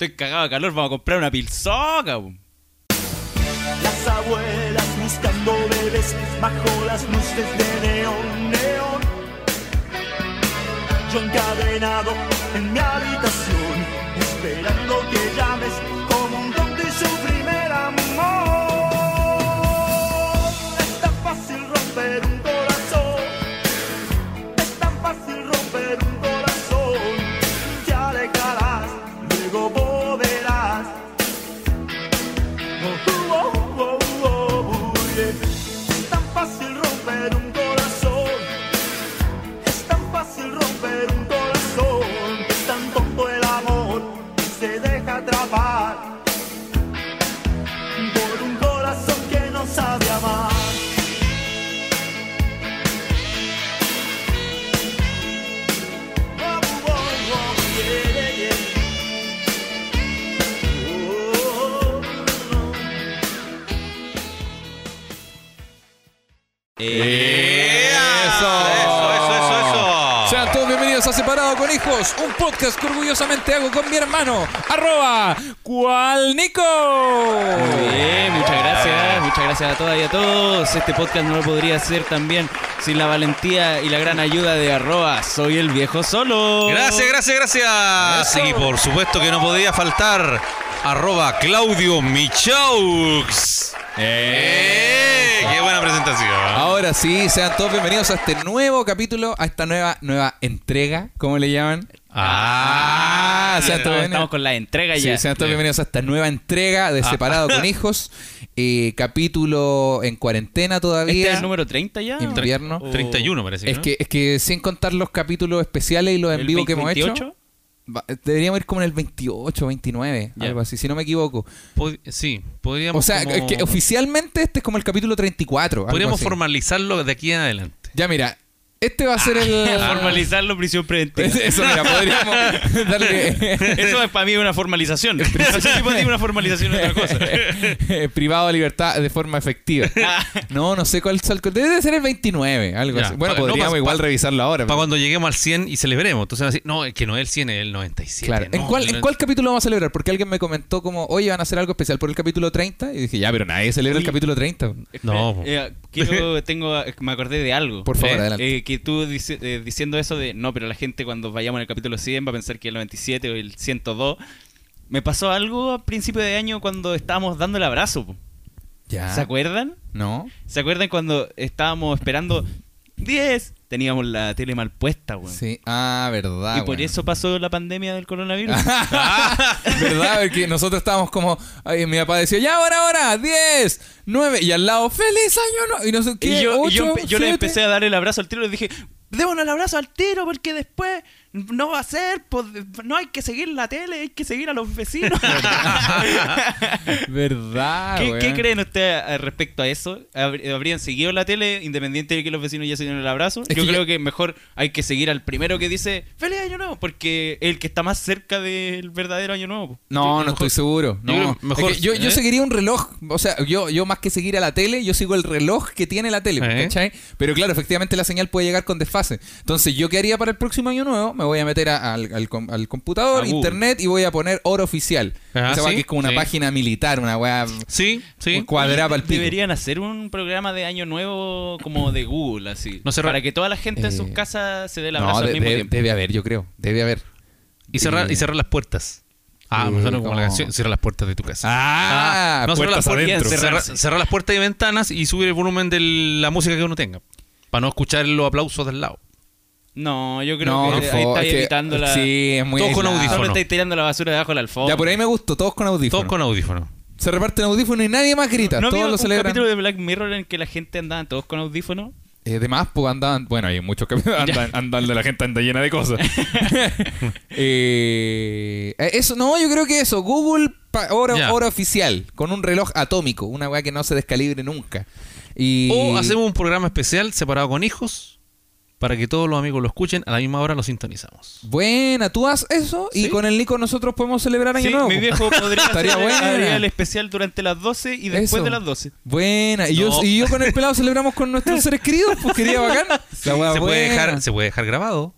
Estoy cagado de calor, vamos a comprar una pilsoca. po. Las abuelas buscando bebés bajo las luces de neón, neón. Yo encadenado en mi habitación, esperando que llames como un don de su primer amor. Es tan fácil romper un corazón, es tan fácil romper un corazón. Te alejarás, luego volverás. Oh, oh, oh, oh, oh, yeah. Es tan fácil romper un corazón. Es tan fácil romper un corazón. Es tan tonto el amor que se deja atrapar por un corazón que no sabe amar. Oh, oh, oh, yeah, yeah, yeah. Oh, oh, oh. Ah, Eso, eso, eso, eso. Sean todos bienvenidos a Separado con Hijos, un podcast que orgullosamente hago con mi hermano, arroba, ¿cuál Nico? Muy bien, muchas gracias, muchas gracias a todas y a todos. Este podcast no lo podría hacer también sin la valentía y la gran ayuda de arroba soy el viejo solo. Gracias, gracias, gracias. Y por supuesto que no podía faltar arroba Claudio Michaux. ¡Eh! ¡Qué buena presentación! Ahora sí, sean todos bienvenidos a este nuevo capítulo, a esta nueva, nueva entrega, ¿cómo le llaman? Ah, o sea, todo- Estamos, estamos con la entrega Sí, ya. sean todos bienvenidos a esta nueva entrega Ah. de Separado con Hijos, eh, capítulo en cuarentena todavía. este es el número 30 ya. Invierno. invierno. Uh. Oh. 31 parece que, es, ¿no? que, es que sin contar los capítulos especiales y los en ¿El vivo que hemos 28? hecho, va- deberíamos ir como en el 28, 29, Ya. algo así, si no me equivoco. Pod- sí, podríamos O sea, como- es que oficialmente este es como el capítulo 34. algo podríamos así. formalizarlo de aquí en adelante. Ya mira, este va a Ah, ser el... Formalizarlo, prisión preventiva. Eso, mira, podríamos darle Eso es para mí una formalización. Eso sí para ti una formalización es otra cosa. privado de libertad de forma efectiva. No, no sé cuál sal- Debe ser el 29, algo Ya, así. Bueno, pa- no, podríamos pa- igual pa- revisarlo ahora. Para cuando lleguemos al 100 y celebremos. Entonces, van a decir, no, es que no es el 100, es el 97. Claro. ¿En, no, cuál, el ¿En cuál capítulo vamos a celebrar? Porque alguien me comentó como, oye, van a hacer algo especial por el capítulo 30. Y dije, ya, pero nadie celebra el Oye. capítulo 30. No, po. Eh, quiero, tengo, eh, me acordé de algo. Por favor, Eh, adelante. eh, que tú dice- eh, diciendo eso de, no, pero la gente cuando vayamos en el capítulo 100 va a pensar que el 97 o el 102. Me pasó algo a principio de año cuando estábamos dando el abrazo. po. Ya. ¿Se acuerdan? ¿No? ¿Se acuerdan cuando estábamos esperando 10? Teníamos la tele mal puesta, weón. Sí. Ah, verdad. y por bueno. eso pasó la pandemia del coronavirus. Ah, ¿Verdad? Porque nosotros estábamos como. ay, mi papá decía, ya, ahora, ahora, 10, 9. Y al lado, feliz año. No, y no sé qué. y yo, y yo ocho, empe- yo le siete". empecé a dar el abrazo al tiro y le dije, démonos el abrazo al tiro porque después no va a ser, pues, no hay que seguir la tele, hay que seguir a los vecinos. ¿Verdad? ¿Qué, Ah, weón? qué creen ustedes eh, respecto a eso? ¿Habr- ¿Habrían seguido la tele independiente de que los vecinos ya se dieron el abrazo? Es yo que creo yo- que mejor hay que seguir al primero que dice feliz año nuevo porque el que está más cerca del verdadero año nuevo. po. No, no estoy seguro. yo No. creo Es que mejor- yo, yo ¿eh? seguiría un reloj. O sea, yo, yo más que seguir a la tele, yo sigo el reloj que tiene la tele. ¿Eh? ¿cachai? Pero claro, efectivamente la señal puede llegar con desfase. Entonces, ¿yo qué haría para el próximo año nuevo? Me voy a meter a- al, al com- al computador, A Google. Ah, internet y voy a poner oro oficial. Ajá, Esa weá sí, que es como una sí. página militar, una weá Sí, sí. cuadrada para el pico. Deberían hacer un programa de año nuevo como de Google, así. No sé, para que toda la gente en sus eh, casas se dé el abrazo No, al de- mismo de- tiempo. debe haber, yo creo. Debe haber. Y Eh. cerrar, y cerrar las puertas. Ah, me suena como la no. canción. Cierra las puertas de tu casa. Ah, no, cerrar puertas las, puertas, adentro. cerrar, cerrar las puertas y ventanas y subir el volumen de la música que uno tenga. Para no escuchar los aplausos del lado. No, yo creo No, que por ahí favor, está es que- evitando la... Sí, es muy Todos con aislado. audífono. Solo estáis tirando la basura debajo de la alfombra. Ya por ahí me gustó, todos con audífono. Todos con audífono. Se reparten audífonos y nadie más grita. ¿No había todos lo un celebran. capítulo de Black Mirror en que la gente andaba todos con audífonos? Eh, de más, pues andaban. Bueno, hay muchos que andan, andan- la gente anda llena de cosas. Eh, eh, eso, no, yo creo que eso. Google, pa- hora, Ya. hora oficial, con un reloj atómico, una weá que no se descalibre nunca. Y, Oh, O hacemos un programa especial separado con hijos para que todos los amigos lo escuchen. A la misma hora lo sintonizamos. Buena, tú haz eso y con el Nico nosotros podemos celebrar Año Sí, Nuevo. pues. mi viejo podría Estaría hacer el- buena. haría el especial durante las 12 y después Eso. de las 12. Buena, y, yo, No. y yo con el pelado celebramos con nuestros seres queridos, pues quería bacán. La weá se, puede buena. dejar, se puede dejar grabado.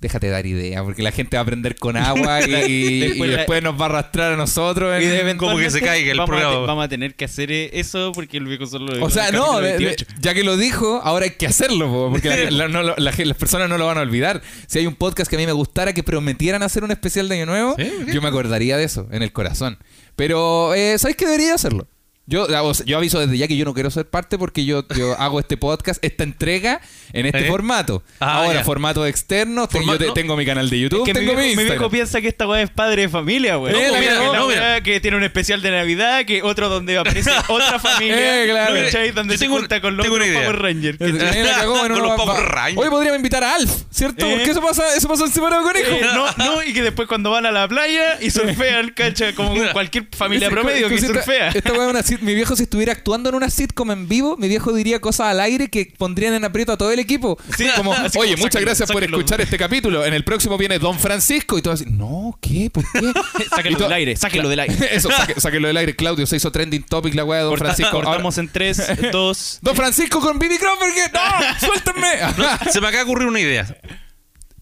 déjate dar idea, porque la gente va a aprender con agua y, y después, Después la- nos va a arrastrar a nosotros. en- Y Como que se caiga el vamos A, programa. te- vamos a tener que hacer eh, eso porque el viejo solo. lo dijo o en sea, el no, capítulo de- de- 28. ya que lo dijo, ahora hay que hacerlo, po, porque la- la- no lo- la gen- las personas no lo van a olvidar. Si hay un podcast que a mí me gustara que prometieran hacer un especial de Año Nuevo, yo me acordaría de eso, en el corazón. Pero, eh, ¿sabéis que debería hacerlo? Yo, ah, o sea, yo aviso desde ya que yo no quiero ser parte porque yo, yo hago este podcast, esta entrega, en este ¿Eh? formato. Ah, Ahora, ya. formato externo, te- Formato- yo te- tengo mi canal de YouTube, que mi tengo mi, viejo, mi Instagram. viejo piensa que esta weá es padre de familia, weón. No, Que mira, la weá no, mira. que tiene un especial de Navidad, que otro donde aparece otra familia. Eh, claro. ¿no cachai? Yo Donde se tengo- junta con los tengo una otros idea. Power Rangers. Eh, la cagó en Con una los va- Power va- Rangers. Oye, podríamos intar a Alf, ¿cierto? Eh. Porque eso pasa, eso pasa en Semana de Conejo. Eh, no, no, y que después cuando van a la playa y surfean, cacha, como cualquier familia Ese- promedio que esta- surfea. Esta weá es una sit- mi viejo si estuviera actuando en una sitcom en vivo, mi viejo diría cosas al aire que pondrían en aprieto a todo el equipo. Sí, como, oye, así como, muchas sáquenlo, gracias por sáquenlo". escuchar este capítulo. En el próximo viene Don Francisco y todo así, no, ¿qué? ¿Por qué? Sáquenlo Y to- del aire, sáquenlo del aire. Eso, saque- sáquenlo del aire. Claudio se hizo trending topic la weá de Don Corta- Francisco. Ahora- cortamos en 3, 2. Don Francisco con Bibi Crawford. ¡No! ¡Suéltame! Se me acaba de ocurrir una idea.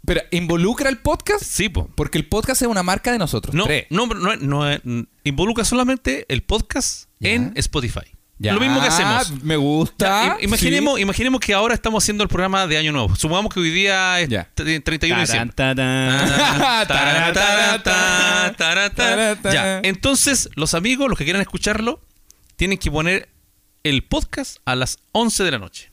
Pero, ¿involucra el podcast? Sí, po. Porque el podcast es una marca de nosotros. No, tres. no, no, no, eh, involucra solamente el podcast en Spotify. Ya, Ah, Lo mismo que hacemos. Me gusta. Ya, i- imaginemos, imaginemos que ahora estamos haciendo el programa de Año Nuevo. Supongamos que hoy día es Ya. t- eh, 31 de Tarán, diciembre. Ah. tarán. Tarán, tarán, tarán, tarán, Tarán, tarán. tarán. Ya, entonces los amigos, los que quieran escucharlo, tienen que poner el podcast a las 11 de la noche. sí.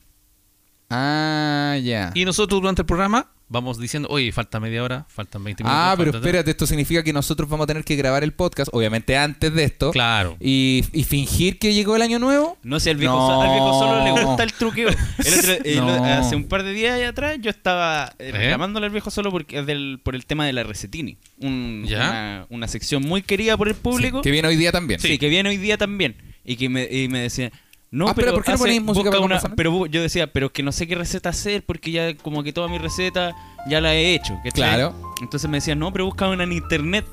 Ah, ya. Y nosotros durante el programa vamos diciendo, oye, falta media hora, faltan 20 minutos. Ah, pero falta- espérate, esto significa que nosotros vamos a tener que grabar el podcast, obviamente antes de esto. Claro. Y, y fingir que llegó el año nuevo. No sé, al viejo, No. so- al viejo solo le gusta el truqueo. El otro- el- No. Hace un par de días allá atrás yo estaba eh, ¿Eh? reclamándole al viejo solo porque, del- por el tema de la recetini. Un- ¿Ya? Una, una sección muy querida por el público. Sí, que viene hoy día también. Sí, que viene hoy día también. Y que me, y me decía, no, Ah, pero pero, ¿por qué no ponéis música busca para una- conversar? Pero bu- yo decía, pero es que no sé qué receta hacer porque ya como que toda mi receta ya la he hecho. ¿cachai? Claro. Entonces me decían, no, pero busca una en internet.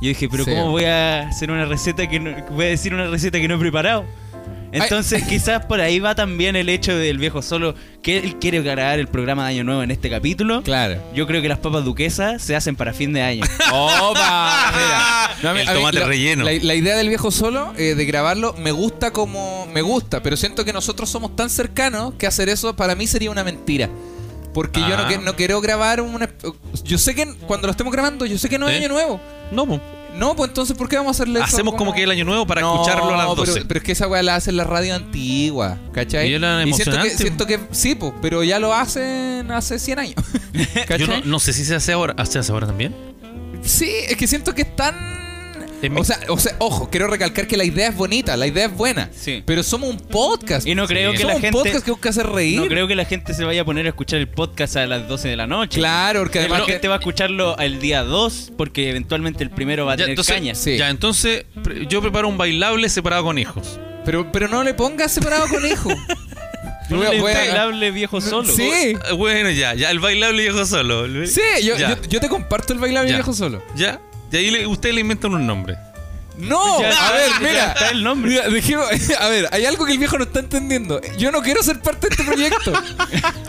Yo dije, pero Sí. ¿cómo voy a hacer una receta que no, voy a decir una receta que no he preparado? Entonces quizás por ahí va también el hecho del viejo solo que él quiere grabar el programa de Año Nuevo en este capítulo. Claro. Yo creo que las papas duquesas se hacen para fin de año. ¡Opa! Mira. No, a mí- El a mí tomate la- relleno. La, la idea del viejo solo, eh, de grabarlo, me gusta como me gusta, pero siento que nosotros somos tan cercanos que hacer eso para mí sería una mentira. Porque yo no, Ah. que- no quiero grabar una... Yo sé que cuando lo estemos grabando, yo sé que no es ¿Eh? año nuevo. No, po. No, pues entonces, ¿por qué vamos a hacerle eso hacemos como que el Año Nuevo para No, escucharlo a las pero- 12. Pero, es que esa weá la hace la radio antigua, ¿cachai? Y era siento que, emocionante. siento que sí, pues, pero ya lo hacen hace 100 años. Yo ¿Cachai? no, no sé si se hace ahora. ¿Se hace ahora también? Sí, es que siento que están. Es mi- O sea, o sea, ojo, quiero recalcar que la idea es bonita, la idea es buena. Sí. Pero somos un podcast. Y no creo que somos la un gente- podcast que busca hacer reír. No creo que la gente se vaya a poner a escuchar el podcast a las 12 de la noche. Claro, porque Además, además. la que- gente va a escucharlo el día 2 porque eventualmente el primero va a Ya, tener entonces, cañas. Sí. ya, entonces pre- yo preparo un bailable separado con hijos. Pero, pero no le pongas separado conejo. Tú Voy a- eres voy a- bailable viejo solo. Sí. Eh, Bueno, ya, ya, el bailable viejo solo. Sí, yo, ya, yo- yo te comparto el bailar Ya. viejo solo. ya. Y ahí le- ustedes le inventan un nombre. No, Ya está, a ver, ya mira. está el nombre. Mira, dejemos- a ver, hay algo que el viejo no está entendiendo. Yo no quiero ser parte de este proyecto.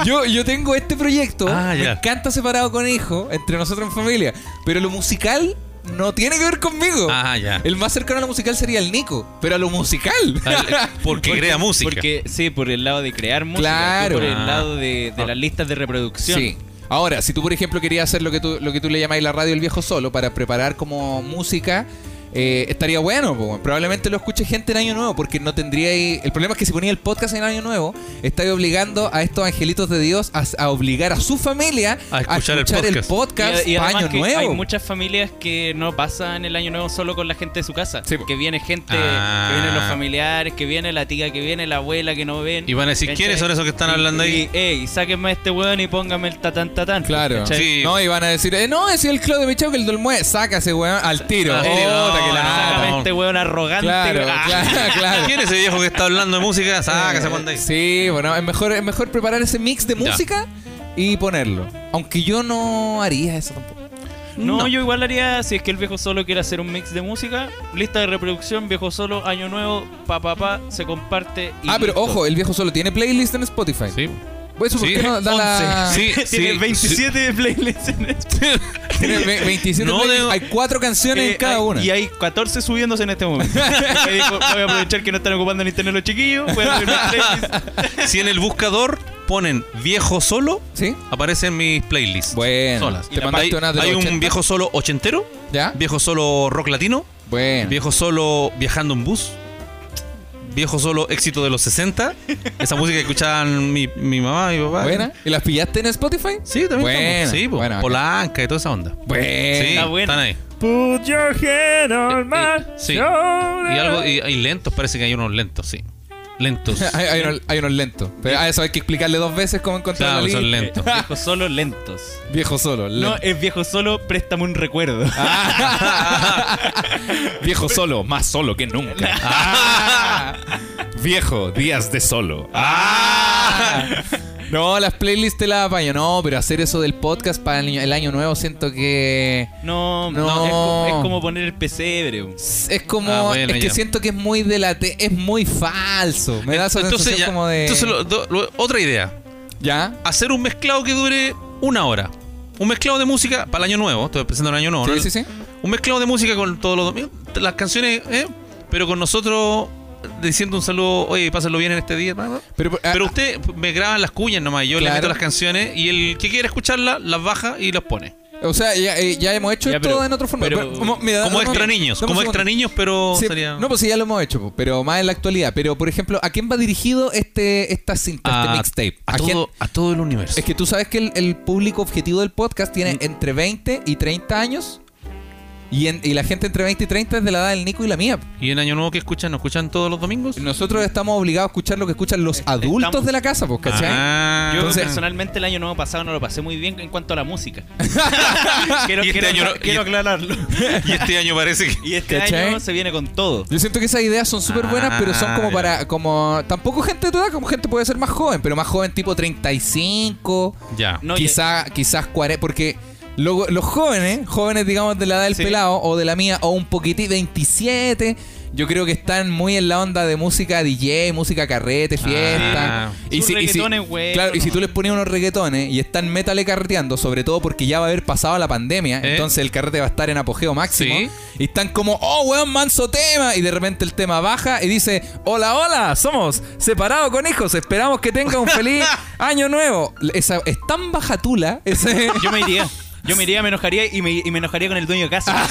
Yo, yo tengo este proyecto. Ah, me ya. encanta separado con hijo, entre nosotros en familia. Pero lo musical no tiene que ver conmigo. Ah, ya. El más cercano a lo musical sería el Nico. Pero a lo musical. Al- Porque crea música. Porque, sí, por el lado de crear música. Claro. tú Por Ah. el lado de, de las listas de reproducción. Sí. Ahora, si tú, por ejemplo, querías hacer lo que tú, lo que tú le llamáis la radio El Viejo Solo para preparar como música, eh, estaría bueno. po. Probablemente lo escuche gente en Año Nuevo, porque no tendría ahí- El problema es que si ponía el podcast en Año Nuevo, estaría obligando a estos angelitos de Dios a, a obligar a su familia A escuchar el podcast. Y, a- y pa' además Año que hay Nuevo. muchas familias que no pasan el año nuevo solo con la gente de su casa. Sí, po. que viene gente, Ah. que vienen los familiares, que viene la tía, que viene la abuela que no ven. Y van a decir, ¿Cachai? ¿quiénes son esos que están hablando ahí? Y, ey, sáquenme a este weón y póngame el tatán tatán. Claro. ¿cachai? Sí. No, y van a decir, eh, no, es el Claudio Michao que el Dolmue. Saca ese weón al tiro. Al Oh, tiro, no, ta que la no, lata. Sácame no. este weón arrogante. Claro, Ah. claro, claro. ¿Quién es ese viejo que está hablando de música? Sácase cuando ahí. Eh, Sí, bueno, es mejor, es mejor preparar ese mix de Ya. música y ponerlo. Aunque yo no haría eso tampoco. No, No. yo igual haría, si es que el viejo solo quiere hacer un mix de música, lista de reproducción, viejo solo, año nuevo, pa pa pa, se comparte. y ah, pero listo. ojo, el viejo solo tiene playlist en Spotify. Pues Sí. Eso, ¿por Sí. qué no da la... Sí, Tiene sí, 27 playlists en este. sí. Tiene ve- 27 No, play- tengo- Hay cuatro canciones Eh, en cada hay- una. Y hay 14 subiéndose en este momento. Ahí dijo, voy a aprovechar que no están ocupando ni internet los chiquillos. Voy a abrir una playlist. Si en el buscador ponen viejo solo, ¿Sí? aparecen mis playlists. Bueno. Solas. Te Hay- mandaste una de los Ah. Hay un 80. viejo solo ochentero, ¿Ya? viejo solo rock latino, Bueno. viejo solo viajando en bus, viejo solo éxito de los 60. Esa música que escuchaban mi, mi mamá, mi papá. Buena. ¿Y las pillaste en Spotify? Sí, también. Buena, estamos. Sí, po. buena, Polanca y toda esa onda. Bueno. Sí, Está buena. están ahí. Put your head on Eh, eh, sí. Y algo y, y lentos, parece que hay unos lentos, sí. Lentos. hay, hay unos, hay unos lentos. Pero a eso hay que explicarle dos veces cómo encontrar claro, la son lista. lentos. Eh, Viejo solo, lentos. Viejo solo. No, lento. Ah. es viejo solo, préstame un recuerdo. Viejo solo, más solo que nunca. Ah. Viejo, días de solo. Ah. Ah. No, las playlists te las apaño. No, pero hacer eso del podcast para el año, el año nuevo siento que... No, No. no. Es, co- es como poner el pesebre. bo. Es como... Ah, bueno, es que ya. siento que es muy de la... te- es muy falso. Me da esa Entonces, sensación ya, como de... entonces lo- do- lo- otra idea. ¿Ya? Hacer un mezclado que dure una hora. Un mezclado de música para el año nuevo. Estoy pensando en el año nuevo. Sí, ¿no? sí, sí. Un mezclado de música con todos los domingos. Las canciones, ¿eh? pero con nosotros diciendo un saludo. Oye, pásenlo bien en este día. ¿no? Pero, ah, Pero usted me graba las cuñas nomás. Yo Claro. le meto las canciones y el que quiera escucharlas las baja y las pone. o sea, ya, eh, ya hemos hecho Ya, esto pero- en otro formato. pero- Pero, como- mira, Como dame- extra niños. dame un Como segundo. extra niños, pero Sí, sería. No, pues sí, ya lo hemos hecho, po, pero más en la actualidad. Pero, por ejemplo, ¿a quién va dirigido este, esta cinta, este mixtape? A, quién? todo, a todo el universo. Es que tú sabes que el, el público objetivo del podcast Mm. tiene entre 20 y 30 años. Y, en- y la gente entre 20 y 30 es de la edad del Nico y la mía. ¿Y en Año Nuevo qué escuchan? ¿Nos escuchan todos los domingos? Nosotros estamos obligados a escuchar lo que escuchan los adultos estamos- de la casa, pues, ¿cachai? Ah. Yo Entonces- personalmente el año nuevo pasado no lo pasé muy bien en cuanto a la música. quiero Y este quiero- año no- quiero y- aclararlo. y este año parece que. Y este ¿Cachai? año se viene con todo. Yo siento que esas ideas son súper buenas, pero son como Ah, para. como Tampoco gente de tu edad, como gente puede ser más joven, pero más joven tipo 35. Ya. No, quizá, quizás 40, porque lo- los jóvenes, jóvenes digamos de la edad del Sí. pelado o de la mía o un poquitín 27, yo creo que están muy en la onda de música DJ, música carrete, fiesta. Ah. Sus reggaetones, güey, claro, y si nomás. tú les ponías unos reggaetones y están metale carreteando, sobre todo porque ya va a haber pasado la pandemia, ¿Eh? entonces el carrete va a estar en apogeo máximo. Sí. Y están como, oh, weón, manso tema. Y de repente el tema baja y dice, hola, hola, somos separados con hijos, esperamos que tenga un feliz año nuevo. Esa, es tan bajatula. Ese, Yo me iría. Yo me iría, me enojaría y me, y me enojaría con el dueño de casa.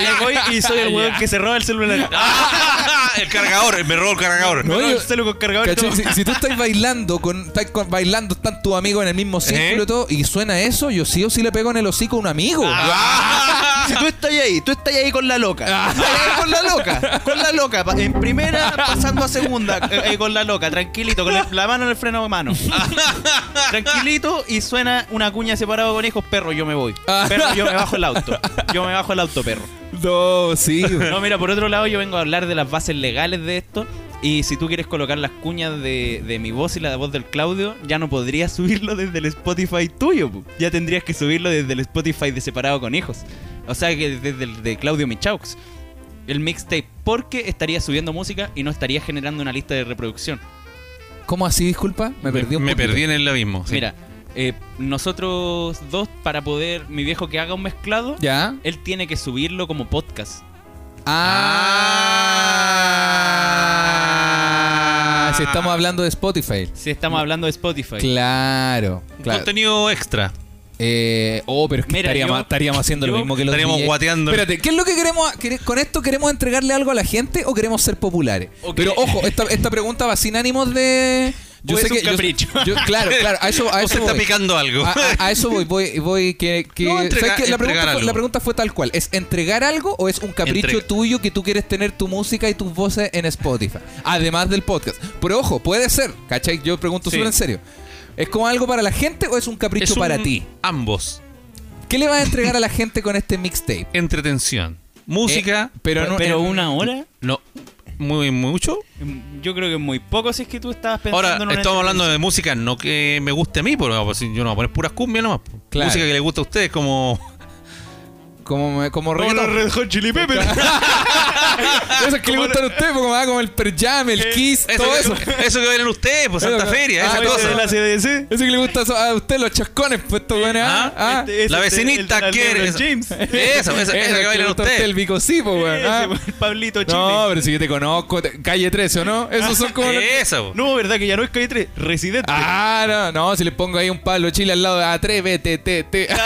y voy y soy el weón que se roba el celular. el cargador, me robó el cargador. No, No, el yo- celu con cargador. y ¿cachai? todo. si, si tú estás bailando, con, estás con- bailando, están tus amigos en el mismo círculo y todo, y suena eso, yo sí o sí le pego en el hocico a un amigo. Ah. Si tú estás ahí, tú estás ahí con la loca. Estás ahí con la loca, con la loca. pa- En primera, pasando a segunda, eh, ahí con la loca, tranquilito, con la- la mano en el freno de mano. Tranquilito y suena una cuña separado con hijos, perro, yo me voy. Perro, yo me bajo el auto. Yo me bajo el auto, perro. No, sí. No, mira, por otro lado yo vengo a hablar de las bases legales de esto. Y si tú quieres colocar las cuñas de, de mi voz y la voz del Claudio, ya no podrías subirlo desde el Spotify tuyo. pu. Ya tendrías que subirlo desde el Spotify de Separado con Hijos. O sea, que desde el de Claudio Michaux. El mixtape. Porque estarías subiendo música y no estarías generando una lista de reproducción. ¿Cómo así, disculpa? Me perdí un Me poquito. perdí en el abismo. sí. Mira, eh, nosotros dos, para poder mi viejo que haga un mezclado, ¿Ya? él tiene que subirlo como podcast. Ah, si estamos hablando de Spotify. Si estamos hablando de Spotify. Claro, claro. Contenido extra. Eh, oh, pero es que Mira, estaríamos, yo- estaríamos haciendo lo yo- mismo que los estaríamos DJs. guateando. Espérate, ¿qué es lo que queremos? quere- ¿Con esto queremos entregarle algo a la gente o queremos ser populares? Ok. Pero ojo, esta, esta pregunta va sin ánimos de... O es un yo- capricho. yo- claro, claro, a eso, a O eso se está voy. picando algo. A, a- a eso voy, voy, voy que, que- No, entrega- ¿sabes qué? la, entregar pregunta fue, algo. la pregunta fue tal cual. ¿Es entregar algo o es un capricho Entrega. tuyo que tú quieres tener tu música y tus voces en Spotify? Además del podcast. Pero ojo, puede ser, ¿cachai? Yo pregunto Sí. súper en serio. ¿Es como algo para la gente o es un Es capricho un- para ti? Ambos. ¿Qué le vas a entregar a la gente con este mixtape? Entretención. Música. Eh, pero no- Pero eh, una hora... no. Muy mucho. Em, Yo creo que muy poco si es que tú estabas pensando Ahora, en una estamos hablando de música, no que me guste a mí, porque pues, si yo no voy a poner puras cumbias nomás. Claro. Música que les gusta a ustedes, como. Como, me- como Como los reggaetón. Red Hot Chili Peppers. Esos que le gustan a ustedes, po, como, ah, como el Per Jam, el Kiss, todo eso. que- eso que bailan ustedes, pues Santa Eso que- Feria, ah, esa ese cosa. de la CDC? Eso que le gusta a a ustedes, los chascones, pues estos buenos. Ah, ah. ¿Ah? la vecinita quiere. Esa, James. esa, Eso esa, esa que le gusta bailan a usted, ustedes. el bicocipo, weón. ah. Pablito pues, Chile. No, No, pero si yo te conozco, te- calle 13, ¿o no? Esos son como. los- Esa, pues. po. ¿verdad que ya no es calle 3? Residente. Ah, no, no, si le pongo ahí un palo chile al lado de A3, B, T, T, T.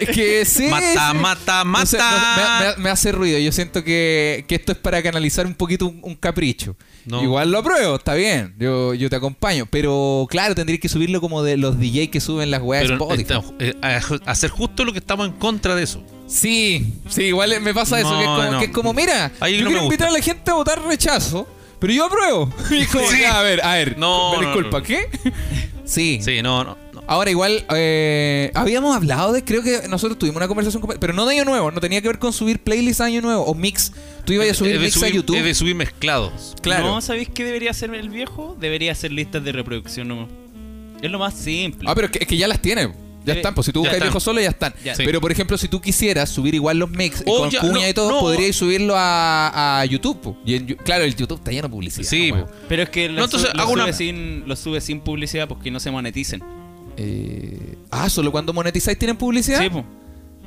es que sí. Mata, sí. mata, No sé, no sé, me, mata. me- me hace ruido. Yo siento que, que esto es para canalizar un poquito un, un capricho. No. Igual lo apruebo, está bien. Yo, yo te acompaño. Pero claro, tendrías que subirlo como de los DJ que suben las weas de Pero Spotify. estamos, eh, a- hacer justo lo que estamos en contra de eso. Sí, sí, igual me pasa eso. No, que, es como, no. que es como, mira, Ahí yo no me quiero invitar a la gente a votar rechazo, pero yo apruebo. Y es como, Sí. ya, a ver, a ver. No, me no, disculpa, no, no. ¿qué? sí. Sí, no, no. no. Ahora igual, eh, habíamos hablado de, creo que nosotros tuvimos una conversación, con- pero no de Año Nuevo, no tenía que ver con subir playlist a Año Nuevo o mix. Tú ibas a subir Es de mix a YouTube. Es de subir mezclados. Claro. No, ¿sabéis qué debería hacer el viejo? Debería hacer listas de reproducción nomás. Es lo más simple. Ah, pero es que, es que ya las tiene. Ya Sí. están, pues si tú Eh, Ya buscas están. viejo solo, ya están. Ya. Sí. Pero por ejemplo, si tú quisieras subir igual los mix Oh, con ya, cuña no, y todo, no. podrías subirlo a, a YouTube. po. Y en Yu- claro, el YouTube está lleno de publicidad. Sí, ¿no, po. weón? Pero es que los No, entonces, sube- los hago una- sube sin, los sube sin publicidad porque no se moneticen. Eh, ah, solo cuando monetizáis tienen publicidad. Sí, po.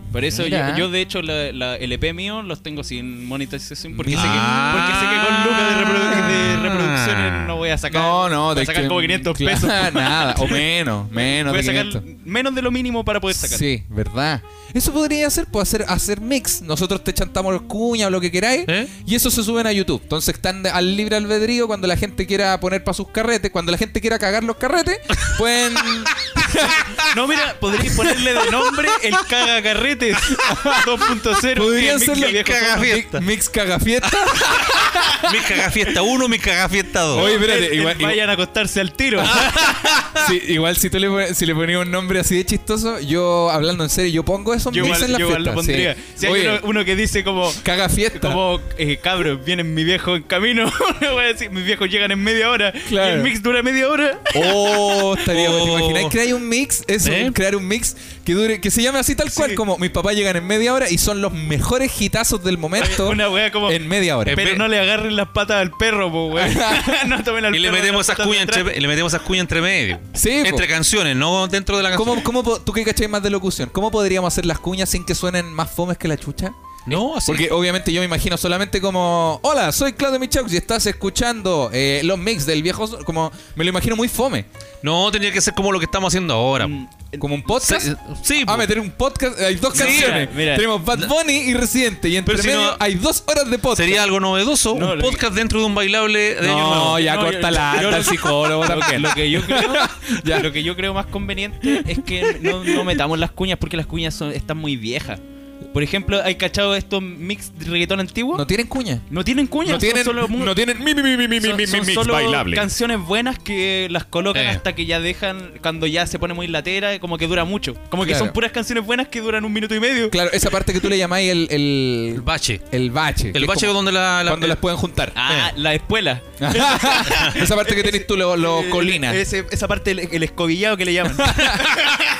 Por eso yo, Mira. yo, de hecho la, la- el EP mío los tengo sin monetización porque, sé, Mira. que, porque sé que con lucas de, reprodu- de reproducciones Ah. no voy a sacar, no, no, voy a de sacar que- como 500 claro, pesos. Nada, o menos, menos voy a de sacar 500. menos de lo mínimo para poder sacar. Sí, verdad. Eso podría hacer, pues hacer, hacer mix. Nosotros te chantamos los cuñas o lo que queráis. ¿Eh? Y eso se suben a YouTube. Entonces están de- al libre albedrío cuando la gente quiera poner para sus carretes. Cuando la gente quiera cagar los carretes, pueden. No, mira, podríais ponerle de nombre el cagacarretes 2.0. Podrían que ser los el viejo- cagafiesta. mi- Mix cagafiesta. Mi cagafiesta 1, mi cagafiesta 2. Oye, espérate, el- igual, el vayan a acostarse al tiro. sí, igual si tú le, pon- si le ponías un nombre así de chistoso, yo hablando en serio, yo pongo esos yo mix igual, en la yo igual fiesta. lo pondría. sí. Si hay Oye, uno, uno que dice como... caga fiesta. Como, eh, cabros, viene mi viejo en camino. voy a decir, mis viejos llegan en media hora. Claro. Y el mix dura media hora. Oh, estaría bueno. Oh. ¿Te imagináis crear un mix? Eso, ¿Eh? crear un mix que dure, que se llame así tal cual, Sí. como mis papás llegan en media hora y son los mejores hitazos del momento Una wea como. en media hora. En pero vez- no le agarren las patas al perro, po, wey. no tomen al Y le perro metemos las esas patas cuñas de atrás. entre, y le metemos esas cuñas entre medio. Sí, po. Entre canciones, no dentro de la canción. ¿Cómo, cómo po- ¿Tú qué cacháis más de locución? ¿Cómo podríamos hacer las cuñas sin que suenen más fomes que la chucha? No, así. Porque obviamente yo me imagino solamente como Hola, soy Claudio Michaux y estás escuchando eh, los mix del viejo... Sol", Como me lo imagino muy fome. No, tenía que ser como lo que estamos haciendo ahora. Mm, Como un podcast. Sí, sí, Ah, po. meter un podcast. Hay dos Sí, canciones. mira, mira. Tenemos Bad Bunny y Residente. Y entre Pero si medio no- hay dos horas de podcast. Sería algo novedoso, No, un lo que- podcast dentro de un bailable de año No, nuevo. ya No, yo- corta la yo- anda yo- el psicólogo también. Lo que yo creo, Ya. lo que yo creo más conveniente es que no, no metamos las cuñas porque las cuñas son, están muy viejas. Por ejemplo, ¿hay cachado estos mix de reggaetón antiguo? No No, tienen cuña. tienen cuñas, No tienen, son solo mu- no tienen mi, mi, mi, mi, mi, son- mi, mi, son mi. solo bailable. canciones buenas que las colocan Eh. hasta que ya dejan, cuando ya se pone muy latera, como que dura mucho. Como que Claro. son puras canciones buenas que duran un minuto y medio. Claro, esa parte que tú le llamáis el, El el, bache. el bache. que El es bache como donde la. la- cuando el- las pueden juntar. Eh. Ah, la espuela. esa parte que tenés tú, lo, lo Eh, colina. ese- esa parte, el, el escobillado que le llaman.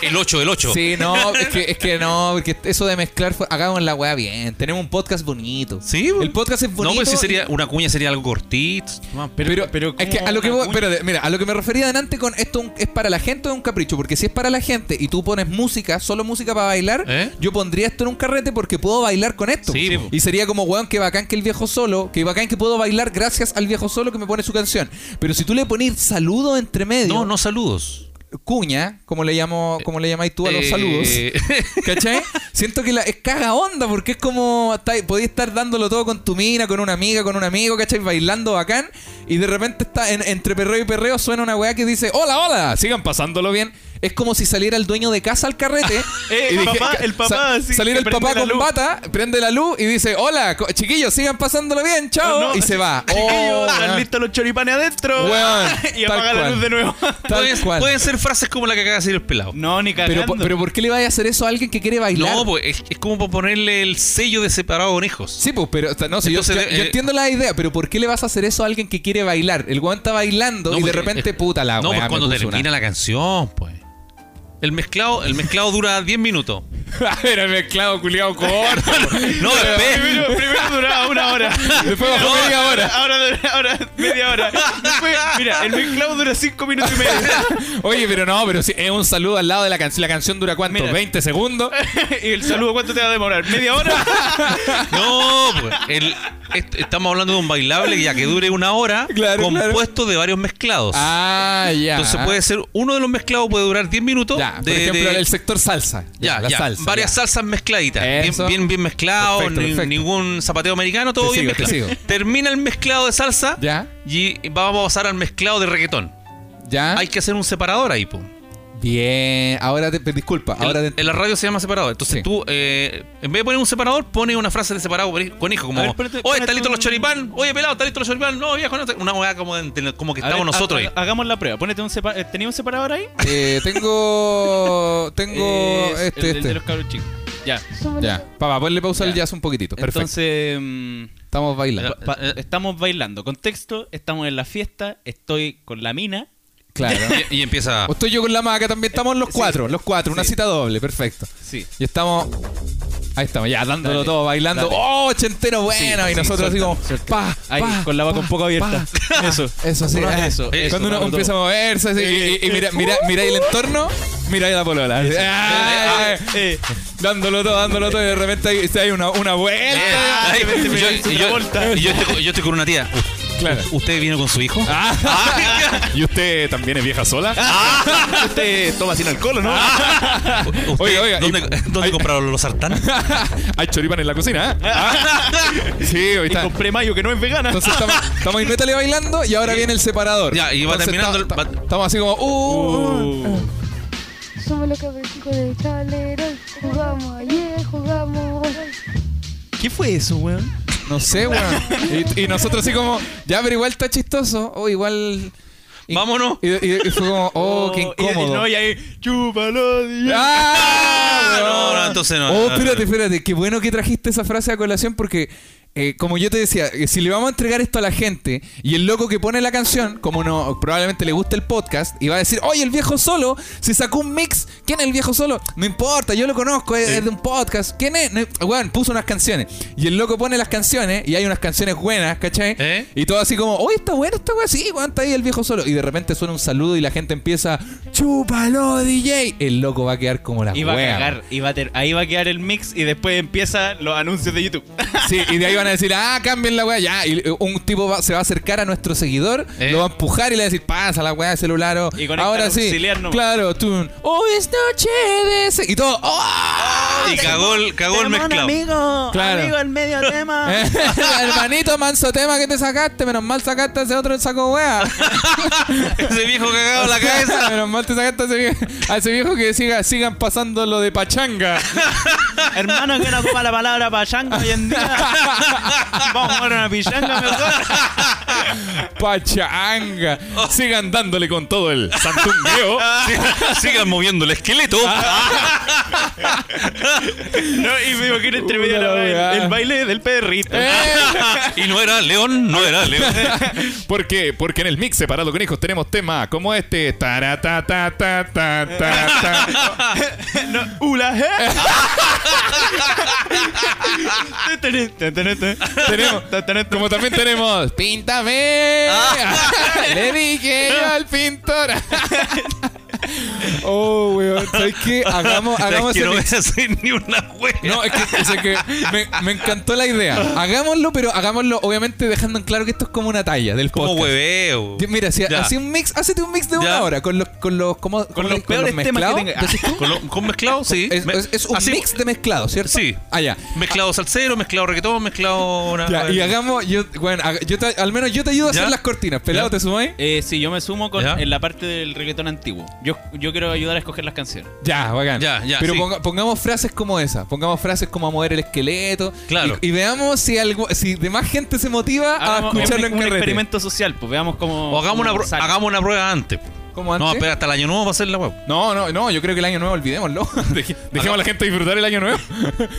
el 8, el 8. Sí, no, es que, es que no, porque eso de mezclar, fue- hagamos la weá bien. Tenemos un podcast bonito. Sí, po. El podcast es bonito. No, pues sí sería. y- Una cuña sería algo cortito. Pero, es que a lo que ¿cómo voy- una cuña? espérate, mira, a lo que me refería adelante con esto un- es para la gente o es un capricho, porque si es para la gente y tú pones música, solo música para bailar, ¿Eh? yo pondría esto en un carrete porque puedo bailar con esto. Sí, po. y sería como, weón, que bacán que el viejo solo, que bacán que puedo bailar gracias al viejo solo que me pone su canción. Pero si tú le pones saludo entre medio, No, no saludos. cuña, como le llamo, como le llamáis tú a los Eh, saludos. ¿Cachai? Siento que la, es caga onda porque es como está- podías estar dándolo todo con tu mina, con una amiga, con un amigo, ¿cachai? Bailando bacán y de repente está en- entre perreo y perreo suena una weá que dice, hola, hola, sigan pasándolo bien. Es como si saliera el dueño de casa al carrete. Eh, el papá, el papá, sí, salir que el papá prende la con luz. bata, prende la luz y dice, hola, co- chiquillos, sigan pasándolo bien, chao. No, no, y se va. Chiquillos, Oh, están weón. listos los choripanes adentro. Weón, y tal apaga la cual. luz de nuevo. Tal pueden, cual. pueden ser frases como la que acaba de decir el pelado. no, ni pero, cagando. po- pero ¿por qué le vaya a hacer eso a alguien que quiere bailar? No, pues es, es como para ponerle el sello de separado conejos. Sí, pues, pero no, si yo- Entonces, yo, eh, yo entiendo la idea, pero ¿por qué le vas a hacer eso a alguien que quiere bailar? El weón está bailando No, y de porque- repente, eh, puta la No, weá, pues me cuando puso termina una- la canción, pues. El mezclado, el mezclado dura 10 minutos. Ah, Era el mezclado culiado corto. No, después. Primero, primero duraba una hora. Después bajó media hora. Ahora, dura- ahora media hora. Después, mira, el mezclado dura cinco minutos y medio. Oye, pero no, pero sí, es un saludo al lado de la canción. La canción dura cuánto? Mira. ¿20 segundos? ¿Y el saludo cuánto te va a demorar? ¿Media hora? No, pues, el- est- estamos hablando de un bailable ya que dure una hora, Claro, compuesto de varios mezclados. Ah, ya. Entonces puede ser, uno de los mezclados puede durar 10 minutos. Ya, por de- ejemplo, de- el sector salsa. ya, la ya, salsa. varias ya. salsas mezcladitas. Bien, Eso. bien, bien mezclado, Perfecto, ni- perfecto. ningún zapateo americano, todo Te bien sigo, te mezclado. sigo. Termina el mezclado de salsa Ya, y vamos a pasar al mezclado de reggaetón. ya. Hay que hacer un separador ahí, po. Bien. Ahora te. Disculpa, En- ahora en, te. la radio se llama separador. Entonces Sí. tú, eh, en vez de poner un separador, pones una frase de separado por- con hijo, como, A ver, ponete- oye, ponete está listo los un- choripán, oye, pelado, está listo los choripán, no, viejo, no, te-". una weá como, en- tele- como que A estamos ver, nosotros ha- ahí. ha- Hagamos la prueba. Ponete un sepa- eh, ¿Tenía un separador ahí? Eh, tengo. Tengo. Es este, el, el este. de los cabros chicos. Ya. Ya. Papá, ponle pausa al Ya. jazz un poquitito. Perfecto. eh. Entonces, mm, Estamos bailando. pa- pa- estamos bailando. Contexto, estamos en la fiesta, estoy con la mina. Claro. Y, y empieza. O estoy yo con la maca también. Estamos los Sí, cuatro, los cuatro. Una sí. cita doble, perfecto. Sí. Y estamos. Ahí estamos, ya dándolo Dale, todo, bailando. dale. ¡Oh, ochentero bueno! Sí, y sí, nosotros así suelta, como. suelta. Pa, Ahí, pa, con la boca pa, un poco abierta. pa. Eso. Eso sí, Ah, eh. eso, eso, Cuando uno dándolo empieza a moverse así, y, y- y mira, mira, mira el entorno, mira la polola. Así, ¡ah! Eh, dándolo todo, dándolo todo, y de repente hay, se hay una, una Eh, vuelta. ahí, me- me- y yo- me- me- y yo- Travolta. y yo estoy con- yo estoy con una tía. Claro. Ah, ¿Usted vino con su hijo? Ah. ¿Y usted también es vieja sola? usted toma sin alcohol, ¿o ¿no? Ah, ¿Usted- Oiga, oiga, ¿Dónde, y- dónde ay. compraron los sartanes? hay choripan en la cocina, ¿eh? Ah. Sí, hoy Y está. compré mayo que no es vegana. Entonces estamos, estamos en Metale bailando y ahora viene el separador. Ya, y va Entonces, terminando ta- el- ta- Estamos así como. Uh, Uh. Somos los cabecitos del tablero. Jugamos ayer, jugamos hoy. ¿Qué fue eso, weón? No sé, weón. Y, y nosotros así como. Ya, pero igual está chistoso. O igual. y- Vámonos. Y, y- y fue como. Oh, qué y- y incómodo. no, y ahí, chúpalo, Dios. ¡Ah! No, weón! no, entonces no, Oh, no, espérate, no. espérate. Qué bueno que trajiste esa frase a colación porque, eh, como yo te decía, eh, si le vamos a entregar esto a la gente y el loco que pone la canción, como no probablemente le gusta el podcast, y va a decir, oye, el viejo solo se sacó un mix. ¿Quién es el viejo solo? No importa, yo lo conozco, es, es de un podcast. ¿Quién es? No, weón, puso unas canciones. Y el loco pone las canciones y hay unas canciones buenas, ¿cachai? ¿Eh? Y todo así como, oye, está bueno esta weá, sí, weón, está ahí el viejo solo. Y de repente suena un saludo y la gente empieza, chúpalo, DJ. El loco va a quedar como la Iba a wea. cagar, iba a ter- ahí va a quedar el mix y después empiezan los anuncios de YouTube. Sí, y de ahí van a decir, ah, cambien la weá, ya. Y eh, un tipo va- se va a acercar a nuestro seguidor, ¿Eh? lo va a empujar y le va a decir, pasa la weá de celular. O, Y conecta ahora los sí. auxiliar nomás. Claro, tú. un, Hoy es noche de ese. Y todo, ¡oh! Y cagó el, cagó el mezclado. amigo, Claro. amigo, el medio tema. Hermanito, manso tema que te sacaste. Menos mal sacaste ese otro saco weá. Ese viejo cagado en la cabeza. Menos mal te sacaste a ese viejo, a ese viejo que siga, sigan pasando lo de pachanga. Hermano, que no ocupa la palabra pachanga hoy en día. Vamos a jugar una pichanga mejor. Pachanga. Sigan dándole con todo el santungueo. Sigan moviendo el esqueleto. No, y me imagino entre medio de la- Puta la weá. el, el baile del perrito. Eh, Y no era león, no era león. ¿Por qué? Porque en el mix separado con hijos tenemos temas como este. Tara, ta, ta, ta, ta, ta, ta. No, ula, eh. Tenés, tenés, tenés. Tenemos, Tenés, tenés. como también tenemos. ¡Píntame! Ah. Le dije yo al pintor. Oh, weón. ¿Sabes qué? Hagamos, hagamos Es que ese no mix. voy a hacer ni una wea. No, es que, es que me, me encantó la idea. Hagámoslo, pero hagámoslo, obviamente, dejando en claro que esto es como una talla del como podcast. hueveo. Yo- Mira, si Ya. hacía un mix, hacete un mix de una Ya. hora con los con los como, como- los peores temas que mezclados. tenga. ¿Decís tú? ¿Con, lo- con mezclado? Sí. Es, Me- es- es un así- mix de mezclado, ¿cierto? Sí. Ah, ya. Mezclado salsero, mezclado reggaetón, mezclado. una- Ya, y hagamos, yo, bueno, haga- yo te- al menos yo te ayudo a Ya. hacer las cortinas. Pelado, Ya. ¿te sumáis? Eh, sí, yo me sumo con, ¿Ya? en la parte del reggaetón antiguo. Yo, yo quiero ayudar a escoger las canciones. Ya, bacán. Ya, ya, Pero sí. ponga- pongamos frases como esa. Pongamos frases como a mover el esqueleto. Claro. Y, y veamos si algo, si demás gente se motiva a Hagamos un- escucharlo Ah, en un, carrete. experimento social, pues veamos cómo. O hagamos una, cómo pro- sale. hagamos una prueba antes. como antes. No, espera hasta el año nuevo para hacer la web. No, no, no, yo creo que el año nuevo olvidémoslo. Deje- Dejemos a la gente disfrutar el año nuevo.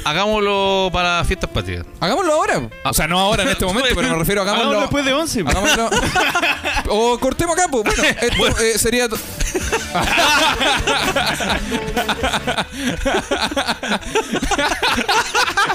Hagámoslo para fiestas patrias. Hagámoslo ahora. O sea, no ahora en este momento, pero me refiero a hagámoslo. Hagámoslo después de pues. 11. po. Hagámoslo. o cortemos acá, pues. Bueno, esto eh, sería. to-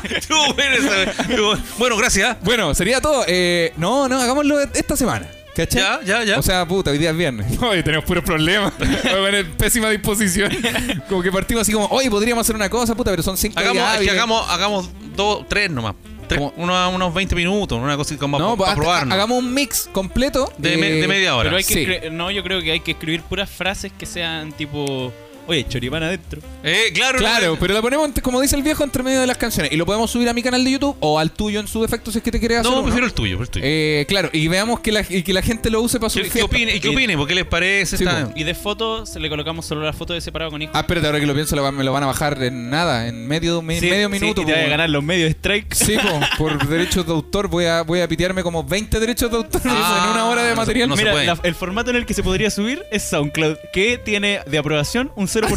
Estuvo bueno esa- estuvo bueno. bueno, gracias. ¿ah? Bueno, sería todo. Eh, no, no, hagámoslo esta semana. ¿Cachai? Ya, ya, ya. O sea, puta, hoy día es viernes. Oye, tenemos puros problemas. Voy a poner pésima disposición. Como que partimos así como, oye, podríamos hacer una cosa, puta, pero son cinco días hagamos, es que hábiles. hagamos, hagamos dos, tres nomás. Tres, Como- uno a unos 20 minutos, una cosita como No, para pues, hasta- probarnos. hagamos un mix completo. de, me- eh, de media hora. Pero hay que Sí. escri- no, yo creo que hay que escribir puras frases que sean tipo, oye, choripán adentro. Eh, claro, Claro, no, pero la ponemos, entre- como dice el viejo, entre medio de las canciones. Y lo podemos subir a mi canal de YouTube o al tuyo en su defecto si es que te quieres hacer. no, uno. prefiero el tuyo. prefiero el tuyo. Eh, claro, y veamos que la, y que la gente lo use para su ¿Qué, qué fiesta. opine, ¿Y qué Eh, opine? ¿Por qué les parece? Sí, esta- po. Y de foto se le colocamos solo la foto de separado con hijo. Ah, espérate, ahora que lo pienso, la va- me lo van a bajar en nada, en medio, me- Sí, medio sí, minuto. pues, y te voy a po. ganar los medios strikes. Sí, po, por derechos de autor voy a, voy a pitearme como 20 derechos de autor Ah, en una hora de no se- material. no se Mira, puede. la- el formato en el que se podría subir es SoundCloud, que tiene de aprobación un 0%.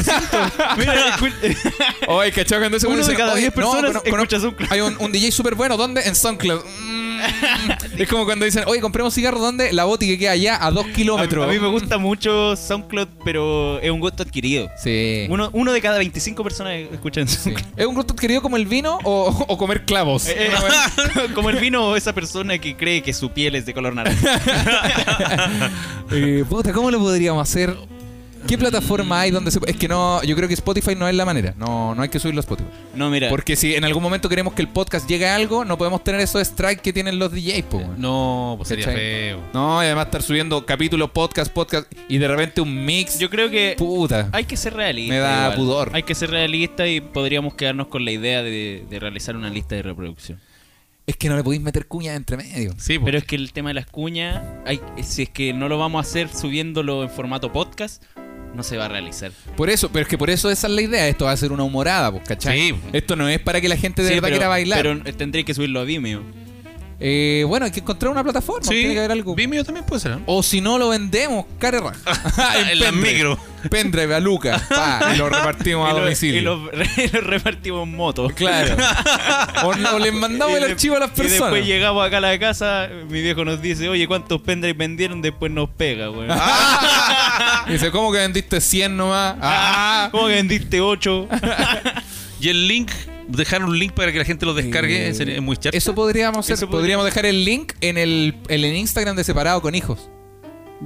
Mira, escu- Oye, cachado cuando ese Uno güey de dice, cada "Oye, diez personas cono- cono- escucha SoundCloud". Hay un, un DJ súper bueno, ¿dónde? En SoundCloud. Mm. es como cuando dicen, oye, compremos cigarros, ¿dónde? La boti que queda allá a dos kilómetros. a, a mí me gusta mucho SoundCloud, pero es un gusto adquirido. Sí. Uno, uno de cada 25 personas escuchan Sí. SoundCloud. ¿Es un gusto adquirido como el vino o, o comer clavos? Eh, eh, como el vino o esa persona que cree que su piel es de color naranja. Eh, puta, ¿cómo lo podríamos hacer? ¿Qué plataforma hay donde se.? Es que no. Yo creo que Spotify no es la manera. No, no hay que subirlo a Spotify. No, mira. Porque si en algún momento queremos que el podcast llegue a algo, no podemos tener esos strikes que tienen los DJs, po, weón. No, pues sería ¿Cachai? feo. No, y además estar subiendo capítulo, podcast, podcast y de repente un mix. Yo creo que Puta. hay que ser realista. Me da igual. pudor. Hay que ser realista y podríamos quedarnos con la idea de, de realizar una lista de reproducción. Es que no le podéis meter cuñas entre medio. Sí, po. Pero es que el tema de las cuñas, hay, si es que no lo vamos a hacer subiéndolo en formato podcast, no se va a realizar. Por eso, pero es que por eso esa es la idea. Esto va a ser una humorada, pues, ¿cachai? Sí. Esto no es para que la gente de Sí, verdad pero- quiera bailar. Pero tendréis que subirlo a Vimeo. Eh, bueno, hay que encontrar una plataforma. Sí, Tiene que haber algo. Vimeo también puede ser. ¿eh? ¿no? O si no, lo vendemos, cara y raja. En la pendrive. micro. Pendrive a Lucas. pa, y lo repartimos a y lo- y domicilio. lo, y lo repartimos en moto. Claro. O, o les mandamos Y el de- archivo a las Y personas. después llegamos acá a la casa, mi viejo nos dice, oye, ¿cuántos pendrives vendieron? Después nos pega, güey. Ah. Y dice, ¿cómo que vendiste 100 nomás? Ah. ¿Cómo que vendiste 8? Y el link, dejar un link para que la gente lo descargue Eh, es es muy charcha. Eso podríamos hacer. Eso podría- podríamos dejar el link en el, en el Instagram de separado con hijos.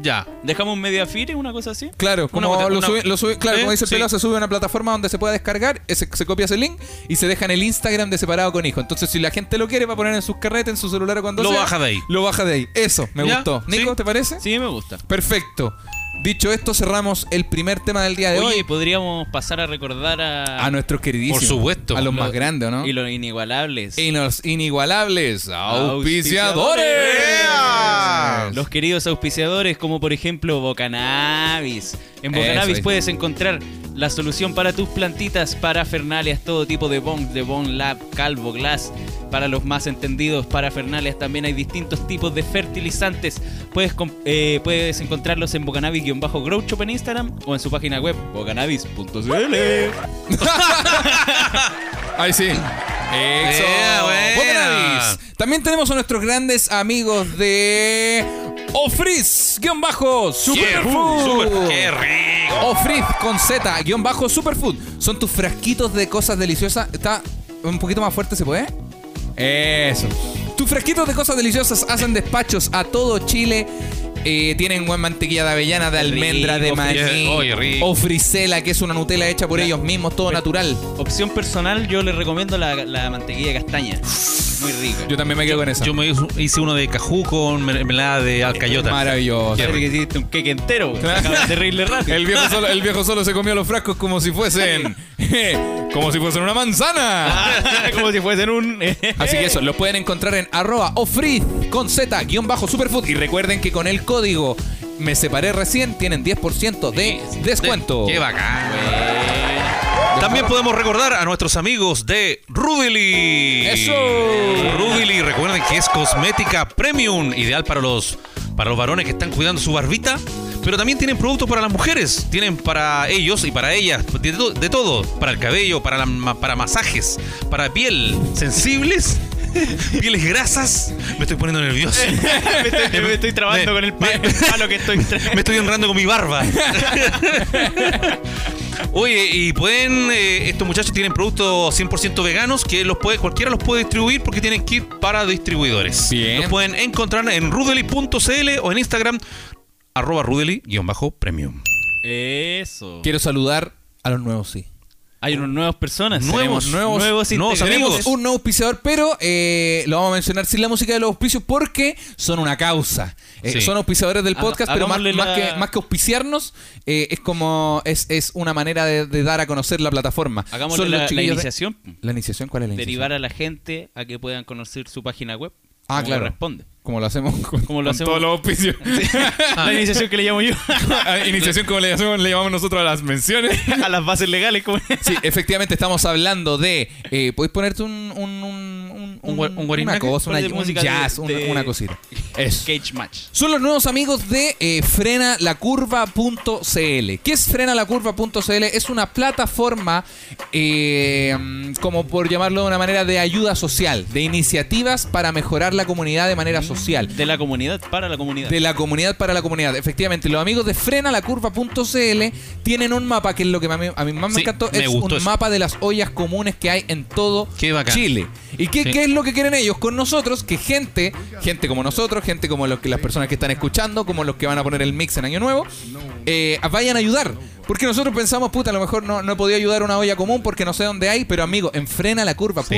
Ya. ¿Dejamos un media fire, una cosa así? Claro, Una como bota- lo una- sube- lo sube- claro, Sí, como dice el sí. pelado, se sube a una plataforma donde se pueda descargar, ese- se copia ese link y se deja en el Instagram de separado con hijos. Entonces, si la gente lo quiere, va a poner en sus carretes, en su celular o cuando Lo sea, baja de ahí. Lo baja de ahí. Eso, me Ya, gustó. sí. Nico, ¿te parece? Sí, me gusta. Perfecto. Dicho esto, cerramos el primer tema del día de Oye, Eh, hoy. podríamos pasar a recordar a... A nuestros queridísimos. Por supuesto. A los Lo- más grandes, ¿o ¿no? Y los inigualables. Y los inigualables auspiciadores. Auspiciadores. Los queridos auspiciadores, como por ejemplo Bocanabis. En Eso Bocanabis es. puedes encontrar la solución para tus plantitas, parafernalias, todo tipo de bong, de bong lab, calvo, glass. Para los más entendidos, parafernalias también hay distintos tipos de fertilizantes. Puedes, com- eh, puedes encontrarlos en bocanabis-grow shop en Instagram o en su página web bocanabis.cl. Ahí sí. Exo. Yeah, buena. Bocanabis. También tenemos a nuestros grandes amigos de Ofriz, guión bajo, Superfood. Super, qué rico. Ofriz con Z, guión bajo, Superfood. Son tus frasquitos de cosas deliciosas. Está un poquito más fuerte, ¿se puede? Eso. Tus fresquitos de cosas deliciosas hacen despachos a todo Chile. Eh, tienen buen mantequilla de avellana, de almendra, de Rico, maní. fri- oye, rico. O frisela, que es una Nutella hecha por ellos mismos, todo natural. Opción personal, yo les recomiendo la, la mantequilla de castaña. Muy rica. Yo también me quedo con esa. Yo me hizo- hice uno de cajú con mermelada de alcayota. Maravilloso. Parece que hiciste un cake entero, güey. Acabas de reírle rápido. El viejo, solo, el viejo solo se comió los frascos como si fuesen. como si fuesen una manzana. Ah, Como si fuesen un. eh. Así que eso, lo pueden encontrar en arroba ofriz con Z, guión bajo superfood. Y recuerden que con el código me separé recién tienen 10% de descuento. Qué bacán, güey. También podemos recordar a nuestros amigos de Rudely. Eso. Rudely, recuerden que es cosmética premium, ideal para los para los varones que están cuidando su barbita, Pero también tienen productos para las mujeres. Tienen para ellos y para ellas. De, to- de todo. Para el cabello, para, la ma- para masajes, para piel sensibles. Pieles grasas. Me estoy poniendo nervioso. me, estoy, me estoy trabando Me- con el palo, el palo que estoy tra- Me estoy honrando con mi barba. Oye, y pueden, eh, estos muchachos tienen productos 100% veganos que los puede, cualquiera los puede distribuir porque tienen kit para distribuidores. Bien. Los pueden encontrar en rudely.cl o en Instagram arroba rudely-premium. Eso. Quiero saludar a los nuevos, sí. Hay unos nuevos personas. Nuevos, tenemos nuevos, nuevos, nuevos integrantes. amigos. Tenemos un nuevo auspiciador, pero eh, lo vamos a mencionar sin la música de los auspicios porque son una causa. Eh, Sí. Son auspiciadores del Ha- podcast, pero más, hagámosle más la- que, más que auspiciarnos, eh, es como es, es una manera de, de dar a conocer la plataforma. Hagámosle Son los la, la chiquillos de- iniciación. ¿La iniciación? ¿Cuál es la iniciación? Derivar a la gente a que puedan conocer su página web. Ah, como claro. Corresponde. Como lo hacemos con, Como lo con hacemos- todos los auspicios. La iniciación que le llamo yo. iniciación como le llamamos, le llamamos nosotros a las menciones. a las bases legales. como- Sí, efectivamente estamos hablando de. Eh, ¿Podéis ponerte un. Un, un, un, Un gua- un guarinaca? Una cosa, una, Ponle un música jazz, de- una, de- una cosita. Eso. Cage Match. Son los nuevos amigos de eh, frenalacurva.cl. ¿Qué es frenalacurva.cl? Es una plataforma, eh, mm, como por llamarlo de una manera, de ayuda social, de iniciativas para mejorar la comunidad de manera social. Mm, De la comunidad para la comunidad. De la comunidad para la comunidad. Efectivamente, los amigos de frenalacurva.cl tienen un mapa que es lo que a mí, a mí más me Sí, encantó. me es un gustó eso. mapa de las ollas comunes que hay en todo Qué bacán. Chile. ¿Y qué, Sí. qué es lo que quieren ellos con nosotros? Que gente, gente como nosotros, gente como los que, las personas que están escuchando, como los que van a poner el mix en Año Nuevo, eh, vayan a ayudar. Porque nosotros pensamos, puta, a lo mejor no, no he podido ayudar a una olla común porque no sé dónde hay, pero amigo, en frenalacurva.cl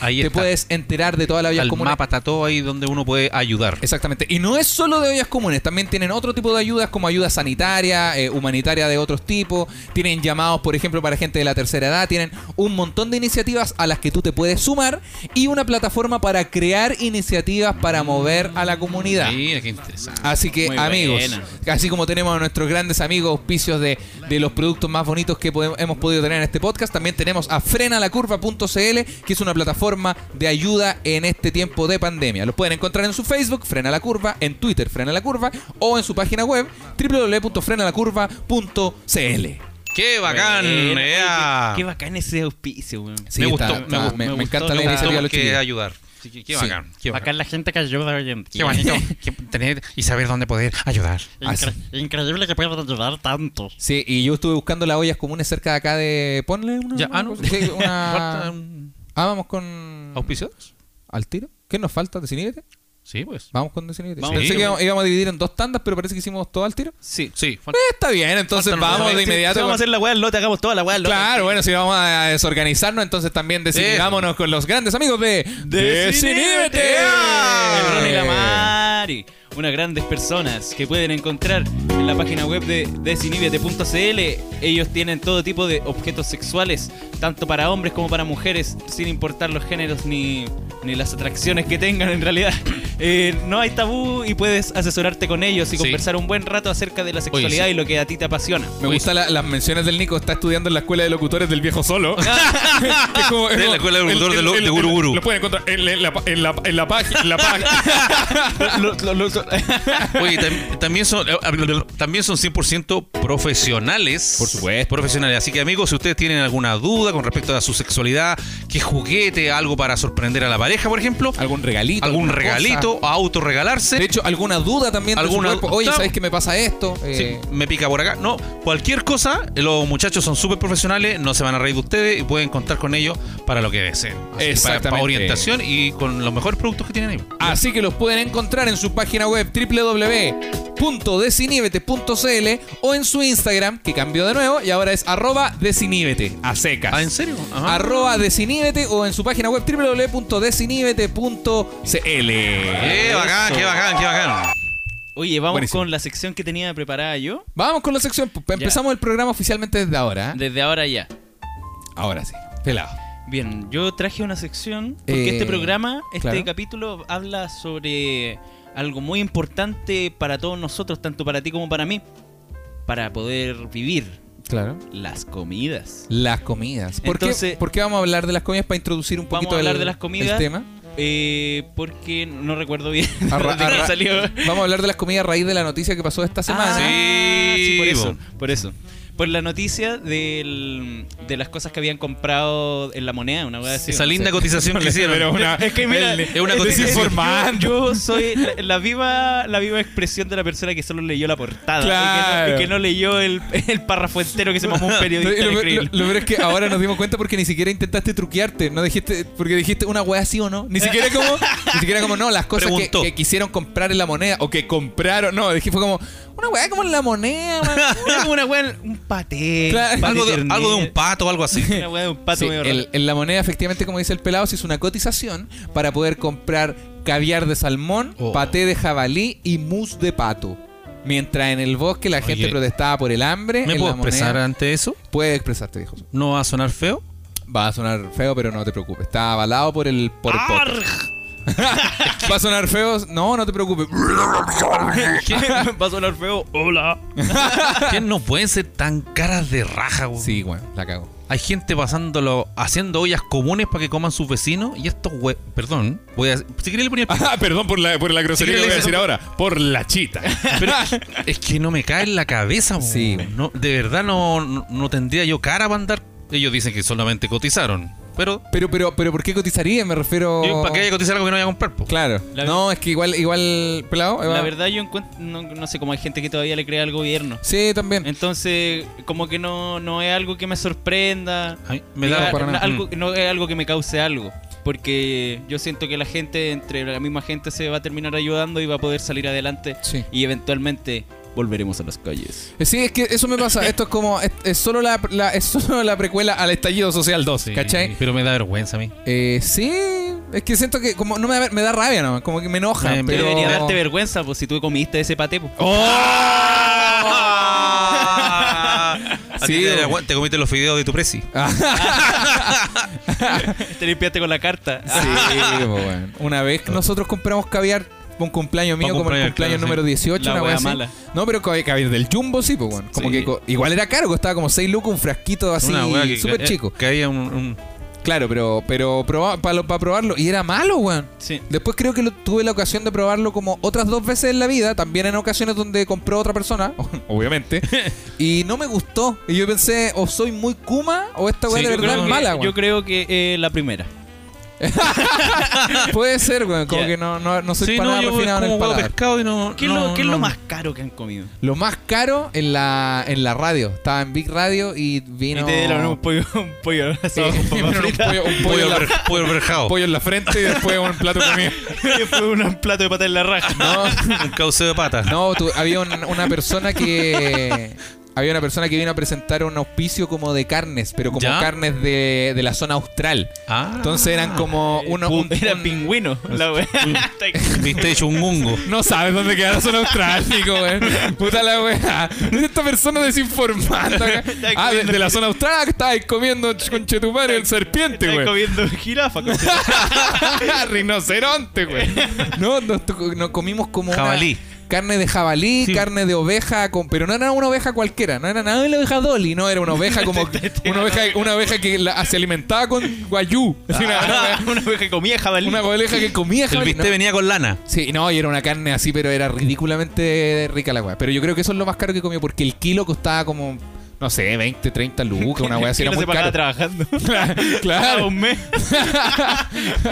Ahí te está. puedes enterar de todas las ollas El comunes. mapa está todo ahí donde uno puede ayudar. Exactamente. Y no es solo de ollas comunes, también tienen otro tipo de ayudas como ayuda sanitaria, eh, humanitaria de otros tipos, tienen llamados, por ejemplo, para gente de la tercera edad, tienen un montón de iniciativas a las que tú te puedes sumar y una plataforma para crear iniciativas para mover a la comunidad. Mira, qué interesante. Así que, Muy amigos, buena. así como tenemos a nuestros grandes amigos auspicios de, de los productos más bonitos que podemos- hemos podido tener en este podcast, también tenemos a frenalacurva.cl, que es una plataforma de ayuda en este tiempo de pandemia. Los pueden encontrar en su Facebook, Frena la Curva, en Twitter, Frena la Curva, o en su página web, www.frenalacurva.cl. Qué bacán. eh, ah. Bueno, oye, ea. qué, qué bacán ese auspicio, weón. Sí, me, está- gustó, está- me gustó, me- me gustó, encanta la me iniciativa de los gustó que chiquillos. ayudar. Sí, qué- Qué Sí. bacán. Qué bacán. Bacán la gente que ayuda hoy en Qué día. bonito que tener y saber dónde poder ayudar. Incre- increíble que puedan ayudar tanto. Ah, Sí, y yo estuve buscando las ollas comunes cerca de acá de... Ponle una... Ya, ah, no. sí, una- Falta un- Ah, vamos con... ¿Auspiciados? ¿Al tiro? ¿Qué nos falta? ¿Desiníbete? Sí, pues. Vamos con Desiníbete. Vamos. Pensé Sí, que íbamos, íbamos a dividir en dos tandas, pero parece que hicimos todo al tiro. Sí. Sí, Eh, está bien, entonces Faltan vamos los- de inmediato. Si vamos a con- hacer la weá del lote, hagamos toda la weá del lote. Claro, bueno, si vamos a desorganizarnos, entonces también designámonos con los grandes amigos de Desiníbete. Ah, El Ron y la Mari, unas grandes personas que pueden encontrar en la página web de desinhibete.cl. Ellos tienen todo tipo de objetos sexuales, tanto para hombres como para mujeres, sin importar los géneros ni, ni las atracciones que tengan en realidad. Eh, no hay tabú y puedes asesorarte con ellos y Sí. conversar un buen rato acerca de la sexualidad sí. y lo que a ti te apasiona. Me gustan la- las menciones del Nico, está estudiando en la escuela de locutores del viejo solo. Es como- es Sí, como- la escuela de locutores de lo- de Guru Guru. Lo pueden encontrar en, en la en la- en la página. en la página. Oye, tam- también son, eh, también son 100% profesionales. Por supuesto. Profesionales. Así que, amigos, si ustedes tienen alguna duda con respecto a su sexualidad, qué juguete, algo para sorprender a la pareja, por ejemplo, Algún regalito. algún alguna cosa. regalito, autorregalarse. De hecho, alguna duda también Alguna- de su cuerpo. Oye, Claro. ¿sabes qué me pasa esto? Eh, Sí, me pica por acá. No, cualquier cosa, los muchachos son súper profesionales, no se van a reír de ustedes y pueden contar con ellos para lo que deseen. Así que Para, Exactamente. para orientación y con los mejores productos que tienen ahí. Así que los pueden encontrar en su página web www.desiníbete.cl o en su Instagram, que cambió de nuevo y ahora es arroba desiníbete, a secas. Ah, ¿en serio? Ajá. Arroba desiníbete o en su página web www.desiníbete.cl. ¡Qué bacán, qué bacán, qué bacán! Oye, vamos Buenísimo. con la sección que tenía preparada yo. Vamos con la sección. pues, Empezamos el programa oficialmente desde ahora. ¿eh? Desde ahora ya. Ahora sí. Pelado. Bien, yo traje una sección porque Eh, este programa, este claro. capítulo habla sobre algo muy importante para todos nosotros, tanto para ti como para mí, para poder vivir Claro. las comidas. Las comidas. ¿Por, Entonces- qué, por qué vamos a hablar de las comidas para introducir un Vamos poquito a hablar el- de las comidas. el tema? eh, porque no recuerdo bien A ra- de a dónde ra- salió. Vamos a hablar de las comidas a raíz de la noticia que pasó esta semana. Ah, Sí, sí, por eso, bueno. por eso. Por la noticia del- de las cosas que habían comprado en la moneda, una weá así. Esa linda cotización que hicieron. es que mira, es una cotización. desinformando. Yo soy la, la viva la viva expresión de la persona que solo leyó la portada y, que Claro. no, y que no leyó el, el párrafo entero que se mamó un Lo, periodista. en lo- escribirlo. lo- lo peor es que ahora nos dimos cuenta porque ni siquiera intentaste truquearte, no dijiste, porque dijiste una weá sí o no, ni siquiera como, ni siquiera como no, las cosas que, Preguntó. que quisieron comprar en la moneda o que compraron, no, dije fue como una weá como en la moneda, weá. Una- una weá, un paté. Claro. un paté Algo de, ternero, algo de un pato, algo así. Una weá de un Ah, pato Sí, medio el- raro. en la moneda, efectivamente, como dice el pelado, se hizo una cotización para poder comprar caviar de salmón, Oh. paté de jabalí y mousse de pato. Mientras en el bosque la gente Oye. protestaba por el hambre, ¿Me en puedo la moneda- expresar ante eso? Puedes expresarte, viejo. ¿No va a sonar feo? Va a sonar feo, pero no te preocupes. Está avalado por el por el podcast. ¿Va a sonar feo? No, no te preocupes. Va a sonar feo. Hola. ¿Quién no pueden ser tan caras de raja, güey? Sí, bueno, la cago. Hay gente pasándolo, haciendo ollas comunes para que coman sus vecinos y estos güey. Perdón, voy a. Si quería le ponía. Ah, Perdón por la, por la grosería Sí, que voy a le- decir ahora. Por la chita. Pero es que no me cae en la cabeza, güey. Sí. No, de verdad no, no, no tendría yo cara para andar. Ellos dicen que solamente cotizaron. Pero Pero, pero, pero, ¿por qué cotizaría? Me refiero. Oh. yo, ¿para qué voy a cotizar algo que no voy a comprar? po? Claro. La- no, es que igual, igual, pelado. Eva. La verdad yo encuentro, no, no sé cómo hay gente que todavía le cree al gobierno. Sí, también. Entonces, como que no, no es algo que me sorprenda. Ay, me Diga, da. No, para nada. algo- no es algo que me cause algo. Porque yo siento que la gente, entre la misma gente, se va a terminar ayudando y va a poder salir adelante. Sí. Y eventualmente volveremos a las calles. Eh, Sí, es que eso me pasa. Esto es como. Es, es solo, la, la- es solo la precuela al estallido social 2, Sí, ¿cachai? Pero me da vergüenza a mí. Eh, sí. Es que siento que. como no Me da, me da rabia, nomás. Como que me enoja. Me- me pero... Debería darte vergüenza pues, si tú comiste ese paté. pues. ¡Oh! ¿A ti Sí, te, güey. agua- te comiste los fideos de tu presi. Te limpiaste con la carta. Sí, pues, weón. Una vez nosotros compramos caviar para un cumpleaños mío, Pa' un como el cumpleaños cumpleaños, claro, número sí. 18, La una wea wea así. mala. No, pero cavi- caviar del jumbo, sí, pues, weón. Como Sí. que co- igual era caro, costaba como 6 lucas, un frasquito así, Una wea Ah, súper eh, chico. Que había un, un- Claro, pero, pero para probarlo. Y era malo, weón. Sí. Después creo que lo- tuve la ocasión de probarlo como otras dos veces en la vida, también en ocasiones donde compró otra persona, obviamente, y no me gustó. Y yo pensé, o soy muy kuma o esta weá Sí, de yo verdad es creo que- mala, Yo weón. creo que eh, la primera. Puede ser, weón, como Ya. que no, no, no soy Sí, para no, nada yo como refinado en el huevo paladar. pescado y no. ¿Qué, es no, lo, qué es lo no. más caro que han comido? Lo más caro en la, en la radio. Estaba en Big Radio y vino. Y te dieron un pollo, un pollo asado con papas vino un fritas. pollo, un pollo Pollo en la- ver- pollo verjao. pollo en la frente y después un plato comido. Y fue un plato de pata en la raja. No, Un cauce de pata. no tú- había un- una persona que. Había una persona que vino a presentar un auspicio como de carnes, pero como ¿Ya? carnes de, de la zona austral. Ah. Entonces eran como uno. Pum, un- era un- pingüino. La weá. Viste hecho un gungo. No sabes dónde queda la zona austral, Nico, weón. Puta la weá. Esta persona desinformando. acá. Ah, de, de la zona austral que estabais comiendo ch- con Chetumare el serpiente, Estaba weón. comiendo jirafa. con- Rinoceronte, weón. No, nos, to- nos comimos como. una Jabalí. Carne de jabalí, Sí. carne de oveja, con, pero no era una oveja cualquiera, no era nada de la oveja Dolly, no, era una oveja como. una, oveja, una oveja que la- se alimentaba con guayú. Así una, Ah, una oveja que comía jabalí. una oveja que comía El jabalí. viste ¿no? venía con lana. Sí, no, y era una carne así, pero era ridículamente rica la weá. Pero yo creo que eso es lo más caro que comió, porque el kilo costaba como, no sé, 20, 30 lucas, una weá así, Que no era muy se pagaba caro. trabajando. Cada claro. un mes.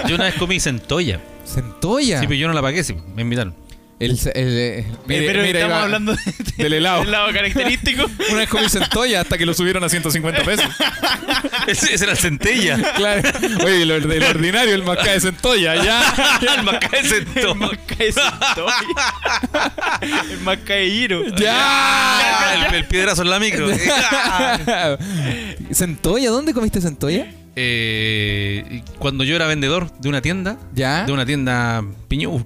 Yo una vez comí centolla. Centolla. pues, Sí, pero yo no la pagué, sí. Me invitaron. El, el- el- mire, Eh, Pero mira, estamos iba- hablando de- del helado. del lado característico. Una vez comí centolla hasta que lo subieron a 150 pesos. Ese, ese era el centella. Claro. Oye, el, el ordinario, el mascá de centolla, ya. el macá de El centolla. masca de Santoy. El masca de Giro. ¡Ya! Ah, el, el piedrazo en la micro. ¿Centolla? ¿Dónde comiste centolla? Eh, y cuando yo era vendedor de una tienda, ¿Ya? de una tienda piñu,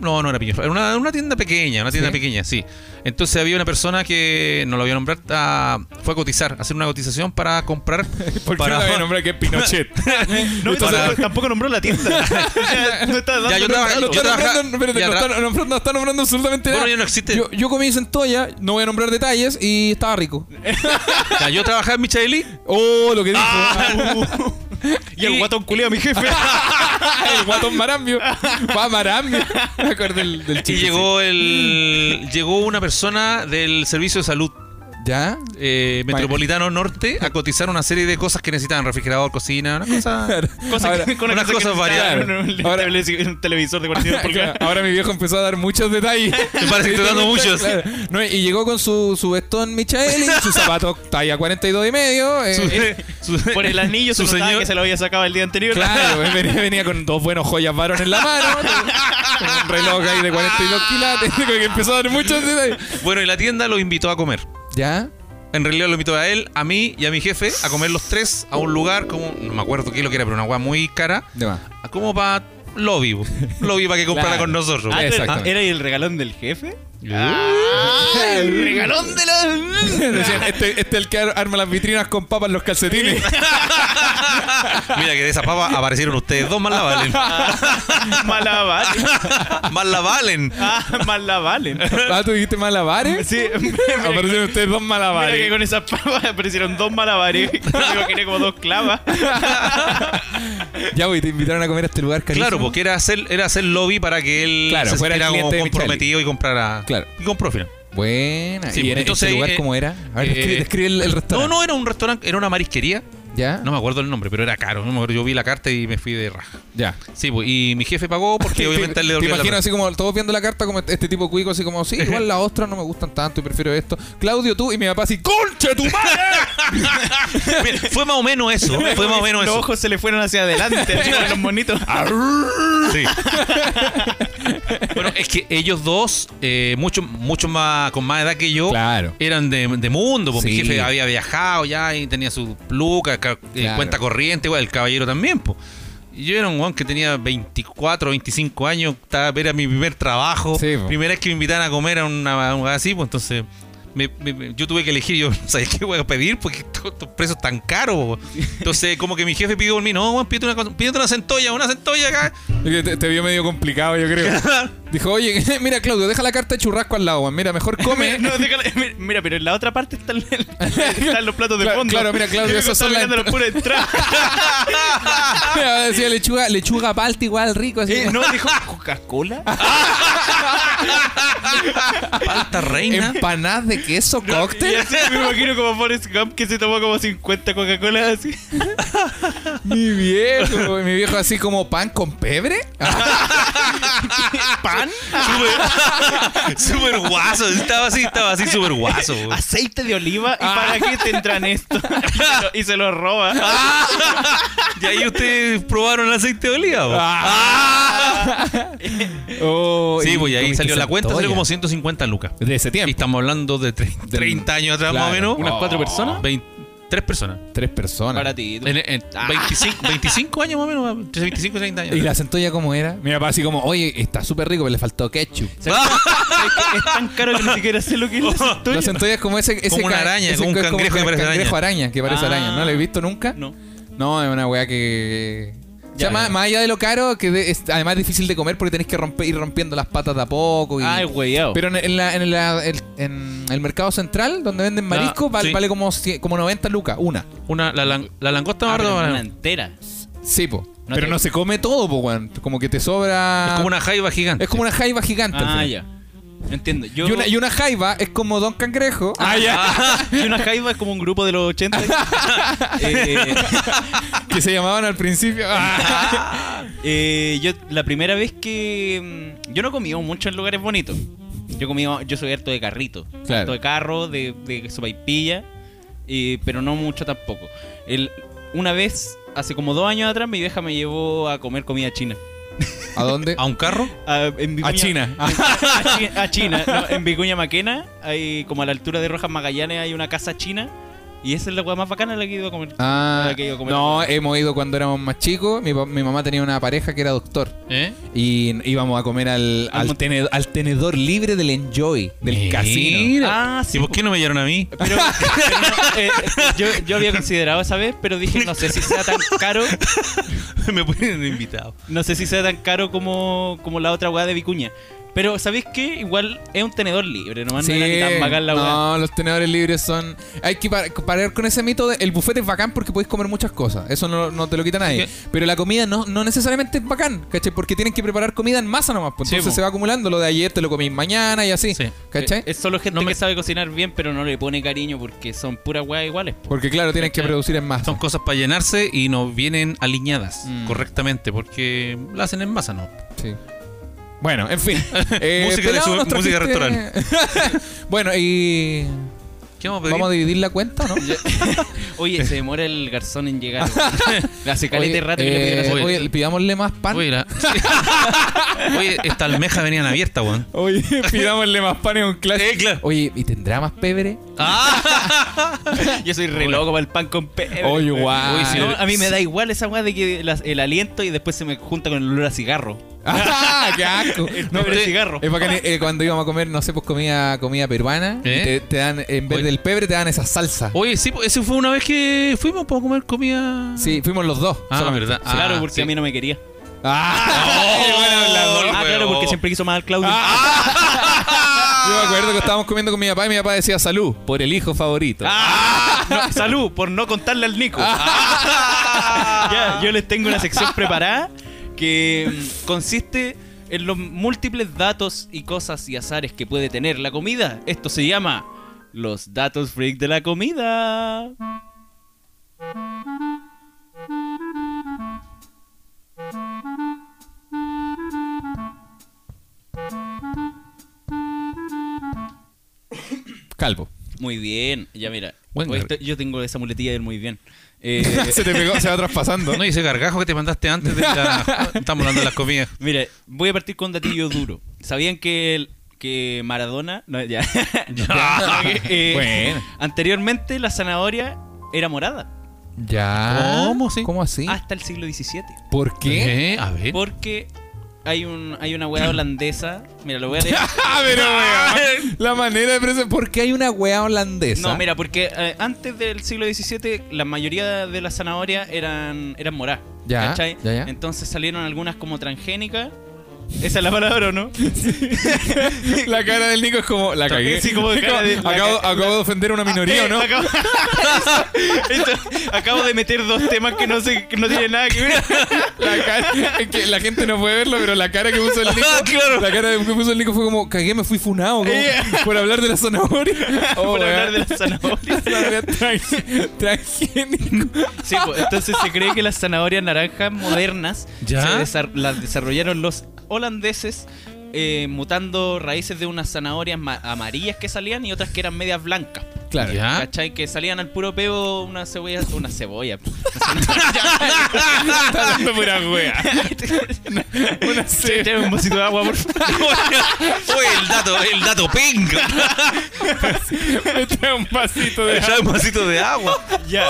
no, no era piñu, era una, una tienda pequeña, una tienda ¿Sí? pequeña, sí. Entonces había una persona que no lo voy a nombrar, ah, fue a cotizar, a hacer una cotización para comprar ¿Por qué para- no había nombre que es Pinochet? No, Para- ah. tampoco- tampoco nombró la tienda. O sea, no está dando Ya, yo nada. trabajaba- No yo está trabajaba- nombrando, espérate, ya no tra- está nombrando, no está nombrando absolutamente nada. Bueno, ya no existe. Yo, yo comí centolla, no voy a nombrar detalles, y estaba rico. Ya, yo trabajaba en Michaeli Ah. Oh, lo que dijo. Y el guatón culea mi jefe. el guatón marambio. Va marambio. Me acuerdo del, del Y chiste, llegó el llegó una persona del servicio de salud sí. ¿Ya? eh, Vale. metropolitano norte a cotizar una serie de cosas que necesitaban, refrigerador, cocina, una cosa. Cosa Ahora- que, con unas cosa que cosas necesitaba variadas. un- un- Ahora- televisi- un televisor de 42 Claro, pulgadas. Ahora mi viejo empezó a dar muchos detalles. Me parece que estoy dando muchos. Claro. No, y llegó con su, su vestón Michaeli, sus zapatos talla 42 y medio. eh, eh, Su- su- Por el anillo su se notaba señor- que se lo había sacado el día anterior. claro, eh, venía, venía con dos buenos joyas varón en la mano. Un reloj ahí de 42 quilates. como que empezó a dar muchos detalles. Bueno, y la tienda lo invitó a comer. ¿Ya? En realidad lo invitó a él, a mí y a mi jefe a comer los tres a un lugar como. No me acuerdo qué lo que era, pero una hueá muy cara. De más. a- Como para lobby. po. Lobby para que comprara Claro. con nosotros. Ah, pero- Exactamente. ¿Era el regalón del jefe? Ah, el regalón de la... Decían, este, este es el que ar- arma las vitrinas con papas en los calcetines. Mira que de esa papa aparecieron ustedes dos, más la valen. Más la valen. más la valen. Ah, más la valen. Ah, tú dijiste malabares. Sí, mira que- Aparecieron ustedes dos mira malabares. que con esas papas aparecieron dos malabares. Yo quería como dos clavas. Ya, güey, te invitaron a comer a este lugar carísimo. Claro, porque era hacer, era hacer lobby para que él Claro, se fuera sintiera cliente como de Micheli. comprometido y comprara. Claro. Y compró al final. Buena. Sí, ¿Y en entonces este ahí, lugar eh, cómo era? A ver, eh, describe, describe el, el No, restaurante. no, era un restaurante, era una marisquería. ¿Ya? No me acuerdo el nombre, pero era caro. No me acuerdo. Yo vi la carta y me fui de raja. Ya. Sí, pues, y mi jefe pagó porque obviamente te, él le te dolía la imagino mano. así como todos viendo la carta como este tipo cuico así como sí igual las ostras no me gustan tanto y prefiero esto Claudio tú y mi papá así concha tu madre Mira, Fue más o menos eso. Fue más o menos Los eso. ojos se le fueron hacia adelante, así como los monitos. Sí. bueno, es que ellos dos, eh, mucho, mucho más, con más edad que yo, Claro. eran de, de mundo. Porque Sí. Mi jefe había viajado ya y tenía su pluca, ca- eh, Claro. cuenta corriente, igual, el caballero también. po. Y Yo era un guan que tenía 24, 25 años, estaba, era mi primer trabajo, Sí, po. primera vez que me invitaban a comer a una, a una- así, pues entonces me- me- me- yo tuve que elegir, yo no sabía qué voy a pedir porque estos estos precios tan caros. po. Entonces como que mi jefe pidió por mí, no, guan, pídete una, cosa- pídete una centolla, una centolla acá. te, te vio medio complicado yo creo dijo oye mira Claudio deja la carta de churrasco al lado weón. mira mejor come Mira, no, déjala- mira, mira, pero en la otra parte están, están los platos de Claro, fondo. claro, mira, Claudio, Yo esas son estaba las mirando la pura entrada. Mira, Ah, decía lechuga lechuga palta igual rico así Eh, no, dijo Coca-Cola. Palta reina. empanadas de queso Y cóctel así me imagino como Forrest Gump que se tomó como 50 Coca-Cola así. mi viejo güey, mi viejo así como pan con pebre Ah, ¿Pan? Súper- Súper guaso. Estaba así, estaba así súper guaso. po. Aceite de oliva. ¿Y para qué te entran esto? Ah. Ah, Y se lo, y se lo roba. Y ahí ustedes probaron el aceite de oliva. po. Ah, Oh, Sí, y pues y ahí comiste salió la cuenta, salió centolla. como 150 lucas. de ese Y tiempo estamos hablando de tre- 30 años atrás Claro. más o menos. ¿Unas cuatro personas? 3 personas. tres personas ti. En- en 25, 25 años más o menos, entre 25 y 30 años. Ah. ¿Y la centolla cómo era? Mi papá así como, oye, está súper rico, pero le faltó ketchup. Es tan caro que ni siquiera sé lo que es la La centolla. centolla es como ese... ese Como una ca- araña, ese como un ca- cangrejo que ca- parece cangrejo araña. araña, que parece Ah. araña. ¿No lo he visto nunca? No. No, es una weá que... O sea, Ya, ya. más, más allá de lo caro, que de- es además es difícil de comer porque tenés que romper, ir rompiendo las patas de a poco. Y, Ay, weyao. pero en, en la- en la- el, en el mercado central, donde venden marisco, vale, Ah, sí. vale como, cien- como 90 lucas, una. Una, la, lan- la langosta Ah, más pero barata, una más- entera. Sí, po. No pero te- no se come todo, po, weón. Como que te sobra... Es como una jaiba gigante. Ah. es como una jaiba gigante. al Ah, final. ya. Entiendo. Yo, Y una, y una jaiba es como Don Cangrejo. Ah, ya. y una jaiba es como un grupo de los 80. Eh, Que se llamaban al principio. Ah. eh, yo la primera vez que... mm, Yo no he comido mucho en lugares bonitos. Yo he comido... Yo soy harto de carrito. Claro. Harto de carro, de, de sopaipilla. eh, pero no mucho tampoco. El, una vez, hace como dos años atrás, mi vieja me llevó a comer comida china. ¿A dónde? ¿A un carro? A, en Vicuña- Ah. A China. a, Chi- a China. no, en Vicuña Maquena, hay, como a la altura de Rojas Magallanes, hay una casa china. Y esa es la hueá más bacana la que he ido a comer. Ah, Ahora que yo como- no, hemos ido cuando éramos más chicos. Mi, pa- mi mamá tenía una pareja que era doctor. ¿Eh? Y íbamos a comer al, Al al mon- tened- al tenedor libre del enjoy, del Mira. casino. Ah, ¿Y sí. por po. qué no me llevaron a mí? Pero, pero no, eh, yo, yo había considerado esa vez, pero dije, no sé si sea tan caro. me ponen invitado. No sé si sea tan caro como, como la otra hueá de Vicuña. Pero ¿sabéis qué? Igual es un tenedor libre, nomás Sí. no era ni tan bacán la weá. no, los tenedores libres son. Hay que par- parar con ese mito de el buffet es bacán porque podéis comer muchas cosas. Eso no, no te lo quita nadie. Pero la comida no, no necesariamente es bacán, ¿cachai? Porque tienen que preparar comida en masa nomás. pues, Sí, entonces po. se va acumulando. Lo de ayer te lo comís mañana y así. Sí. ¿Cachai? Eh, Es solo gente que sabe cocinar bien, pero no le pone cariño porque son puras weas iguales. po. Porque claro, tienen que ¿Cachai? producir en masa. Son cosas para llenarse y no vienen alineadas Mm. correctamente porque la hacen en masa, ¿no? Sí. Bueno, en fin. Eh, Música de Pelao, su- nos música de trajiste- bueno, y. ¿Qué vamos a pedir? ¿Vamos a dividir la cuenta o no? Oye, se demora el garzón en llegar. weón. Hace caleta de Oye, rato que le eh, pide garzón. garzón. oye, pidámosle más pan. Oye, la- Oye, esta almeja venían abierta, weón. Oye, pidámosle más pan en un clásico. Eh, claro. Oye, ¿y tendrá más pebre? Ah. Yo soy re loco para el pan con pebre. Oye, weón. guau. Uy, si no, a mí me da igual esa weá de que las- el aliento y después se me junta con el olor a cigarro. ¡Ah, qué asco! No, No, pero- el cigarro. es bacán, eh, cuando íbamos a comer, no sé, pues comida, comida peruana, y ¿Eh? te, te dan, en vez Oye. Oh. del pebre, te dan esa salsa. Oye, sí, po, ese fue una vez que fuimos para comer comida. Sí, fuimos los dos. Ah, solamente. verdad. Ah, claro, porque sí. a mí no me quería. Oh. ¡Ah! Qué buen hablador. ah, claro, weón. porque siempre quiso más al Claudio. Ah, Yo me acuerdo que estábamos comiendo con mi papá y mi papá decía salud por el hijo favorito. Ah, no, salud por no contarle al Nico. Ya, yo les tengo una sección preparada que mm, consiste en los múltiples datos y cosas y azares que puede tener la comida. Esto se llama los datos freak de la comida. Calvo. Muy bien, ya mira. Buen Oye, gar- esto- yo tengo esa muletilla del muy bien. Eh, se te pegó, se va traspasando. No, y ese gargajo que te mandaste antes de la. Estamos hablando de las comidas. Mira, voy a partir con un datillo duro. ¿Sabían que, el- que Maradona... No, ya. No, que, eh, Bueno. Anteriormente la zanahoria era morada, Ya. ¿Cómo, sí? Ah. ¿Cómo así? hasta el siglo XVII. ¿Por qué? Eh, A ver. Porque hay, un, hay una weá holandesa... Mira, lo voy a leer. Ah, pero weón, La manera de presentar. ¿Por qué hay una wea holandesa? No, mira, porque eh, antes del siglo XVII la mayoría de las zanahorias eran, eran moradas. Ya, ¿cachai? ya, ya. Entonces salieron algunas como transgénicas. Esa es la palabra, ¿o no? La cara del Nico es como. La cagué. Sí, como Es cara de- la acabo, acabo de ofender a una minoría, ¿o Eh, ¿no? Acabo, Esto- acabo de meter dos temas que no, sé, que no tienen nada que ver. La cara. es que la gente no puede verlo, pero la cara que puso el Nico. La cara que puso el Nico fue como. Cagué, me fui funado. como, Eh. Por hablar de la zanahoria. Oh, por hablar de weón. las zanahorias. Zanahoria trans- transgénico. Sí, pues, entonces se cree que las zanahorias naranjas modernas ¿Ya? se desar- las desarrollaron los holandeses eh, mutando raíces de unas zanahorias ma- amarillas que salían y otras que eran medias blancas. Claro. Ya. ¿Cachai? Que salían al puro peo una cebolla. Una cebolla. pues. Hablando pura wea. una cebolla. un vasito de agua, por favor. Oye, el dato, el dato pinga. Me trae un vasito de Echaba un vasito de agua. Ya.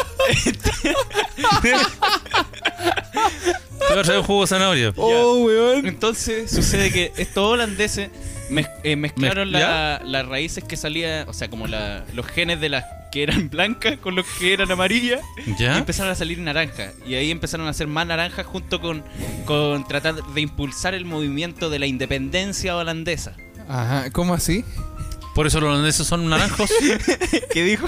Te voy a traer un jugo de zanahoria. Oh, weón. Entonces sucede que estos holandeses mez- eh, mezclaron Mez- la- las raíces que salían, o sea, como la- los genes de las que eran blancas con los que eran amarillas ¿Ah? y ¿Ya? empezaron a salir naranjas. Y ahí empezaron a ser más naranjas junto con, con tratar de impulsar el movimiento de la independencia holandesa. Ajá, ¿cómo así? Por eso los holandeses son naranjos. ¿Qué dijo?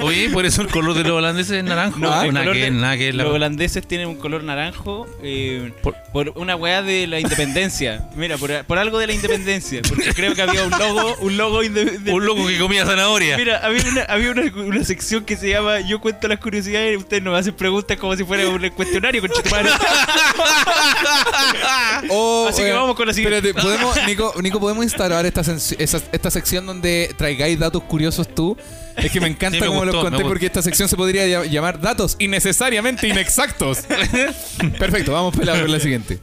Oye, por eso el color de los holandeses es naranjo. No, el Ah, nada color que, de- nada que la- Los holandeses tienen un color naranjo eh, Por- por, una weá de la independencia. Mira, por, por algo de la independencia. Porque creo que había un logo, un logo inde- de- Un loco que comía zanahoria. Mira, había, una, había una, una sección que se llama Yo cuento las curiosidades y ustedes nos hacen preguntas como si fuera un cuestionario con Oh, Así que weón. vamos con la siguiente. Espérate, ¿podemos, Nico, Nico, ¿podemos instalar esta, sen- esa- esta sección donde traigáis datos curiosos tú? Es que me encanta Sí, me cómo gustó, los me conté gustó. porque esta sección se podría llam- llamar datos innecesariamente inexactos. Perfecto, vamos pelado con la siguiente.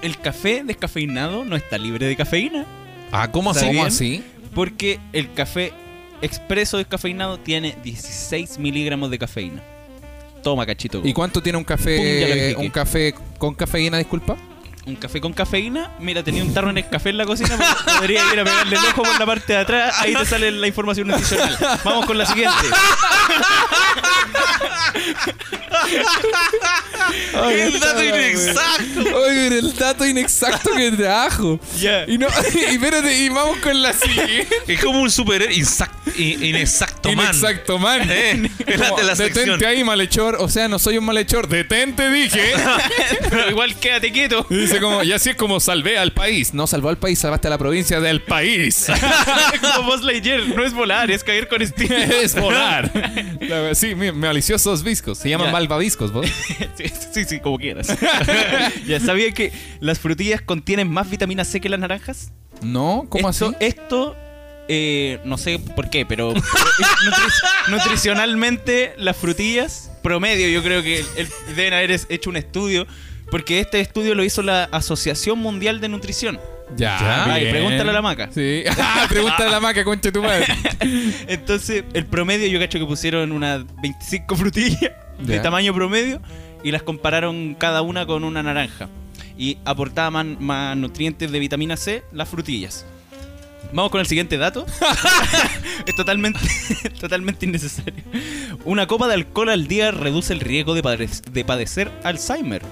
El café descafeinado no está libre de cafeína Ah, ¿cómo así? ¿Cómo así? porque el café expreso descafeinado tiene 16 miligramos de cafeína. Toma, cachito. ¿Y cuánto tiene un Pum, ya lo café expliqué. un café con cafeína, disculpa? un café con cafeína, mira, tenía un tarro en el café en la cocina, pues, podría ir a pegarle el ojo por la parte de atrás, ahí te sale la información nutricional. Vamos con la siguiente. ¡El dato inexacto! Oye, era el dato inexacto que trajo. Ya. Y no, y espérate, y vamos con la siguiente. Es como un superhéroe insac- i- inexacto, man. Inexacto, man. Eh, es la Como, de la sección. Detente ahí, malhechor. O sea, no soy un malhechor. Detente, dije. Pero igual quédate quieto. Y dice como, y así es como salvé al país. No salvó al país, salvaste a la provincia del país. Como Buzz Lightyear, no es volar, es caer con estilo. es volar. La verdad, sí, mi- maliciosos viscos. Se llaman Ya. malvaviscos, ¿vos? Sí, sí, sí, como quieras. ya sabía que las frutillas contienen más vitamina C que las naranjas. No, ¿cómo esto, así? Esto, eh, no sé por qué, pero pero nutri- nutricionalmente las frutillas, promedio, yo creo que el- el- deben haber es- hecho un estudio, porque este estudio lo hizo la Asociación Mundial de Nutrición. Ya, Ay, bien. Ah, pregúntale a la maca. Sí. Ah, pregúntale a la maca, concha de tu madre. Entonces, el promedio, yo cacho que pusieron unas 25 frutillas de Ya. tamaño promedio y las compararon cada una con una naranja. Y aportaba más, más nutrientes de vitamina C las frutillas. Vamos con el siguiente dato. es totalmente, totalmente innecesario. Una copa de alcohol al día reduce el riesgo de, padec- de padecer Alzheimer,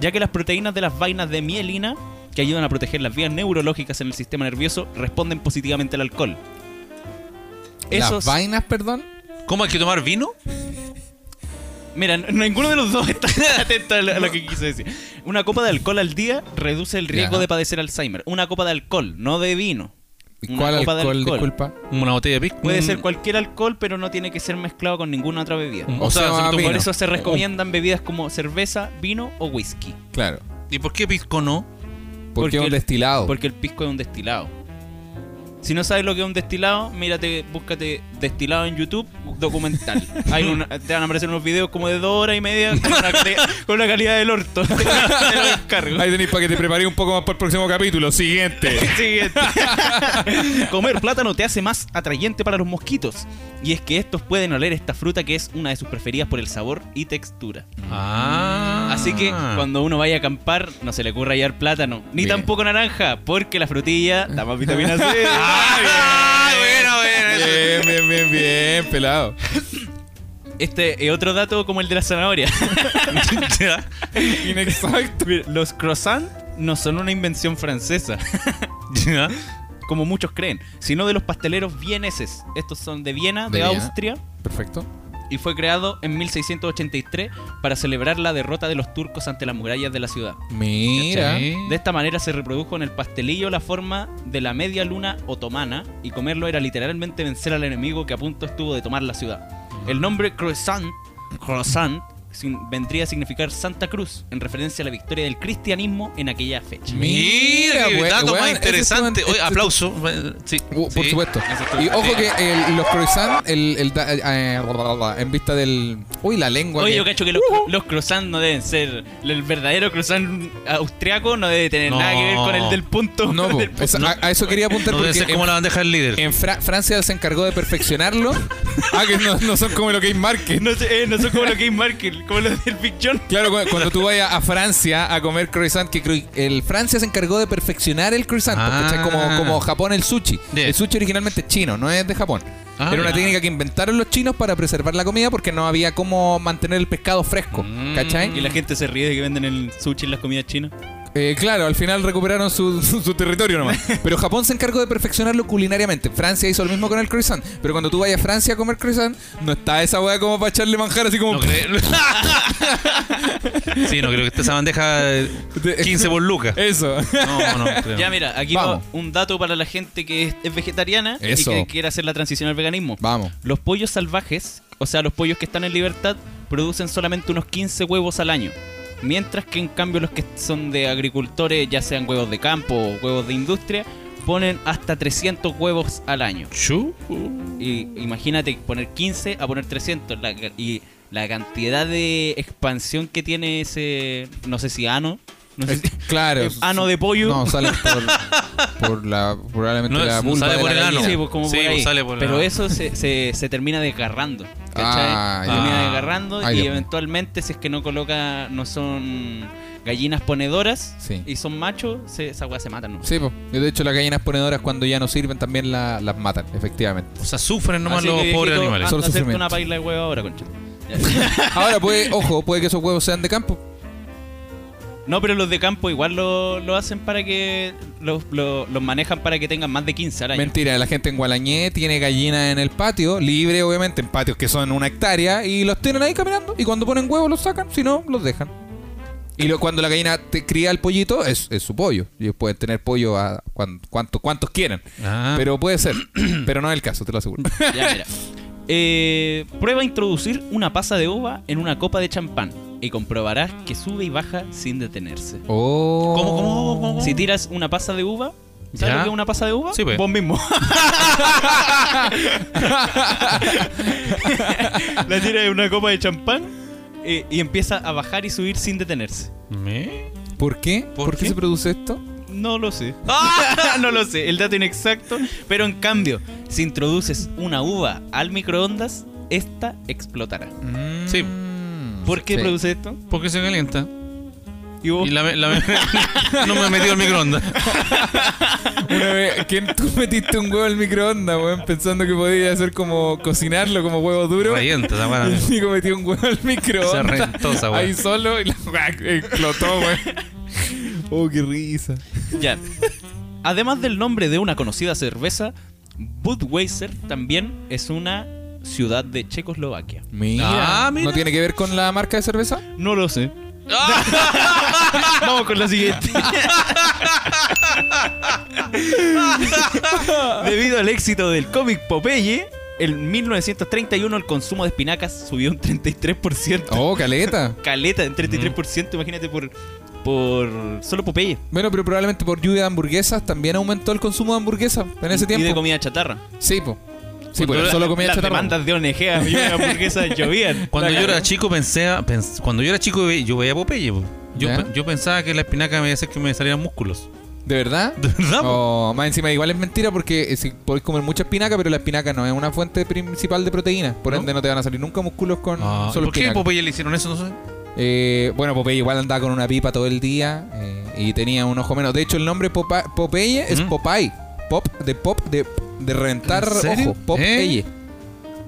ya que las proteínas de las vainas de mielina, que ayudan a proteger las vías neurológicas en el sistema nervioso, responden positivamente al alcohol. Las Esos- vainas, perdón. ¿Cómo hay que tomar vino? Mira, n- ninguno de los dos está atento a lo, a lo que quiso decir. Una copa de alcohol al día reduce el riesgo Ya. de padecer Alzheimer. Una copa de alcohol, no de vino. ¿Y Una ¿Cuál copa de alcohol, alcohol. disculpa? Una botella de pisco. Puede Mm, ser cualquier alcohol, pero no tiene que ser mezclado con ninguna otra bebida. Mm. O, O sea, sea, se me Ah, vino. tomó Por eso se recomiendan bebidas como cerveza, vino o whisky. Claro. ¿Y por qué pisco no? Porque es un el- destilado. Porque el pisco es un destilado. Si no sabes lo que es un destilado, mírate, búscate destilado en YouTube, documental. Hay una- te van a aparecer unos videos como de dos horas y media con la, cali- con la calidad del orto. Te lo descargo. Ahí tenéis para que te preparé un poco más para el próximo capítulo. Siguiente. Siguiente. Comer plátano te hace más atrayente para los mosquitos. Y es que estos pueden oler esta fruta que es una de sus preferidas por el sabor y textura. Ah. Así que cuando uno vaya a acampar, no se le ocurra hallar plátano. Ni Bien. tampoco naranja, porque la frutilla da más vitamina C. ¡Ah, bueno, bueno! Bien, bien, bien, bien, pelado. Este es otro dato como el de la zanahoria. Ya. Inexacto. Mira, Los croissants no son una invención francesa, Ya. como muchos creen, sino de los pasteleros vieneses. Estos son de Viena, De de Viena. Austria. Perfecto. y fue creado en 1683 para celebrar la derrota de los turcos ante las murallas de la ciudad. Mira. De esta manera se reprodujo en el pastelillo la forma de la media luna otomana y comerlo era literalmente vencer al enemigo que a punto estuvo de tomar la ciudad. El nombre croissant, croissant sin- vendría a significar Santa Cruz en referencia a la victoria del cristianismo en aquella fecha. Mira, qué we- dato weón, más ese interesante. es un- Oye, aplauso. Sí, Uh, Por sí. supuesto. Y ojo que el- los croissants, el, el da- eh, bla, bla, bla, en vista del. Uy, la lengua. Oye, que- yo cacho que los, los croissants no deben ser. El verdadero croissant austriaco no debe tener No. nada que ver con el del punto. No, po, del punto. esa- a, a eso quería apuntar No debe porque ser como en, la bandeja del líder. en Fra- Francia se encargó de perfeccionarlo. ah, que no, no son como lo que hay Market. No, sé, eh, no son como los Game Market, como los del Big John. Claro, cu- cuando tú vayas a Francia a comer croissant, que croi- el Francia se encargó de perfeccionar el croissant, pues, Ah. ¿cachai? como, como Japón el sushi. Yeah. El sushi originalmente es chino, no es de Japón. Ah, Era una ya. técnica que inventaron los chinos para preservar la comida porque no había cómo mantener el pescado fresco, Mm. ¿cachai? Y la gente se ríe de que venden el sushi en las comidas chinas. Eh, claro, al final recuperaron su, su- su territorio nomás. Pero Japón se encargó de perfeccionarlo culinariamente. Francia hizo lo mismo con el croissant. Pero cuando tú vayas a Francia a comer croissant, no está esa weá como para echarle manjar así como. No creo. sí, no creo que esté esa bandeja eh, 15 por lucas. Eso. No, no creo. Ya, mira, aquí Vamos. va un dato para la gente que es, es vegetariana Eso. y que quiere hacer la transición al veganismo. Vamos. Los pollos salvajes, o sea, los pollos que están en libertad, producen solamente unos 15 huevos al año. Mientras que en cambio los que son de agricultores, ya sean huevos de campo o huevos de industria, ponen hasta 300 huevos al año. Chu. Y imagínate poner 15 a poner 300. La, ca- y la cantidad de expansión que tiene ese. No sé si ano. No sé si- Claro. Eh, ah, ano de pollo. No, sale por, por la. Probablemente No, la es- vulva sale de por la el ano. gallina. Sí, pues como Sí, por ahí. pues sale por el Pero ano. eso se, se, se termina desgarrando. ¿cachai? Ah, Lo ya. iban agarrando Ay, y Dios mío. eventualmente, si es que no coloca, no son gallinas ponedoras Sí. y son machos, se, esa weá se matan, ¿no? Sí, po. Y de hecho las gallinas ponedoras cuando ya no sirven también la- las matan, efectivamente. O sea, sufren nomás Así los que, pobres viejito, animales. anda Solo a hacerte sufrimiento. una paila de huevo ahora, concha. Ahora, puede, ojo, puede que esos huevos sean de campo. No, pero los de campo igual lo, lo hacen para que. Los, lo- los manejan para que tengan más de 15 al año. Mentira, la gente en Gualañé tiene gallinas en el patio, libre obviamente, en patios que son una hectárea, y los tienen ahí caminando. Y cuando ponen huevos los sacan, si no, los dejan. Y lo- cuando la gallina te cría el pollito, es, es su pollo. Y pueden tener pollo a cuan- cuanto- cuantos quieran. Ah. Pero puede ser. pero no es el caso, te lo aseguro. Ya, mira. Eh, prueba a introducir una pasa de uva en una copa de champán y comprobarás que sube y baja sin detenerse. Oh. ¿Cómo, cómo, cómo, cómo? Si tiras una pasa de uva, ¿sabes Ya. lo que es una pasa de uva? Sí, pues. Vos mismo. La tiras en una copa de champán eh, y empieza a bajar y subir sin detenerse. ¿Me? ¿Por qué? ¿Por, ¿Por qué qué? se produce esto? No lo sé. no lo sé, el dato inexacto. Pero en cambio, si introduces una uva al microondas, esta explotará. Mm. Sí. ¿Por qué Sí. produce esto? ¿Por qué se calienta? Y vos- Y la, la- no me he metido el microondas. Una vez, ¿quién tú metiste un huevo al microondas, weón? Pensando que podía hacer como cocinarlo como huevo duro. Revienta esa Y el weá. Nico metió un huevo al Se microondas. reventó esa ahí weá. solo y la weá explotó, weón. Oh, qué risa. Ya. Además del nombre de una conocida cerveza, Budweiser también es una ciudad de Checoslovaquia. Mira, Ah, mira. ¿No tiene que ver con la marca de cerveza? No lo sé. Vamos con la siguiente. Debido al éxito del cómic Popeye, en 1931 el consumo de espinacas subió un 33%. Oh, caleta. Caleta, un 33%, imagínate por por solo Popeye. Bueno, pero probablemente por lluvia de hamburguesas también aumentó el consumo de hamburguesas en ese Y de tiempo. comida chatarra. Sí, po. Sí, Cuando pues la- solo comía las chatarra. demandas de ONG a mí una hamburguesa llovían. Cuando La yo era cagó. chico pensaba, pens- cuando yo era chico ve- yo veía Popeye. po. Yo, ¿Ya? pe- yo pensaba que la espinaca me iba a hacer que me salieran músculos. ¿De verdad? ¿De verdad? po? Oh, más encima, igual es mentira porque eh, si podéis comer mucha espinaca, pero la espinaca no es una fuente principal de proteína. Por ¿No? ende, no te van a salir nunca músculos con Ah, ¿y solo ¿Por qué a espinaca. Popeye le hicieron eso? No sé. Eh, bueno, Popeye igual andaba con una pipa todo el día eh, y tenía un ojo menos. De hecho, el nombre Popa- Popeye es ¿Mm? Popeye. Pop de pop de, de reventar ¿En serio? ojo. Popeye. ¿Eh?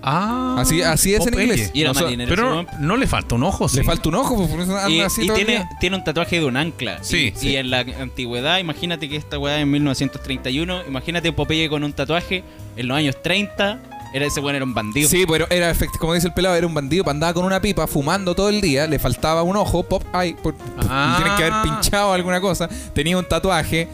Ah. Así, así es Popeye. en inglés. Y era No sé, marinero. Pero ese no, weón. no le falta un ojo, sí. le falta un ojo. pues, por eso Y, anda así y todo el tiene, día. tiene un tatuaje de un ancla. Sí, y, sí. y en la antigüedad, imagínate que esta weá en 1931, imagínate Popeye con un tatuaje en los años 30, era ese weón era un bandido. Sí, pero era efect- como dice el pelado, era un bandido, pues andaba con una pipa, fumando todo el día, le faltaba un ojo, pop, ay, por- Ah. tienen que haber pinchado alguna cosa, tenía un tatuaje,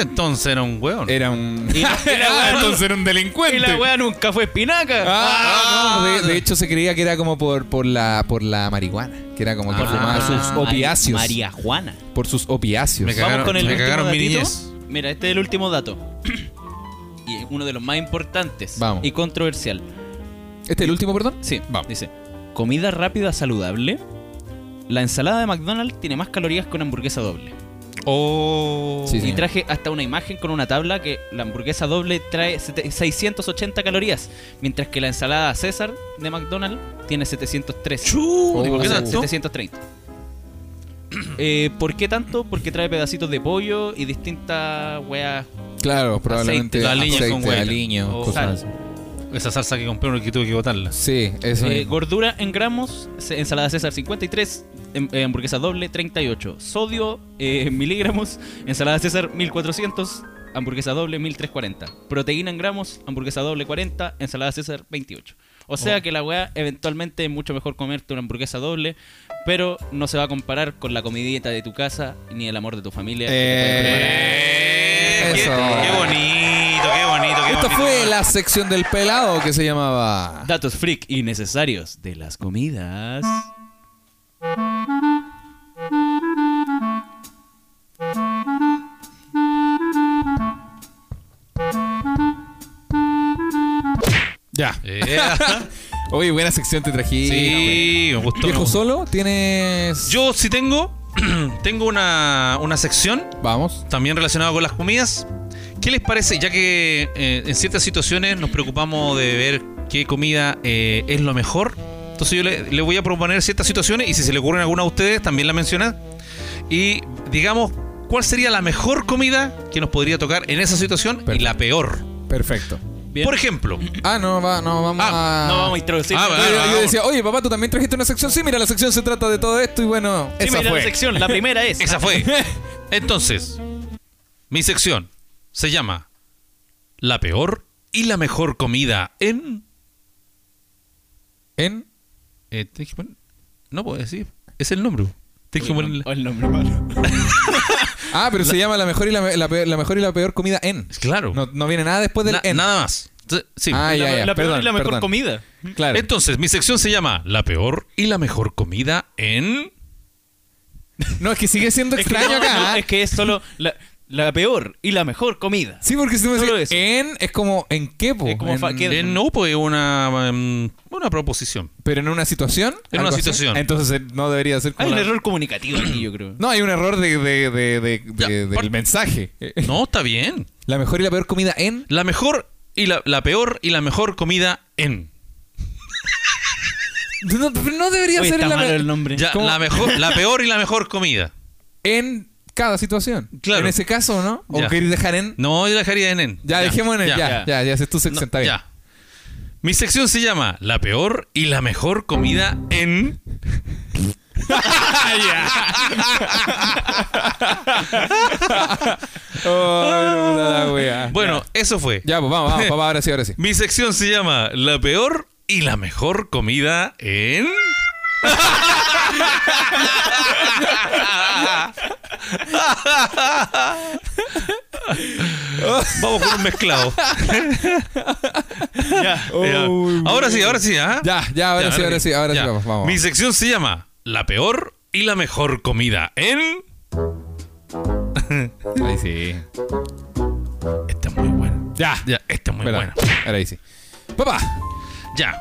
Entonces era un weón. era un... Y la, y la Ah, weá nu- entonces era un delincuente. y la weá nunca fue espinaca. Ah, no, de, de hecho se creía que era como por, por, la, por la marihuana, que era como que Por la- fumaba Ah, sus opiáceos. Ah. María Juana. Por sus opiáceos. Me cagaron, Vamos con el me último cagaron mi datito. niñez. Mira, este es el último dato. y es uno de los más importantes Vamos. y controversial. ¿Este es el último, perdón? Sí, Vamos. dice, comida rápida saludable. La ensalada de McDonald's tiene más calorías que una hamburguesa doble. Oh. Sí, Y señor. traje hasta una imagen con una tabla que la hamburguesa doble trae sete- 680 calorías, mientras que la ensalada César de McDonald's tiene 713. Chu, ¿y O por qué sea, tanto? 730. Eh, ¿Por qué tanto? Porque trae pedacitos de pollo y distintas weas Claro, probablemente La línea aceite, con huella. aliño, O cosas Oh. sal. así. Esa salsa que compré no que tuve que botarla. Sí, eso Eh, mismo. gordura en gramos, se- ensalada César 53, em- eh, hamburguesa doble 38, sodio eh, en miligramos, ensalada César 1400, hamburguesa doble 1340, proteína en gramos, hamburguesa doble 40, ensalada César 28. O sea que la weá eventualmente es mucho mejor comerte una hamburguesa doble, pero no se va a comparar con la comidita de tu casa ni el amor de tu familia. que Eh. te pueden preparar. Eh, qué, Eso. qué bonito, qué bonito, Ah, qué Esta bonito. fue la sección del pelado que se llamaba... Datos freak y necesarios de las comidas. Ya. Eh, Oye, buena sección te trají. sí, me gustó. me ¿Viejo gustó. solo? ¿Tienes...? Yo sí tengo, tengo una, una sección Vamos. también relacionada con las comidas. ¿Qué les parece? Ya que eh, en ciertas situaciones nos preocupamos de ver qué comida eh, es lo mejor. Entonces yo le, le voy a proponer ciertas situaciones y si se le ocurren alguna a ustedes, también la mencionan. Y digamos, ¿cuál sería la mejor comida que nos podría tocar en esa situación y Perfecto. la peor? Perfecto. Bien. Por ejemplo, Ah, no, va, no, vamos Ah, a. No vamos a introducir. Ah, Yo- bueno. yo, vamos. decía, oye, papá, tú también trajiste una sección. Sí, mira, la sección se trata de todo esto y bueno, Sí, esa mira fue. la sección. La primera es. esa fue. Entonces, mi sección se llama La peor y la mejor comida en... En eh, tenés que poner- no puedo decir, es el nombre. Tenés que poner- O el nombre malo. Ah, pero se llama la mejor y la, me- la peor, la mejor y la peor comida en. Claro. No, no viene nada después del Na- en. Nada más. Entonces, sí. Ah, ya, La, ya. la peor perdón, y la mejor perdón. comida. Claro. Entonces, mi sección se llama La peor y la mejor comida en... No, es que sigue siendo Es que no, extraño acá. no, ¿ah? es que es solo la, la peor y la mejor comida. Sí, porque si tú me Solo decís eso. en, es como en qué, po? Es como En- fa- que- en no, pues una, em, una proposición. Pero en una situación. En algo una así. situación. Entonces eh, no debería ser Hay como. un la- error comunicativo aquí, yo creo. No, hay un error de, de- de- de- Ya, de- del por- mensaje. No, está bien. La mejor y la peor comida en. La mejor y la, la peor y la mejor comida en... No, pero no debería Oye, ser está en, la malo me- el nombre. Ya, ¿Cómo? la, mejor, la peor y la mejor comida. en cada situación. Claro. En ese caso, ¿no? O Ya. queréis dejar en. No, yo dejaría en en. Ya, dejemos en el. Ya, ya, ya. ya, esa es tu No, sección, está bien. ya. Mi sección se llama La peor y la mejor comida en... Oh, la wea. Bueno, eso fue. Ya, pues vamos, vamos, papá, ahora sí, ahora sí. Mi sección se llama La peor y la mejor comida en. Vamos con un mezclado. Ya. Ya. Ahora sí, ahora sí, ¿ah? Ya, ya, ahora Ya, sí, ahora sí, ahora ya. sí, vamos, vamos. Mi sección se llama La peor y la mejor comida en. Ahí sí. Esta es muy buena. Ya. Ya, esta es muy Espera, buena. Ahora ahí sí. Papá, Ya.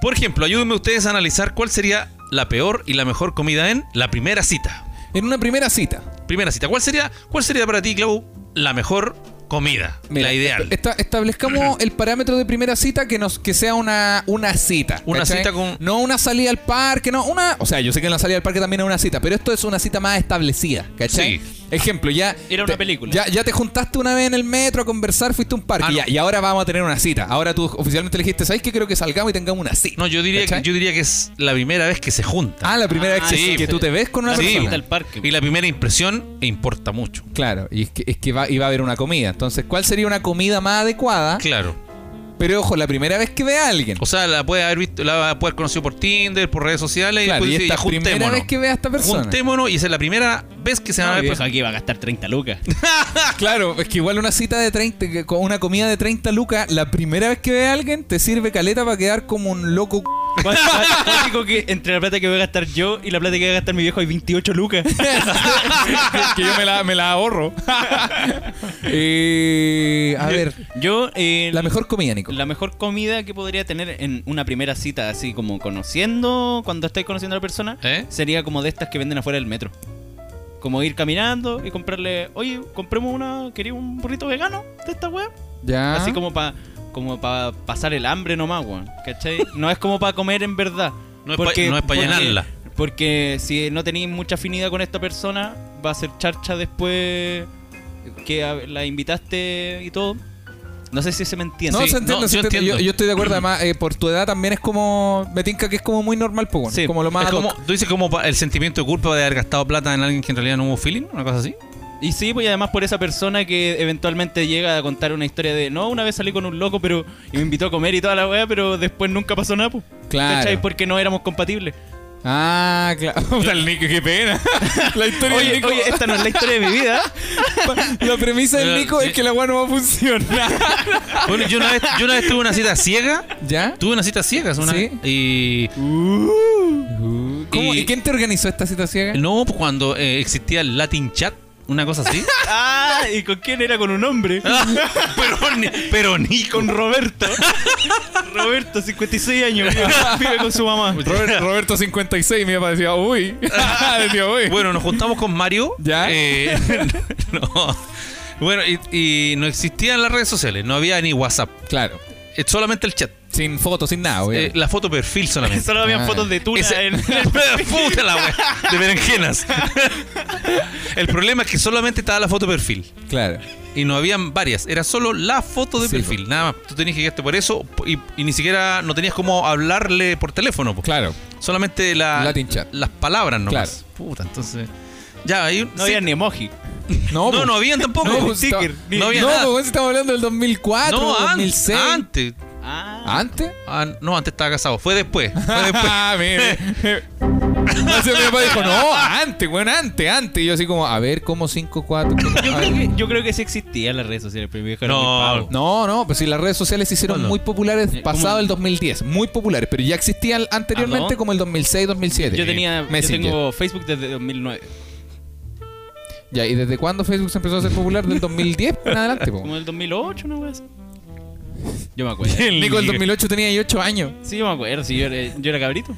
Por ejemplo, ayúdenme ustedes a analizar cuál sería la peor y la mejor comida en la primera cita. en una primera cita. Primera cita. ¿Cuál sería, cuál sería para ti, Clau, la mejor comida? mira, la ideal. esta- establezcamos el parámetro de primera cita que nos que sea una, una cita. Una cita con- No una salida al parque, no, una. O sea, yo sé que en la salida al parque también es una cita, pero esto es una cita más establecida, ¿cachai? Sí. Ejemplo, ya. Era una película. Ya, ya te juntaste una vez en el metro a conversar, fuiste a un parque Ah, ya, no. y ahora vamos a tener una cita. Ahora tú oficialmente le dijiste, ¿sabes qué? Creo que salgamos y tengamos una cita. No, yo diría, que, ¿cachai? yo diría que es la primera vez que se juntan. Ah, la primera vez que, sí. que tú te ves con una Sí. persona. Está el parque. y la primera impresión importa mucho. Claro, y es que, es que va, iba a haber una comida. Entonces, ¿cuál sería una comida más adecuada? Claro. Pero ojo, la primera vez que ve a alguien. O sea, la puede haber visto, la puede haber conocido por Tinder, por redes sociales claro, y y después dice, esta "Ya, primera juntémonos. vez que ve a esta persona. Juntémonos y esa es la primera vez que se van a No, ver. viejo, pues. personas. pues aquí va a gastar 30 lucas. Claro, es que igual una cita de 30, que con una comida de 30 lucas, la primera vez que ve a alguien te sirve caleta para quedar como un loco. c- ¿Cuánto- cuánto digo que entre la plata que voy a gastar yo y la plata que va a gastar mi viejo hay 28 lucas? que yo me la, me la ahorro. Eh, a ver, Yo, eh, la mejor comida, Nico. La mejor comida que podría tener en una primera cita, así como conociendo, cuando estáis conociendo a la persona, ¿Eh? sería como de estas que venden afuera del metro. Como ir caminando y comprarle, oye, compremos una, quería un burrito vegano de esta web. Ah. Ya. Así como para como pa pasar el hambre nomás, weón. ¿Cachai? No es como para comer en verdad. No es pa- no es pa llenarla. Porque si no tenéis mucha afinidad con esta persona, va a ser charcha después que a- la invitaste y todo. No sé si se me entiende. No, Sí, se entiende, no, se yo entiende. yo, entiendo. yo estoy de acuerdo, además, eh, por tu edad también es como. Me tinca que es como muy normal, pues, bueno, Sí, como lo más. Es ad hoc. como, tú dices como pa- el sentimiento de culpa de haber gastado plata en alguien que en realidad no hubo feeling, una cosa así. Y sí, pues y además por esa persona que eventualmente llega a contar una historia de, no, una vez salí con un loco pero y me invitó a comer y toda la weá, pero después nunca pasó nada, pues. Claro. ¿Cachai? Porque no éramos compatibles. Ah, claro. Puta, el Nico, qué pena. la historia del Oye, Nico. oye, esta no es la historia de mi vida. La premisa del Eh, Nico sí. es que la weá no va a funcionar. Bueno, yo una vez, yo una vez tuve una cita ciega. ¿Ya? Tuve una cita ciega una Sí. vez, y ¿Cómo? ¿Y, Y- quién te organizó esta cita ciega? no pues, cuando eh, existía el Latin Chat, una cosa así. Ah, ¿y con quién era? Con un hombre. Ah. pero, ni- pero Nico. Con Roberto. Roberto, 56 años, vive, vive con su mamá. Robert- Roberto 56, mi papá decía, uy. decía, uy. Bueno, nos juntamos con Mario. ¿Ya? Eh, no. Bueno, y, y no existían las redes sociales, no había ni WhatsApp. Claro. Es solamente el chat. Sin fotos, sin nada, Eh, obvio. la foto perfil solamente. Solo habían Ah. fotos de tuna Ese- en Puta la wea, de berenjenas. el problema es que solamente estaba la foto perfil. Claro. Y no habían varias, era solo la foto de Sí, perfil, nada más. Tú tenías que quedarte por eso y, y ni siquiera no tenías cómo hablarle por teléfono. po. Claro. Solamente la, Latin chat. las palabras nomás. Puta, entonces. Ya, ahí. No sí. había ni emoji. No, no, pues. no habían tampoco. No, No, pues, está- no había No, nada. pues, estamos hablando del 2004, an- 2006. antes. ¿Antes? Ah, no, antes estaba casado. Fue después. Fue después. Ah, mire. Entonces mi papá dijo, no, antes, bueno, antes, antes. Y yo así como, a ver, ¿cómo 5, 4? Yo creo, que, yo creo que sí existían las redes sociales, pero me dijeron No. muy pavo. No, no, pues si las redes sociales se hicieron ¿Cuándo? muy populares Eh, pasado ¿cómo? el 2010, muy populares, pero ya existían anteriormente ¿Ah, no? como el 2006, 2007. Yo tenía, yo Messenger. tengo Facebook desde 2009, Ya, ¿y desde cuándo Facebook se empezó a hacer popular? Del 2010 en adelante, po. como del 2008, una vez. Yo me acuerdo. Nico, el 2008 tenía 8 años. Ah, Sí, yo me acuerdo, sí, yo era, yo era cabrito.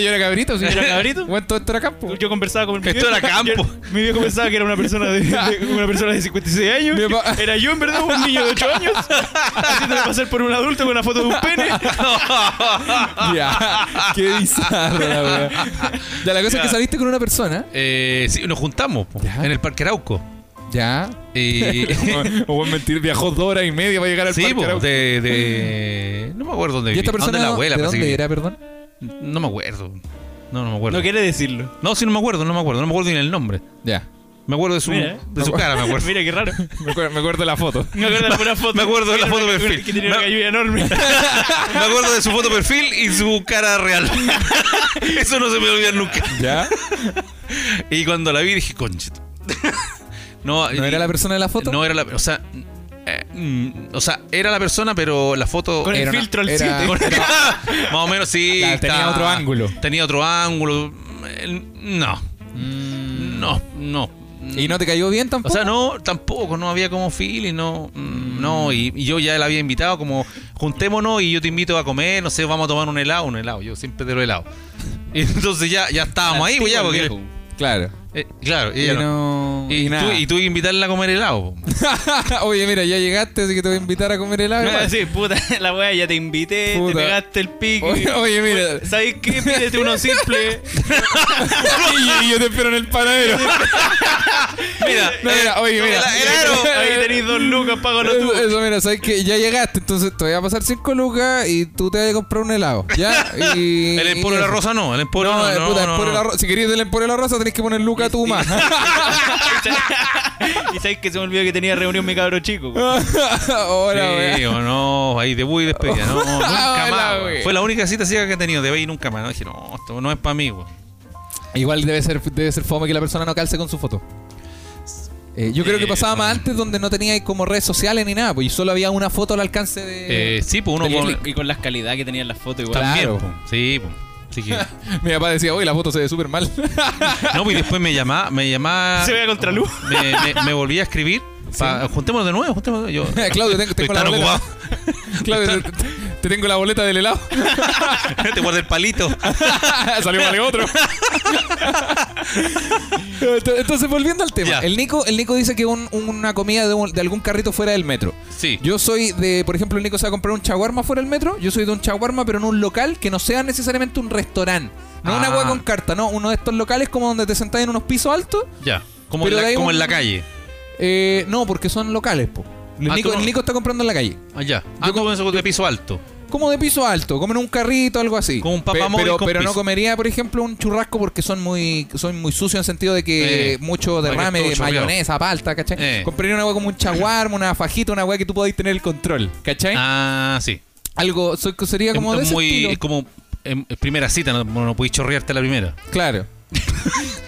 yo era cabrito, sí. Yo era cabrito. Bueno, todo esto era campo. Yo conversaba con mi Esto era campo. Mi viejo pensaba que era una persona de, de- una persona de 56 años. Mi papá- Era yo, en verdad, un niño de 8 años. Haciéndome pasar por un adulto con una foto de un pene. ya, qué bizarro, la wea. Ya, la cosa es que saliste con una persona. Eh, sí, nos juntamos po, Ya. en el Parque Arauco. Ya. Y- O buen mentir, viajó dos horas y media para llegar al sí, parque. po, Arauco. de, de- No me acuerdo dónde ¿Y esta vivía. ¿Dónde persona la abuela? de parece dónde que- era, perdón? No me acuerdo. No, no me acuerdo. No No, quiere decirlo. sí, no me acuerdo, no me acuerdo. No me acuerdo ni el nombre. Ya. Me acuerdo de su, Mira, eh. de su cara, me acuerdo. Mira qué raro. Me acuerdo, me acuerdo de la foto. Me acuerdo de la pura foto. Me acuerdo de la Era foto una- de perfil. Que tenía una Me- lluvia enorme. Me acuerdo de su foto perfil y su cara real. Eso no se me olvida nunca. ¿Ya? Y cuando la vi dije, conchito. No, ¿No y- era la persona de la foto? No era la. O sea. eh, mm, o sea, era la persona, pero la foto. Con el Era una- filtro al era- 7. Con- Más o menos sí. Claro, tenía está- otro ángulo. Tenía otro ángulo. Eh, No. No, no. Mm. ¿Y no te cayó bien O tampoco? sea, no, tampoco, no había como feeling, no, mm, no, y, y yo ya la había invitado como, juntémonos y yo te invito a comer, no sé, vamos a tomar un helado, un helado, yo siempre de los helados. Y entonces ya, ya estábamos ahí, pues ya, porque, Claro. eh, claro, Y ella no. no... Y, tú- nada. y tuve que invitarla a comer helado. po. Oye, mira, ya llegaste, así que te voy a invitar a comer helado. No, Ah, igual. sí, puta, la wea, ya te invité, Puta. te pegaste el pique. Oye, oye, mira. ¿Sabes qué? Pídete uno simple. y, y yo te espero en el panadero. Mira, No, mira, oye, el- mira. el helado. Ahí tenéis dos lucas, págalo tú. Eso, eso, mira, sabes que ya llegaste, entonces te voy a pasar 5 lucas y tú te vas a comprar un helado. ¿Ya? Y, el emporo de la rosa no, el emporo No, no, eh, no, puta, no, Emporio no. La Rosa- si querías del Emporio de la Rosa tenés que poner lucas tú más. y sabes que se me olvidó que tenía reunión mi cabro chico. Ah. Ahora, wea. Sí, o no, ahí de y despedida. No, nunca Hola, más. güey. güey. Fue la única cita ciega que he tenido, de y nunca más. No, dije, no, esto no es para mí, güey. Igual debe ser, debe ser fome que la persona no calce con su foto. Eh, yo creo que Eh, pasaba no. más antes donde no tenía como redes sociales ni nada, pues y solo había una foto al alcance de... Eh, sí, pues uno y, con- con, y con las calidades que tenían las fotos igual. claro. también. pues. Sí, pues. Así que- Mi papá decía, uy, la foto se ve súper mal. No, pues, y después me llamaba, me llamaba. Se veía contraluz. Me, me, me volví a escribir. pa- juntémonos de nuevo, juntémonos de nuevo. Yo, Claudio, tengo, estoy tengo la tan boleta. ocupado. Claudio, te, te tengo la boleta del helado. Te guardé el palito. Salió vale otro. Entonces, volviendo al tema. Ya. El Nico el Nico dice que un- una comida de, un- de algún carrito fuera del metro. Sí. Yo soy de, por ejemplo, el Nico se va a comprar un chaguarma fuera del metro. Yo soy de un chaguarma, pero en un local que no sea necesariamente un restaurante. No una Ah. hueá con carta, no. Uno de estos locales como donde te sentás en unos pisos altos. ya. Como, Pero en de la, ahí como un- en la calle. Eh, no, porque son locales, po. El, Ah, Nico, tú no- el Nico está comprando en la calle. Allá. Ah, Yo como en de piso alto. Como de piso alto, como en un carrito, algo así. Como un papamóvil Pero, con pero no piso. comería, por ejemplo, un churrasco porque son muy son muy sucios en el sentido de que Eh, mucho para que derrame todo de chorreado. mayonesa, palta, ¿cachai? Eh. Compraría una hueá como un chaguarma, una fajita, una hueá que tú podáis tener el control, ¿cachai? Ah, sí. Algo, so- sería ¿Eh? como es, de es ese muy, estilo. es como en, en primera cita, no, no podís chorrearte la primera. Claro.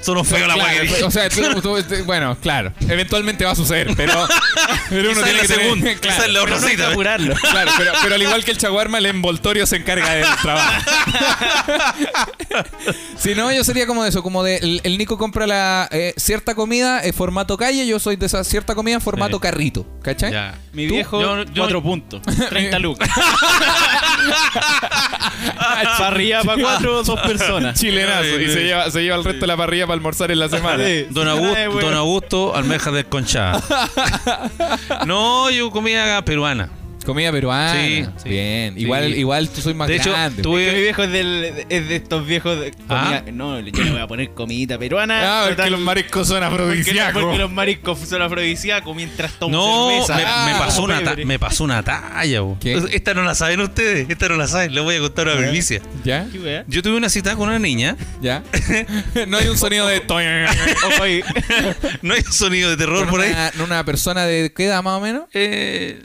Sonó feo la Claro, guay. o sea, tú- tú- tú- bueno, claro. Eventualmente va a suceder, pero, pero uno Quizás en tiene la que tener- segunda, claro. quizás en la otra Para cita. apurarlo. Claro, pero, pero al igual que el chaguarma, el envoltorio se encarga del trabajo. si no, yo sería como de eso, como de el, el Nico compra la eh, cierta comida en formato calle, yo soy de esa cierta comida en formato Sí. carrito, ¿cachai? Ya. Mi Tú, viejo, yo- yo- cuatro puntos. 30 lucas. para arriba, para cuatro, dos personas. Chilenazo, y se lleva, se lleva el resto de la parrilla para almorzar en la semana. Don Augusto, Ay, bueno. Don Augusto, almejas desconchadas. no, yo comía peruana. Comida peruana. Sí, sí. Bien. Sí. Igual, igual tú soy más de hecho, grande. tuve. Que mi viejo es, del- es de estos viejos. de comida- Ah. No, yo le voy a poner comidita peruana. Ah, porque total, los mariscos son porque los- porque afrodisíacos. los mariscos son afrodisíacos mientras toman No, me, cerveza. Ah, me pasó una ta- fiebre. me pasó una talla, bo. ¿Qué? Esta no la saben ustedes, esta no la saben, les voy a contar una primicia. ¿Ya? ¿Qué wea? Yo tuve una cita con una niña, ¿Ya? no hay un sonido de... Ojo ahí. no hay sonido de terror Con por ahí. una, una persona de qué edad más o menos? Eh,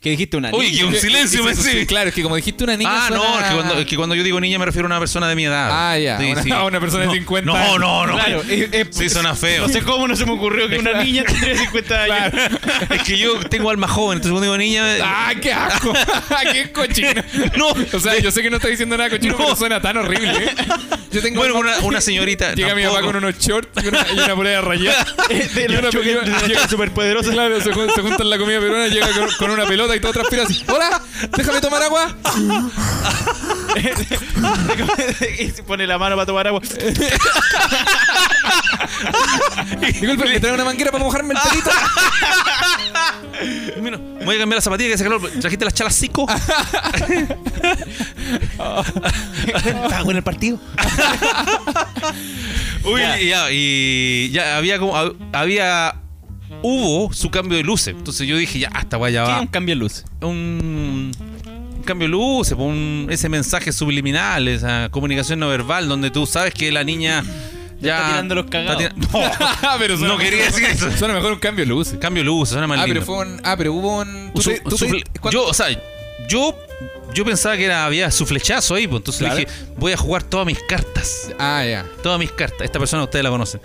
¿Qué dijiste una Oye, niña? que un silencio me Sí, sí, sí. Claro, es que como dijiste una niña Ah, no, suena- es que, cuando, es que cuando yo digo niña me refiero a una persona de mi edad. Ah, ya, una- una persona de No, 50 No, años. no, no. Claro, eh, eh, sí, suena feo. No sé cómo no se me ocurrió que una niña tendría 50 años. Es que yo tengo alma joven, entonces cuando digo niña. ¡Ah, qué asco! ¡Qué cochino! No. O sea, yo sé que no está diciendo nada cochino, No. pero suena tan horrible. ¿eh? Yo tengo bueno, alma- una, una señorita. Llega mi papá tampoco. con unos shorts y una, y una polera rayada. De Y los una chicos película- llega superpoderosos. Claro, se, jun- se juntan la comida peruana, llega con, con una pelota y todo transpira así. ¡Hola! ¡Déjame tomar agua! y se pone la mano para tomar agua. Disculpe, ¿me trae una manguera para mojarme el pelito? Mira, me voy a cambiar la zapatilla que hace calor. ¿Trajiste las chalas cico? Estaba bueno el partido. Uy, Ya. y ya, y ya había como. hab- Había. Hubo su cambio de luces. Entonces yo dije, ya, hasta allá ¿Qué es va. un cambio de luz? Un, un cambio de luces, po, un- ese mensaje subliminal, esa comunicación no verbal, donde tú sabes que la niña. Ya está tirando los cagados. está tira- Ah, pero No, no quería decir eso. Suena mejor un cambio de luces. Cambio de luces, suena mal. Ah, lindo. pero fue un. Ah, pero hubo un. Un tú su- te- tú su- te- ¿cuánto- yo, o sea, yo, yo pensaba que era, había su flechazo ahí, pues entonces Claro. dije, voy a jugar todas mis cartas. Ah, ya. Todas mis cartas. Esta persona ustedes la conocen.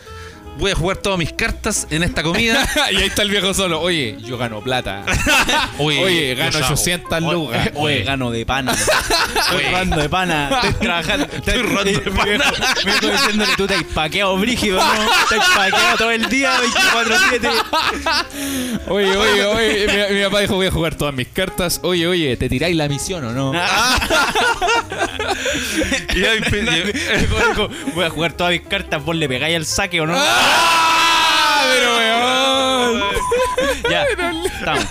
Voy a jugar todas mis cartas en esta comida. y ahí está el viejo solo. Oye, yo gano plata. Oye, gano yo 800 lucas. Oye, gano de pana. Estoy Oye. robando de pana. Estoy trabajando. Estoy robando de pana. Me estoy diciendo que tú te has paqueado brígido, ¿no? Te has paqueado todo el día, 24-7. Oye, oye, oye. Mi, mi papá dijo: Voy a jugar todas mis cartas. Oye, oye, ¿te tiráis la misión o no? Y ahí pe- y- Dijo, dijo, Voy a jugar todas mis cartas, vos le pegáis al saque o no. ¡Ah! Pero weón. Ya, estamos.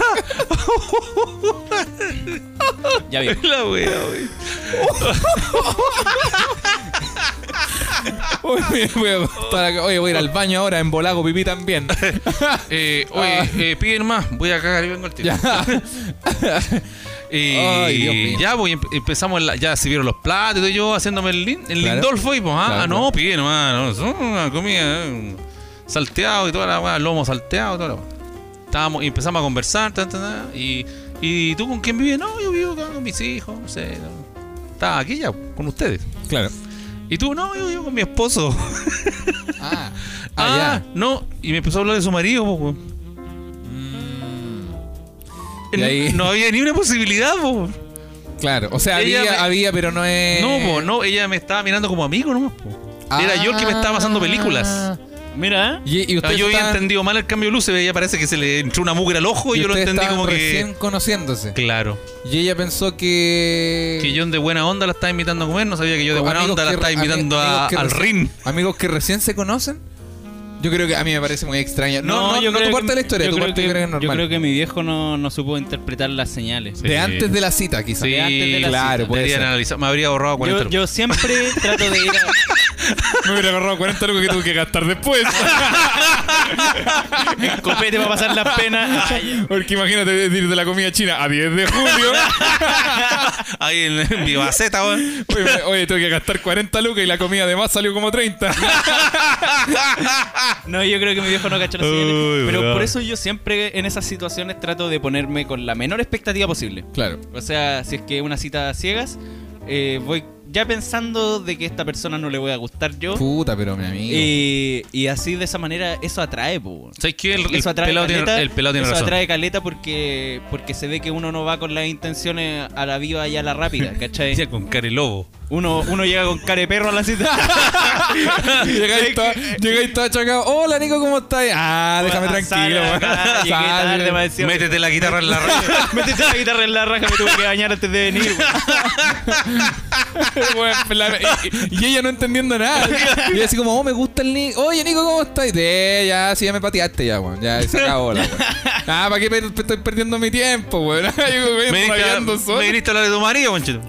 Ya bien. La wea, wey. Oye, mira, voy a cortar acá. Oye, voy a ir al baño ahora en Bolago, pipí también. Eh, oye, Ah. eh, piden más. Voy a cagar y vengo al tiro. Ya. Y Ay, Dios mío. ya pues, empe- empezamos, en la- ya se vieron los platos y todo yo haciéndome el, lin- el Claro. lindolfo y pues, ah, Claro, ah, no, claro. pide nomás, no, eso, una comida, eh, salteado y toda la weá, lomo salteado y toda la weá. Estábamos, y empezamos a conversar, ta, ta, ta, y, y tú con quién vives, no, yo vivo acá con mis hijos, no sé, no. estaba aquí ya, con ustedes. Claro. Y tú, no, yo vivo con mi esposo. Ah, ah, Ah, ya. no, y me empezó a hablar de su marido, pues, weón. Mm. Y No- ahí- No había ni una posibilidad, pues. Claro. O sea, Ella había, me- había, pero no es. No, po, no, ella me estaba mirando como amigo nomás. po. Era yo el que me estaba pasando películas. Mira, ¿eh? Ah. Y, y Ah, ustedes yo había estaban- entendido mal el cambio de luces, ella parece que se le entró una mugre al ojo y, yo lo ustedes entendí estaban como recién conociéndose. que. Claro. Y ella pensó que. Que yo de buena onda la estaba invitando a comer, no sabía que yo de buena Amigos onda la que- estaba ami- invitando a- amigos que al recién- ring. Amigos que recién se conocen. Yo creo que a mí me parece muy extraña. No, no, no, creo tu que- parte de la historia, Eh, yo tu creo parte yo creo que es normal. Yo creo que mi viejo no, no supo interpretar las señales. Sí. De antes de la cita, quizás. Sí, antes de la claro, claro, puede ser. Me habría ahorrado 40 Yo, yo siempre trato de ir a... Me hubiera agarrado 40 lucas que tuve que gastar después. Copete para pasar las penas. Ay, Porque imagínate ir de la comida china a 10 de julio. Ahí en, en mi baceta, weón. Oye, oye, tuve que gastar 40 lucas y la comida además salió como 30. no, yo creo que mi viejo no cachó las señales. Uy, Pero verdad. por eso yo siempre en esas situaciones trato de ponerme con la menor expectativa posible. Claro. O sea, si es que una cita a ciegas, eh, voy ya pensando de que esta persona no le voy a gustar yo. Puta, pero mi amigo. Y, y así de esa manera eso atrae, po. ¿Sabes qué? El, el eso atrae pelado caleta, tiene, el pelado tiene eso razón. atrae caleta porque, porque se ve que uno no va con las intenciones a la viva y a la rápida, ¿cachai? Ya, con cara de lobo. Uno, uno llega con cara de perro a la cita. Llegáis toda, llegáis toda achacado. Hola, Nico, ¿cómo estás? Ah, déjame Hola, tranquilo. sale weón. acá, llegué tarde, Sale. me decía, Métete la guitarra en la raja. Métete la guitarra en la raja, me tuve que bañar antes de venir. weón. Weón, la- y, y ella no entendiendo nada. Y ella así como, oh, me gusta el Nico. Oye, Nico, ¿cómo estás? Y te- ya, sí, ya me pateaste ya, weón. Ya, se acabó la weón. Ah, ¿para qué per- estoy perdiendo mi tiempo, weón? Yo me Me voy viniste a- rabiando solo. me viniste a hablar de tu marido, conchito.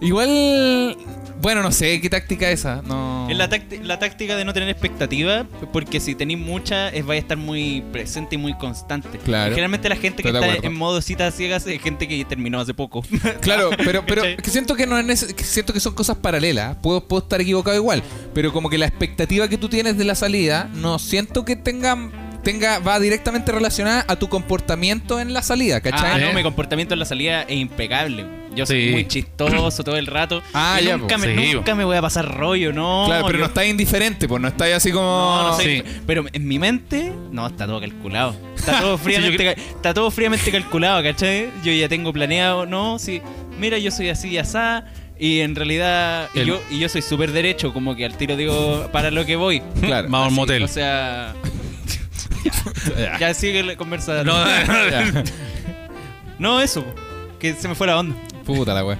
Igual, bueno, no sé, ¿qué táctica es esa? No. Es la, táct- la táctica de no tener expectativa, porque si tenéis mucha, es, vais a estar muy presente y muy constante. Claro. Y Generalmente la gente que Estoy de está acuerdo. en modo citas ciegas es gente que terminó hace poco. Claro, pero, pero ¿Cachai? que siento que no es neces- que siento que son cosas paralelas. Puedo, puedo estar equivocado igual, pero como que la expectativa que tú tienes de la salida, no siento que tenga, tenga va directamente relacionada a tu comportamiento en la salida, Ah, ¿cachai? no, mi comportamiento en la salida es impecable. Yo Sí. soy muy chistoso todo el rato. Ah, y ya, nunca, po. me, Sí, nunca me voy a pasar rollo, no. claro, pero yo- no estás indiferente, pues no estás así como. No, no sé. Sí. Pero en mi mente, no, está todo calculado. Está todo fríamente, Sí, yo ca- está todo fríamente calculado, ¿cachai? Yo ya tengo planeado, no, sí. Mira, yo soy así y asá. Y en realidad, y El- yo, y yo soy súper derecho, como que al tiro digo para lo que voy. Claro. Vamos al Así, motel. O sea. Ah, ya, ya sigue la conversación. No, No, no, no. Ya. eso, po. que se me fue la onda. Puta la wea.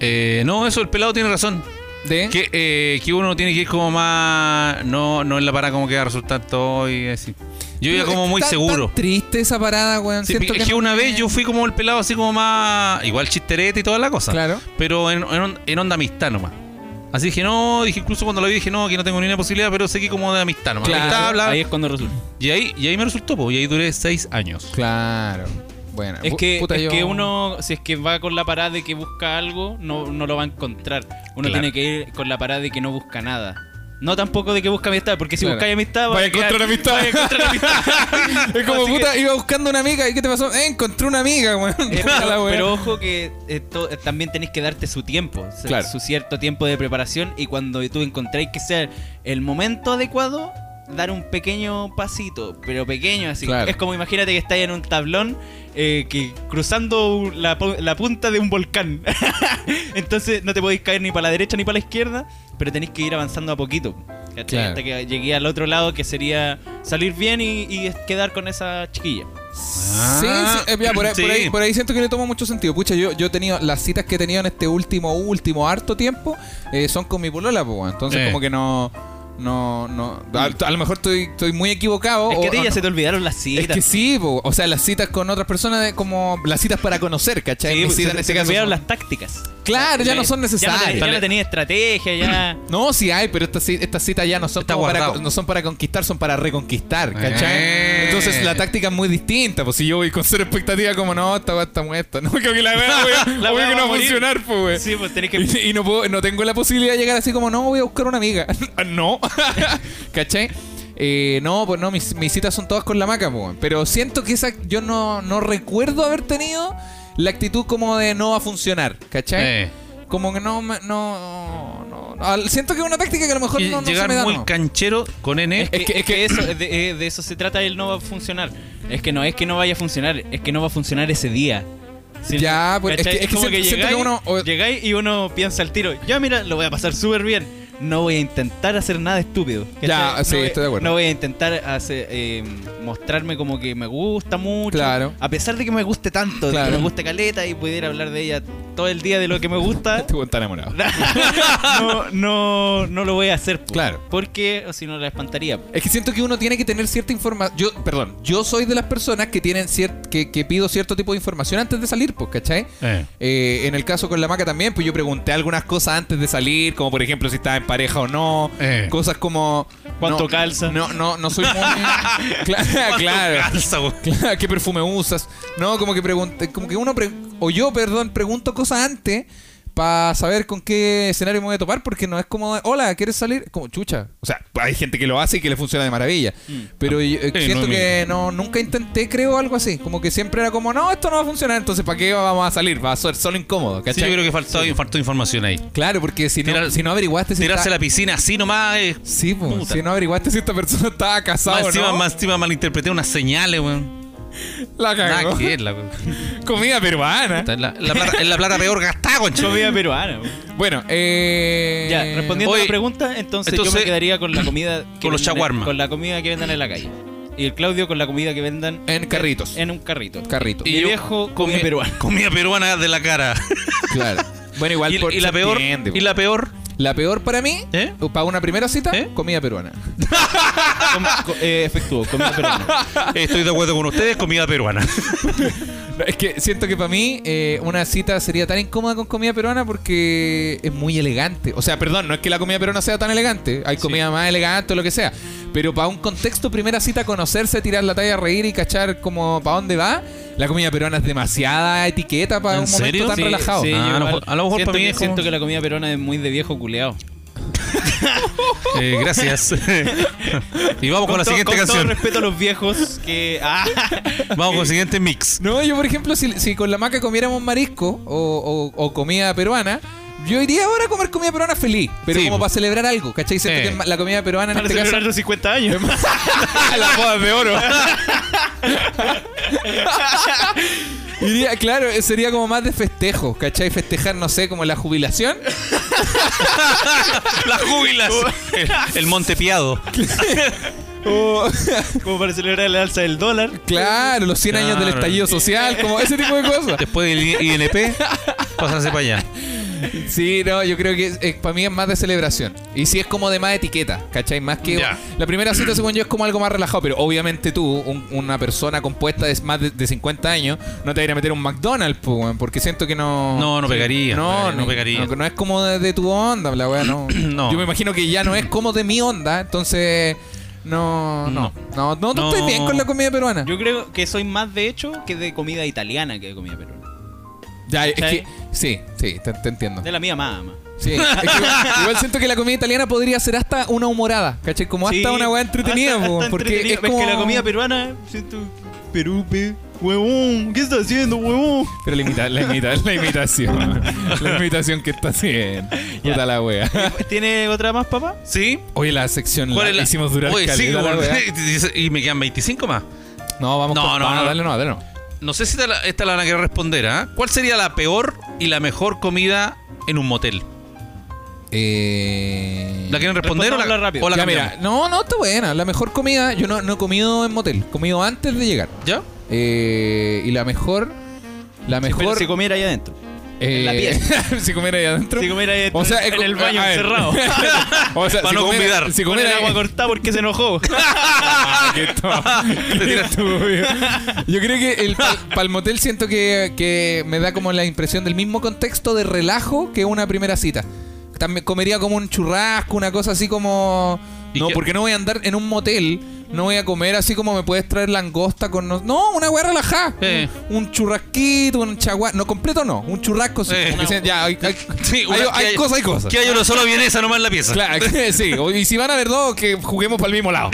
Eh, no, eso, el pelado tiene razón. ¿De? Que, eh, que uno tiene que ir como más. No, no en la parada como que va a resultar todo y así. Yo iba como muy Tan- tan seguro. triste esa parada, weón. Sí, Siento es que, no- una vez yo fui como el pelado así como más. Igual chisterete y toda la cosa. Claro. Pero en, en on- en onda amistad nomás. Así dije, no, dije incluso cuando lo vi dije, no, que no tengo ninguna posibilidad, pero seguí como de amistad nomás. Claro. Amistad, bla, Ahí es cuando resulta. Y, ahí, y ahí me resultó, po, y ahí duré seis años. Claro. Bueno, Es pu- que, puta, es yo- que uno, si es que va con la parada de que busca algo, no, no lo va a encontrar. Uno Claro. tiene que ir con la parada de que no busca nada. No tampoco de que busca amistad, porque si Claro. buscáis amistad, va Vaya a encontrar amistad. vaya a encontrar amistad. Es como Así que- puta, iba buscando una amiga. ¿Y qué te pasó? Eh, encontré una amiga, weón. eh, Puta la pero, wea. pero ojo que eh, to- eh, también tenéis que darte su tiempo, se- Claro. su cierto tiempo de preparación y cuando tú encontréis que sea el momento adecuado, dar un pequeño pasito, pero pequeño así. Claro. Es como imagínate que estáis en un tablón eh, que cruzando un- la, pu- la punta de un volcán. Entonces no te podéis caer ni para la derecha ni para la izquierda, pero tenéis que ir avanzando a poquito. ¿cachai? Claro. Hasta que llegué al otro lado que sería salir bien y- y quedar con esa chiquilla. Sí, Ah, sí, eh, ya, por, ahí, sí. por ahí- por ahí siento que le toma mucho sentido. Pucha, yo, yo he tenido las citas que he tenido en este último, último harto tiempo eh, son con mi polola, pues, weón. entonces Eh. como que no, no, no. A, a lo mejor estoy, estoy muy equivocado. Es que a o- ti o ya no. se te olvidaron las citas. Oh, ah, Es que sí, po. o sea, las citas con otras personas, de como las citas para conocer, ¿cachai? Sí, Mis pues, citas se- en se este te caso. olvidaron son- las tácticas. Claro, ya no son Ya no necesarias. tenía, ya no tenía estrategia, ya. No, sí hay, pero estas ci- estas citas ya no son, Está como para, guardado. no son para conquistar, son para reconquistar, ¿cachai? Eh. Entonces la táctica es muy distinta. Pues si yo voy con cero expectativa, como no, esta weá está muerta. No, creo que la verdad, La obvio weá va a que no va a morir. funcionar, pues, wey. Sí, pues tenés que. Y, y no, puedo- no tengo la posibilidad de llegar así como, no, voy a buscar una amiga. no, ¿cachai? Eh, no, pues no, mis, mis citas son todas con la maca, pues, pero siento que esa yo no, no recuerdo haber tenido la actitud como de no va a funcionar, ¿cachai? Eh. Como que no, me- no, no, no. Al- Siento que es una táctica que a lo mejor Y no, no se llegar me da. muy no. canchero con N. ¿Eh? Es que, es que eso, de, eh, de eso se trata, él no va a funcionar. Es que no es que no vaya a funcionar, es que no va a funcionar ese día. Sí, Ya, pues, es ¿cachai? que- es que como que siento- siento que llegáis, uno- o- llegáis y uno piensa al tiro, ya mira, lo voy a pasar súper bien. No voy a intentar hacer nada estúpido. ¿cachai? Ya, No sí, voy- estoy de acuerdo. No voy a intentar hacer, eh, mostrarme como que me gusta mucho. Claro. A pesar de que me guste tanto, de Claro. que me guste caleta y pudiera hablar de ella todo el día de lo que me gusta. Este weón está enamorado. no, no, no lo voy a hacer. po. Claro. Porque o si no la espantaría. pues. po. Es que siento que uno tiene que tener cierta información. Yo, perdón, yo soy de las personas que tienen cier- que, que pido cierto tipo de información antes de salir, pues, ¿cachai? Eh. Eh, en el caso con la maca también, pues yo pregunté algunas cosas antes de salir, como por ejemplo si estaba en pareja o no, Eh. cosas como ¿Cuánto no, calza? No, no, no soy muy claro, claro. Calza, güey. Claro, ¿Qué perfume usas? No, como que pregunte, como que uno pre- o yo, perdón, pregunto cosas antes para saber con qué escenario me voy a topar porque no es como, hola, ¿quieres salir? Como chucha. O sea, hay gente que lo hace y que le funciona de maravilla. Pero yo, eh, Mm. Sí, siento no es que no nunca intenté, creo, algo así. Como que siempre era como, no, esto no va a funcionar, entonces ¿para qué vamos a salir? Va a ser solo incómodo, Sí, ¿cachai? yo creo que faltó, faltó información ahí. Claro, porque si no, Tirar- si no averiguaste si Tirarse a está- la piscina así nomás. eh, Sí, po, Puta. si no averiguaste si esta persona estaba casada más, o encima, no, más encima malinterpreté unas señales, weón. la cagó. Nada que ver, la weón. Comida peruana. Es la, la plata, es la plata peor gastada, concha. Comida peruana. po. Bueno, eh... Ya, respondiendo a oye, la pregunta, entonces, yo entonces- me quedaría con la comida Con los venden- shawarma. Con la comida que vendan en la calle. Y el Claudio con la comida que vendan En carritos. en un carrito. Carritos. Y yo- viejo comida Comida peruana. Comida peruana de la cara. Claro. Bueno, igual y, por- y la se peor. entiende, po. y la peor. La peor para mí, ¿Eh? o para una primera cita, ¿Eh? comida peruana. Co- eh, efectuó, comida peruana. Estoy de acuerdo con ustedes, comida peruana. No, Es que siento que para mí eh, una cita sería tan incómoda con comida peruana porque es muy elegante. O sea, perdón, no es que la comida peruana sea tan elegante. Hay comida más elegante o lo que sea. Pero para un contexto, primera cita, conocerse, tirar la talla, reír y cachar como para dónde va, la comida peruana es demasiada etiqueta para ¿En un serio? momento tan Sí, relajado. Sí, Ah, yo a lo igual mejor- a lo mejor siento para mí que- es como- Siento que la comida peruana es muy de viejo culeado. Eh, gracias. y vamos con, la to- siguiente con canción. todo este respeto a los viejos que... Ah, Vamos con el siguiente mix. No, yo por ejemplo, si, si con la maca comiéramos marisco o, o- o comida peruana, yo iría ahora a comer comida peruana feliz, pero Sí, como po. para celebrar algo, ¿cachai? Siento Eh. que ma- la comida peruana en para este caso... celebrar los 50 años. la boda de oro. Iría, claro, sería como más de festejo, ¿cachai? Festejar, no sé, como la jubilación. Las jubilas. El, el Montepiado. O, Como para celebrar la alza del dólar. claro, los 100 años del Claro. estallido social, como ese tipo de cosas. Después del INP, pasarse para allá. Sí, no, yo creo que para mí es más de celebración. Y sí es como de más etiqueta, ¿cachai? Más que... Ya. La primera cita, según yo, es como algo más relajado, pero obviamente tú, un- una persona compuesta de más de, de 50 años, no te va a ir a meter un McDonald's, po, weón, porque siento que no... No, no pegaría. No, no pegaría. No, no es como de, de tu onda, la weá, no. No. Yo me imagino que ya no es como de mi onda, entonces. No, no. No, no, tú No. estás bien con la comida Ah. peruana. Yo creo que soy más de hecho que de comida italiana que de comida peruana. ya, es ¿cachai? que. Sí, sí, te, te entiendo. De la mía mamá. Sí. es que igual, igual siento que la comida italiana podría ser hasta una humorada, ¿cachai? Como hasta Sí, una weá entretenida, hasta- po, hasta porque entretenido. es como... que la comida peruana, siento, Perú, pe, huevón, ¿qué estás haciendo, huevón? Pero la, imita- la, imita- la imitación. la imitación que está haciendo. Puta la wea. ¿Tiene otra más, papá? ¿Sí? Oye, la sección la, ¿Cuál es la- hicimos durar Oye, sí, caleta la bueno, wea. y me quedan 25 más. No, vamos No, con- no, vamos, no. dale, no, dale, no. No sé si esta la, esta la van a querer responder, ¿ah? ¿Cuál sería la peor y la mejor comida en un motel? Eh... ¿La quieren responder o la, Respondámosla rápido. o la ya, cambiamos? mira, no, no, está buena. La mejor comida, yo no, no he comido en motel, he comido antes de llegar. ¿Ya? Eh, y la mejor, la Pero mejor. si comiera ahí adentro. eh, en la si comiera ahí adentro. Si comiera ahí adentro. en el baño encerrado. o sea, Para si no comiera- convidar. Si Con comiera el ahí- agua cortada porque se enojó. Ah, qué to- qué estúpido. Yo creo que el pal- pal motel siento que, que me da como la impresión del mismo contexto de relajo que una primera cita. También comería como un churrasco, una cosa así como. ¿Y No, qué- porque no voy a andar en un motel. No voy a comer así como me puedes traer langosta con. No, no, una weá relajada. Eh. Un, un churrasquito, un chagua. No, completo no. Un churrasco. sí. Eh. Porque sea- ya, hay, hay- Sí, una- hay- que hay haya- cosas, hay cosas. Que hay uno solo vienesa nomás en la pieza. Claro, que sí. O- Y si van a ver dos, que juguemos para el mismo lado.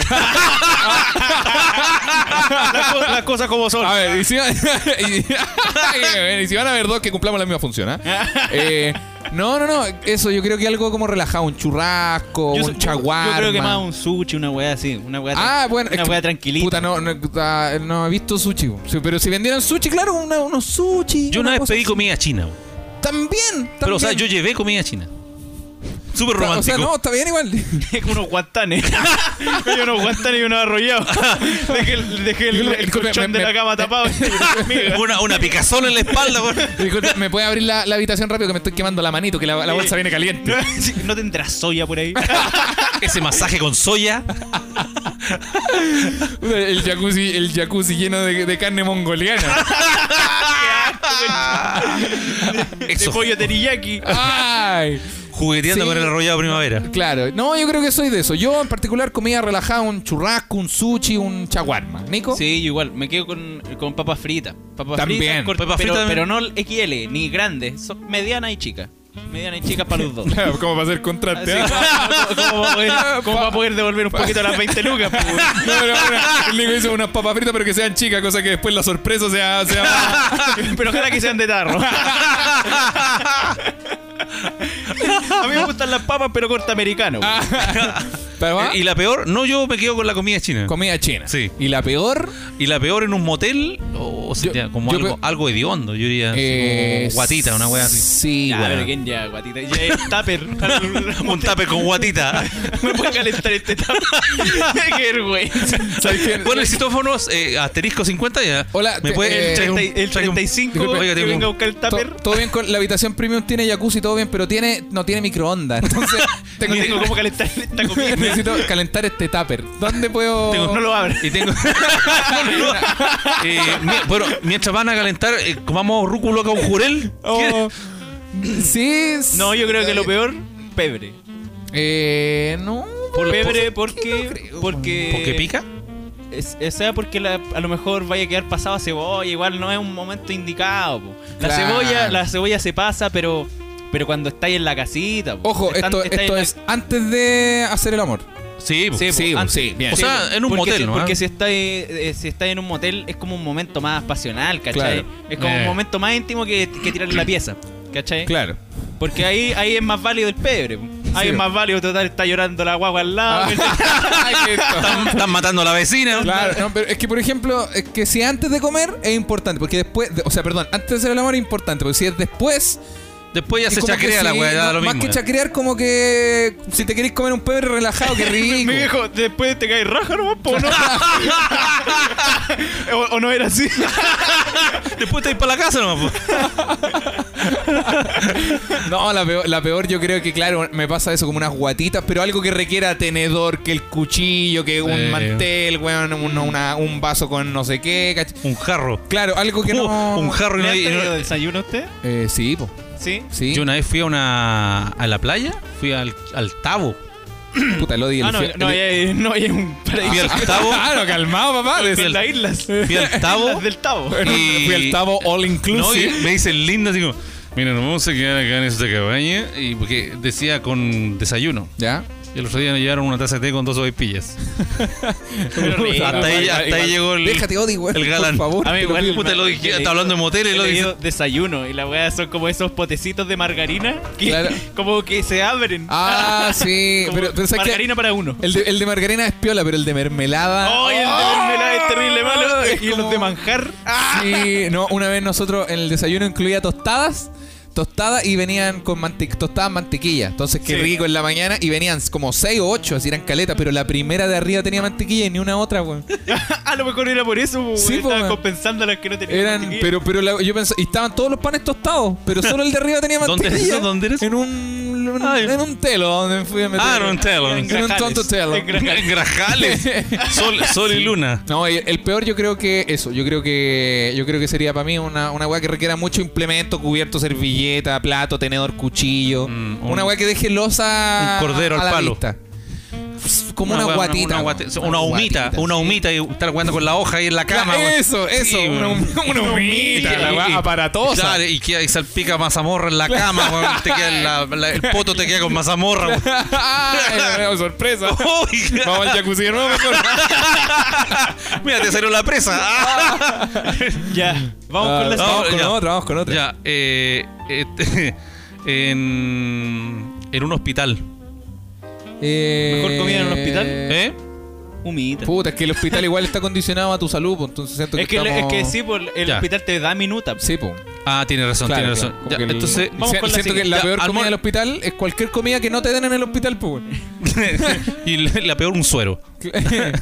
Las co- las cosas como son. A ver, y si, y- y si van a ver dos que cumplamos la misma función, ¿ah? Eh, no, no, no. Eso, yo creo que algo como relajado, un churrasco, Yo- un yo- chaguar. Yo creo que más un sushi, una weá así. Una weá, Ah, tran- bueno. es una que- weá tranquilita. Puta, no, no, puta, no he visto sushi. bo. Sí, pero si vendieran sushi, claro, una- unos sushi. Yo una vez cosa pedí así. comida china. güey. También, también. Pero, o sea, yo llevé comida china. Súper O sea, romántico. no, está bien igual. unos guantanes. Yo unos guantanes y unos arrollados. Dejé, el- dejé el, Disculpe, el disculpe, colchón me- de me- la cama tapado. Amiga. Una, una picazón en la espalda, güey. Disculpe, ¿me puede abrir la, la habitación rápido que me estoy quemando la manito, que la, la bolsa viene caliente? Sí, No tendrás soya por ahí. Ese masaje con soya. El jacuzzi, el jacuzzi lleno de, de carne mongoliana. De Eso. pollo teriyaki. ¡Ay! Jugueteando Sí. con el arrollado primavera. Claro, no, yo creo que soy de eso. Yo en particular comía relajada un churrasco, un sushi, un chaguarma. ¿Nico? Sí, yo igual. Me quedo con, con papas fritas. Papas También. fritas. cortas, Papas pero, fritas pero no XL, ni grandes. Son medianas y chicas. Medianas y chicas para los dos. Claro, como para hacer Así contraste. como, ¿ah? como- como va a poder- como va a poder devolver un poquito las 20 lucas. pues, güey. No, pero ahora, el Nico dice unas papas fritas, pero que sean chicas, cosa que después la sorpresa sea. sea más- Pero ojalá que sean de tarro. A mí me gustan las papas, pero corta americano. güey. Pero, ¿ah? Eh, Y la peor, no, yo me quedo con la comida china. Comida china. Sí. Y la peor, Y la peor en un motel. o o Yo- sea, ya como yo algo, pe- algo hediondo, yo diría. así Eh, Ah, como guatita, una wea así. Sí, Ya, weón. pero ¿quién ya, guatita? Ya es tupper. Un tape con guatita. Me voy a calentar este tupper. Qué vergüenza. ¿Sabes quién? Bueno, el citófonos, eh, asterisco 50 ya. Hola, ¿Me te- puede eh, traer un- El traer un- 35, Disculpe, oiga, que tengo venga a un- buscar el To- tupper. todo bien con la habitación premium tiene jacuzzi, todo bien, pero tiene no tiene microondas. Entonces, tengo, No tengo cómo calentar esta comida. necesito calentar este tupper. ¿Dónde puedo Tengo- No lo abras. Y tengo. Eh, mi- bueno, mientras van a calentar, eh, comamos rúcula con jurel. Oh, sí. s- No, yo creo que lo peor, pebre. Eh, no. Por- pebre no porque creo, porque ¿Por qué pica? es- o sea porque la- a lo mejor vaya a quedar pasado a cebolla igual no es un momento indicado po. la Claro. cebolla la cebolla se pasa pero pero cuando estáis en la casita po. Ojo, Están- esto, estáis esto en es antes de hacer el amor. Sí, la- po. po, Ah, sí, antes. sí, bien. O sea, po, en un porque motel, si, ¿no? Porque si estáis eh, si estáis en un motel es como un momento más pasional, ¿cachai? Claro. Es como Eh. un momento más íntimo que, que tirar la pieza, Eh, ¿cachai? Claro. Porque ahí, ahí es más válido el pebre. po. Ah. Ahí Sí. es más válido total, está llorando la guagua al lado. ¿cachai? Ay, qué esto. Están, están matando a la vecina. Claro, no, pero es que por ejemplo, es que si antes de comer es importante, porque después, de- o sea, perdón, antes de hacer el amor es importante, porque si es después, Después ya es se como que chacrea la sí, weá, no, da lo más mismo. eh. que chacrear como que si te queréis comer un pebre relajado, qué rico. Mi viejo, después te caes raja nomás, po, ¿no? o, o no era así. Después te ir para la casa nomás. po. No, la peor, la peor yo creo que, claro, me pasa eso como unas guatitas, pero algo que requiera tenedor, que el cuchillo, que Sí. un mantel, weón, un, una- un vaso con no sé qué, cach- Un jarro. Claro, algo que no... Uh, Un jarro y ¿Me no, han y no- traído desayuno usted? Eh, sí, po, Sí. sí. Yo una vez fui a una a la playa, fui al, al Tabo. Puta, el odio. Ah, no, no, hay, no, hay un Fui paraíso. al Tabo, Claro, calmado, papá. fui en al- las islas. fui al Tabo. Las del Tabo. y- Fui al tabo all No, y inclusive. me dicen lindo, así como, mira, nos vamos a quedar acá en esta cabaña. Y porque decía con desayuno. ¿Ya? Y el otro día nos llevaron una taza de té con dos sopaipillas. hasta ahí, hasta ahí llegó el, Déjate, Odi, weón. el galán. Por favor. A mí igual, Puta, lo dije, está hablando de moteles, lo he dije. leído desayuno y la weá son como esos potecitos de margarina que Claro. como que se abren. Ah, sí. Como pero, pero ¿sabes qué? margarina para uno. El de, el de margarina es piola, pero el de mermelada. ¡Oh! ¡Ay, el de mermelada es terrible malo! Es y como- los de manjar. Sí, no, una vez nosotros en el desayuno incluía tostadas. Tostadas y venían con mante tostadas mantequilla. Entonces, qué Sí. rico en la mañana. Y venían como 6 o 8, así eran caletas. Pero la primera de arriba tenía mantequilla y ni una otra, weón. A lo mejor era por eso, weón. Sí, po, Estaban weón. compensando a las que no tenían. Eran, mantequilla. pero, pero la- yo pensaba, y estaban todos los panes tostados, pero solo el de arriba tenía ¿Dónde mantequilla. es eso? ¿Dónde eres? En un, en un- Ay. en un telo donde fui a meter. Ah, no, un telo. En En En un Grajales. tonto telo. En Grajales. Grajales. Sol, sol y luna. No, el, el peor yo creo que eso, yo creo que yo creo que sería para mí una, una weá que requiera mucho implemento, cubierto, servilleta, plato, tenedor, cuchillo. Mm, un- una weá que deje losa un cordero a al la palo. vista. Como una, hueá- guatita. Una, weón. guate- una humita. guatita. Una humita y estar jugando con la hoja ahí en la cama. Claro, weón. eso, eso, Sí, una, weón. hum- una humita, la weá aparatosa. Claro, y, queda- y salpica mazamorra en la cama, weón. Te queda la- la- el poto te queda con mazamorra. weón. Ay, sorpresa. Uy, Vamos al jacuzzi de nuevo, mejor. Mira, te salió la presa. Ah. Ya, vamos Ah, con la vamos vamos con con ya. otra, vamos con otra. Ya, eh, este, en, en un hospital. ¿Mejor comida en un hospital? ¿Eh? Humita. Puta, es que el hospital igual está condicionado a tu salud, pues, entonces siento que Es que, el- estamos- es que sí, por el Ya. hospital te da minuta. Sí, pues. Ah, tiene razón, Claro, tiene claro, razón. como Ya, que el- entonces, vamos Sie- con la siento que siguiente. la Ya, peor al comida mar- del hospital es cualquier comida que no te den en el hospital, pues. y la la peor, un suero. weón.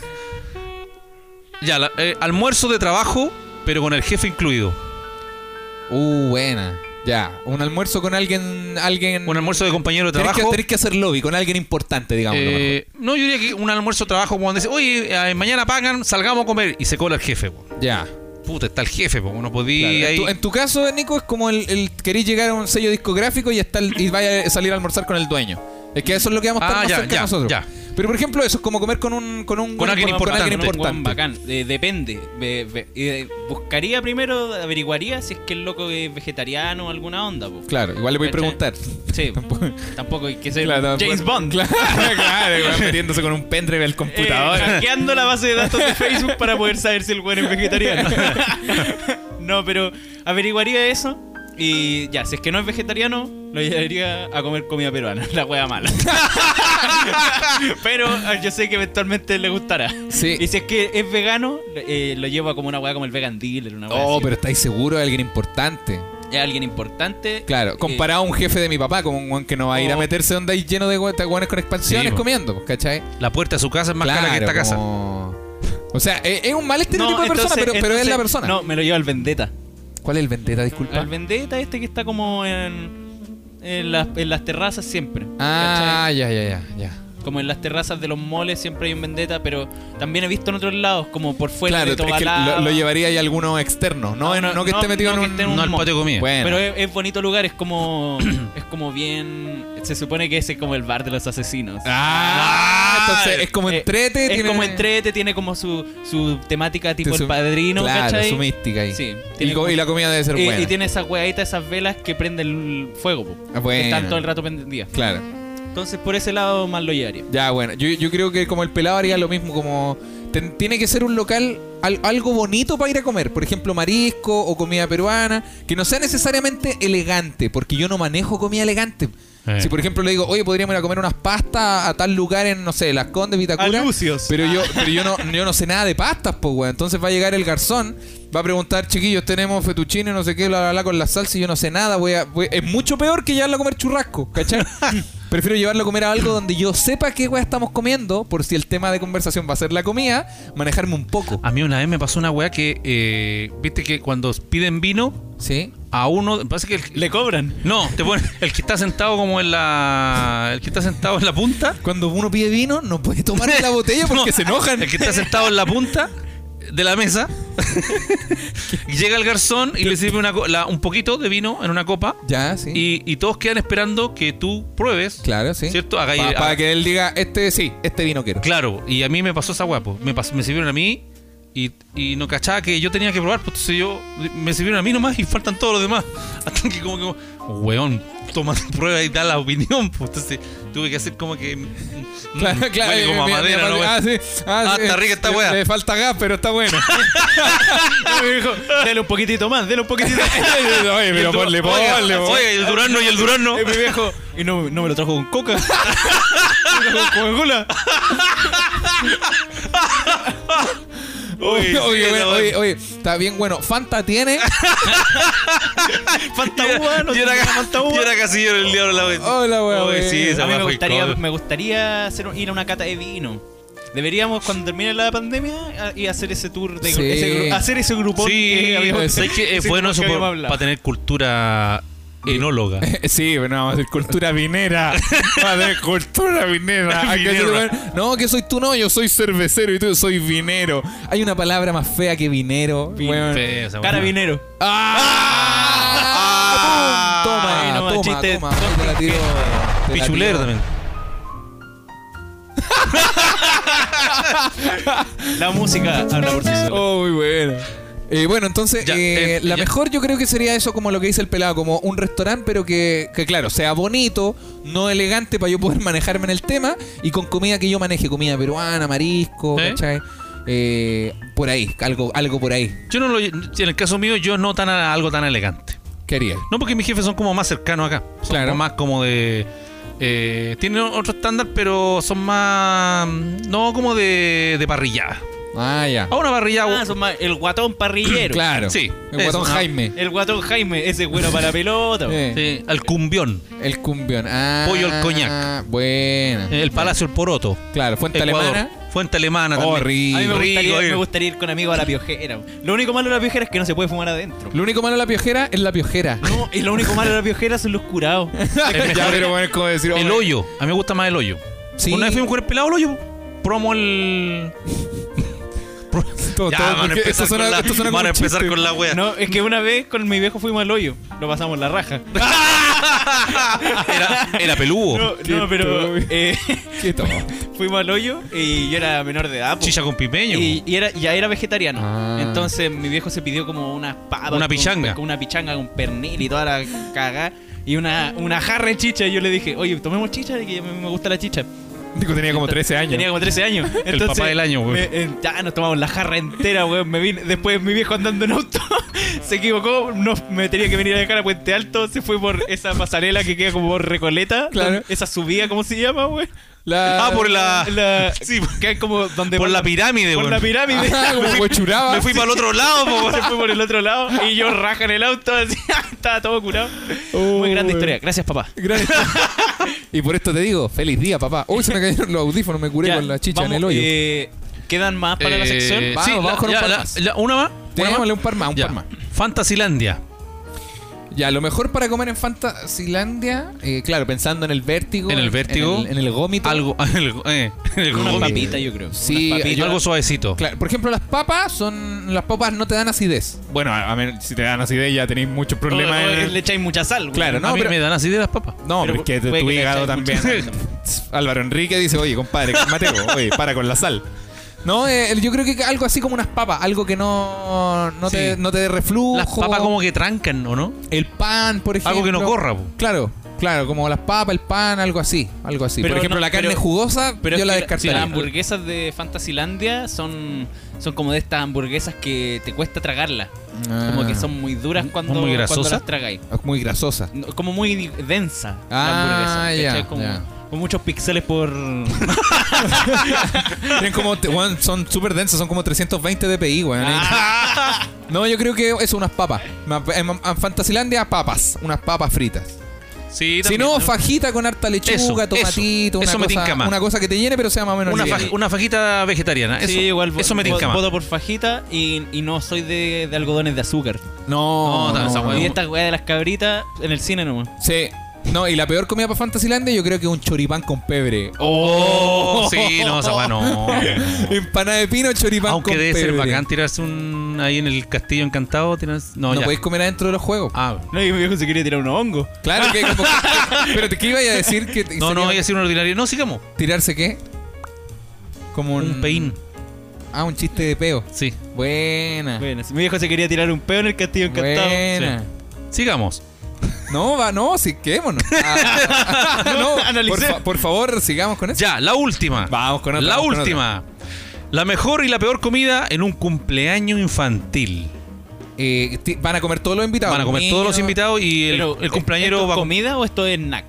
Ya, la- eh, almuerzo de trabajo, pero con el jefe incluido. uh, buena. Ya, un almuerzo con alguien alguien Un almuerzo de compañero de tenés, que, trabajo. tenés que hacer lobby con alguien importante, digamos. eh, no, yo diría que un almuerzo de trabajo cuando dice, oye, eh, mañana pagan, salgamos a comer. Y se cola el jefe, po. Ya. Puta, está el jefe, po. Uno podía Claro. En, ahí. tu, en tu caso, Nico, es como el, el querís llegar a un sello discográfico y estar, y vaya a salir a almorzar con el dueño. Es que eso es lo que vamos a estar Ah, más ya, cerca ya, nosotros. ya. Pero por ejemplo, eso es como comer con un con un Con alguien con importante. alguien Buen importante. bacán. Eh, depende. Ve- ve- eh, buscaría primero, averiguaría si es que el loco es vegetariano o alguna onda. po. Claro, igual le voy a ¿Cachai? preguntar. Sí, tampoco hay que ser Claro, James tampoco- Bond. Claro, claro, weón, metiéndose con un pendrive al Eh, computador. hackeando la base de datos de Facebook para poder saber si el weón es vegetariano. no, pero averiguaría eso. Y ya, si es que no es vegetariano, Lo llevaría a comer comida peruana, la wea mala. Pero eh, yo sé que eventualmente le gustará. Sí. Y si es que es vegano, eh, lo llevo a como una wea como el vegan dealer, una wea Oh, así. pero estáis seguro de alguien importante. Es alguien importante. Claro, eh, comparado a un jefe de mi papá, como un guan que no va a ir a Oh. meterse donde hay lleno de gua- de guanes con expansiones Sí, po. comiendo, pues, ¿cachai? La puerta de su casa es más cara que esta casa. como- O sea, e-, es, es un mal no, estereotipo este de persona, entonces- pero, pero es entonces- la persona. No, me lo llevo al vendetta. ¿Cuál es el vendetta, disculpa? Al vendetta este que está como en, en, las, en las terrazas siempre. Ah, ya, ya, ya, ya. ¿cachai? Como en las terrazas de los moles siempre hay un vendetta, pero también he visto en otros lados, como por fuera Claro, de es que lo, Tobalaba. lo llevaría ahí a alguno externo, no, No, en- no, no, que esté no, metido no en que un... esté en un- No al patio de comida. Bueno, Pero es, es bonito lugar, es como. es como bien. Se supone que ese es como el bar de los asesinos. Ah, entonces es como Eh, entrete. es tiene- como entrete, tiene como su, su temática tipo su- el padrino, Claro, ¿cachai? su mística ahí. Sí, Y, tiene co- como- y la comida debe ser y- buena. y tiene esas weaditas, esas velas que prenden el fuego, po, Ah, bueno. que están todo el rato prendidas. Claro. Entonces, por ese lado, más lo llevaría. Ya, bueno, yo, yo creo que como el pelado haría lo mismo, como ten- tiene que ser un local al- algo bonito para ir a comer, por ejemplo, marisco o comida peruana, que no sea necesariamente elegante, porque yo no manejo comida elegante. Eh. Si por ejemplo le digo, oye, podríamos ir a comer unas pastas a tal lugar en, no sé, Las Condes, Vitacura. Pero yo, Ah. pero yo no, yo no sé nada de pastas, pues, weón. Entonces va a llegar el garzón, va a preguntar, chiquillos, tenemos fetuchine, no sé qué, bla, bla, bla, con la salsa y yo no sé nada, voy a- voy- Es mucho peor que llevarlo a comer churrasco, ¿cachai? Prefiero llevarlo a comer a algo donde yo sepa qué weá estamos comiendo, por si el tema de conversación va a ser la comida, manejarme un poco. A mí una vez me pasó una weá que, eh, viste que cuando piden vino, ¿Sí? a uno, parece que el, Le cobran. no, te ponen el que está sentado como en la, el que está sentado en la punta, Cuando uno pide vino, no puede tomar de la botella porque No, se enojan. El que está sentado en la punta de la mesa. Llega el garzón y le sirve una, co- la- un poquito de vino en una copa. Ya, sí. Y, y todos quedan esperando que tú pruebes. Claro, sí. ¿Cierto? Haga- Pa- haga- para que él diga, este sí, este vino quiero. Claro, y a mí me pasó esa guapo. Me, pas- me sirvieron a mí y, y no cachaba que yo tenía que probar. Pues entonces yo me sirvieron a mí nomás y faltan todos los demás. Hasta que como que, weón, toma tu prueba y da la opinión. Pues entonces tuve que hacer como que. mm, Claro, huele claro. como a mira, madera, mira, ¿no, ah, weón? sí. Ah, sí, está rica esta le- weá. Le falta gas, pero está bueno. Me dijo, dale un poquitito más, dale un poquitito más. Oye, pero ponle, Oiga, ponle. ponle. oiga, y el durano y el durano. Y mi viejo, y no, no me lo trajo con coca. Me lo trajo con cola. Uy, Oye, sí, oye, no, oye, oye, está bien bueno. Fanta tiene. Fanta Yo uva, era, no yo era, tenía ca- Fanta uva. yo era casi yo el diablo la vez. Hola, weón. Oye, sí, esa a mí weá me fue gustaría, codo. me gustaría hacer un- ir a una cata de vino. Deberíamos, cuando termine la pandemia, a- y hacer ese tour de gru- Sí. ese gru- hacer ese grupón Sí, que habíamos- sé que es ese grupón bueno eso que habíamos hablado. para tener cultura enóloga. Sí, pero no, vamos a hacer cultura vinera. Va a hacer cultura vinera. Acá Vinera. yo, weón, No, que soy tú, no, yo soy cervecero y tú soy vinero. Hay una palabra más fea que vinero. weón. Feo, esa weá. Carabinero. ¡Ah! Ahí Toma, nomás, toma, chiste. toma. Ahí Te la tiro. Te la Pichulero tiro. también. La música habla por sí sola. Oh, muy bueno. Eh, bueno, entonces, Ya, eh, eh, la ya. mejor yo creo que sería eso como lo que dice el pelado, como un restaurante, pero que, que, claro, sea bonito, no elegante para yo poder manejarme en el tema y con comida que yo maneje, comida peruana, marisco, ¿Eh? ¿cachai? Eh, por ahí, algo, algo por ahí. Yo no lo, en el caso mío yo no tan a- algo tan elegante. ¿Qué haría? No porque mis jefes son como más cercanos acá. Son Claro. como más como de eh, tienen otro estándar, pero son más mm, no como de, de parrillada. Ah, ya. A una parrillada. Ah, son más- el guatón parrillero. claro. sí, El eso, ah, guatón ¿no? Jaime. El guatón Jaime, ese es bueno para la pelota. bo. Eh, sí, al cumbión, El cumbión. Ah, Pollo al coñac. Buena. eh, el palacio el poroto. Claro, fuente Ecuador. alemana. Fuente alemana Oh, también. rico. A mí me Rico, gustaría, eh. me gustaría ir con amigos a la piojera. bo. Lo único malo de la piojera es que no se puede fumar adentro. Lo único malo de la piojera es la piojera. No, y lo único malo de la piojera son los curados. ya, pero bueno, es como decir, El oh, hoyo. A mí me gusta más el hoyo. Sí. Una vez fuimos con el pelado al hoyo. Promo el. Todo, todo, porque esto suena- con la- esto suena como van a un empezar chiste. con la wea. No, es que una vez con mi viejo fuimos al hoyo, lo pasamos la raja. Era, era peludo. No, Qué no, pero turbio. eh, Quieto. fuimos al hoyo y yo era menor de edad. po. Chicha con pipeño. Y, y era, ya era vegetariano. Ah. Entonces mi viejo se pidió como unas papas. Una con- pichanga. Con una pichanga, con pernil y toda la cagada. Y una, una jarra de chicha. Y yo le dije, oye, tomemos chicha, que a mí me gusta la chicha. Digo, tenía como 13 años. Tenía como 13 años. El papá del año, güey. me- eh, ya nos tomamos la jarra entera, güey. Me vine, después mi viejo andando en auto se equivocó, no, me tenía que venir a dejar a Puente Alto, se fue por esa pasarela que queda como por Recoleta, Claro. don- esa subida, ¿cómo se llama, güey? La- Ah, por la. La- sí, que es como donde por van la la- pirámide, por weón. la pirámide. Ah, como Huechuraba. Me fui para el otro lado, po, weón. se fue por el otro lado y yo raja en el auto, así, ah, estaba todo curado. Oh, Muy grande weón. historia, gracias papá. Gracias. y por esto te digo, feliz día, papá. Uy, se me cayeron los audífonos, me curé Ya, con la chicha vamos, en el hoyo. eh, ¿Quedan más para la Eh, sección? sí, Vamos, vamos con un ya, par más. la- una más. Una más. Démosle un par más, un Ya. par más. Fantasilandia. Ya, lo mejor para comer en Fantasilandia, eh, claro, pensando en el vértigo. En el vértigo. En el, en el gómito. Algo. algo- eh, algo- Unas algo- papitas, yo creo. Sí, Unas papitas. yo- algo suavecito. Claro, por ejemplo, las papas son. Las papas no te dan acidez. Bueno, a a menos- si te dan así de ella, tenéis muchos No, problemas. Oh, no, en el- le echáis mucha sal. güey. Claro, a no, mí pero. me dan así de las papas. No, pero es que puede tu que le hígado también. echáis mucha Álvaro Enrique dice, oye, compadre, Mateo, oye, para con la sal. No, eh, yo creo que algo así como unas papas, algo que no, no, te, Sí. no te dé reflujo. Las papas como que trancan, ¿o no? El pan, por ejemplo. Algo que no corra, po. Claro, claro, como las papas, el pan, algo así. Algo así. Pero por ejemplo, no, la carne pero- jugosa, Pero yo es la que la- descartaría. Las hamburguesas de Fantasilandia son, son como de estas hamburguesas que te cuesta tragarlas. Ah. Como que son muy duras cuando, muy cuando grasosas? las tragáis. Es muy grasosa. No, Como muy densa Ah, la hamburguesa. ¿cachai? ya, como, ya. Con muchos píxeles por. Tienen como, te- weón, son súper densas, son como 320 dpi, weón. No, yo creo que eso, unas papas. Ma- En, en Fantasilandia, papas. Unas papas fritas. Sí, Si también, no, fajita con harta lechuga, Eso, eso. tomatito, Eso me una, tinca cosa, más. una cosa que te llene, pero sea más o menos una, liviana. faj- una fajita vegetariana. Eso, sí, igual. vo- eso me tinca vo- más. Voto por fajita y, y no soy de, de algodones de azúcar. No, No, no, Ah, esa Y hueá- esta weá de las cabritas en el cine nomás. Sí. No, y la peor comida para Fantasylandia yo creo que es un choripán con pebre. Oh, sí, no, esa hueá no. Empanada de pino, choripán Aunque con debe pebre. ser bacán tirarse un. ahí en el castillo encantado. Tirarse, no, No ya. podéis comer adentro de los juegos. Ah, No, y mi viejo se quería tirar unos hongos. Claro que como que- Pero te- ¿qué iba a decir? Que te- no, sería no, voy a decir un ordinario. No, sigamos. ¿Tirarse qué? Como un... Un peín, Ah, un chiste de peo. sí. Buena. Bueno, si mi viejo se quería tirar un peo en el castillo encantado. Ah. Buena. Sigamos. No, va, no, sí, quedémonos. Ah, no, por, analicé. fa- por favor, sigamos con eso. Ya, la última. Vamos con otra. la vamos con última. La mejor y la peor comida en un cumpleaños infantil. otra. Eh, ti- van a comer todos los invitados. Van a comer todos los Niños. invitados y el, Pero, el ¿e- cumpleañero ¿esto va es a comer comida o esto es snack?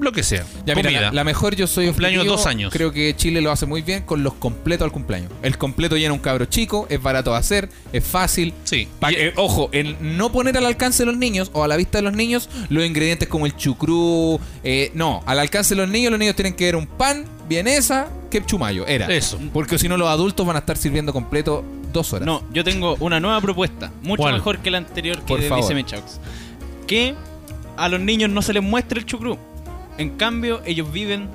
lo que sea. Ya, mira, comida. la, la mejor yo soy Cumpleaños objetivo. dos años. Creo que Chile lo hace muy bien con los completos al cumpleaños. El completo llena un cabro chico, es barato de hacer, es fácil. Sí. Pa- eh, ojo, el no poner al alcance de los niños o a la vista de los niños los ingredientes como el chucrú. eh, no, al alcance de los niños, los niños tienen que ver un pan, vienesa, ketchup mayo. Era. Eso. Porque si no, los adultos van a estar sirviendo completo dos horas. No, yo tengo una nueva propuesta, mucho ¿Cuál? mejor que la anterior que Por favor. dice Mechax. Que a los niños no se les muestre el chucrú. En cambio, ellos viven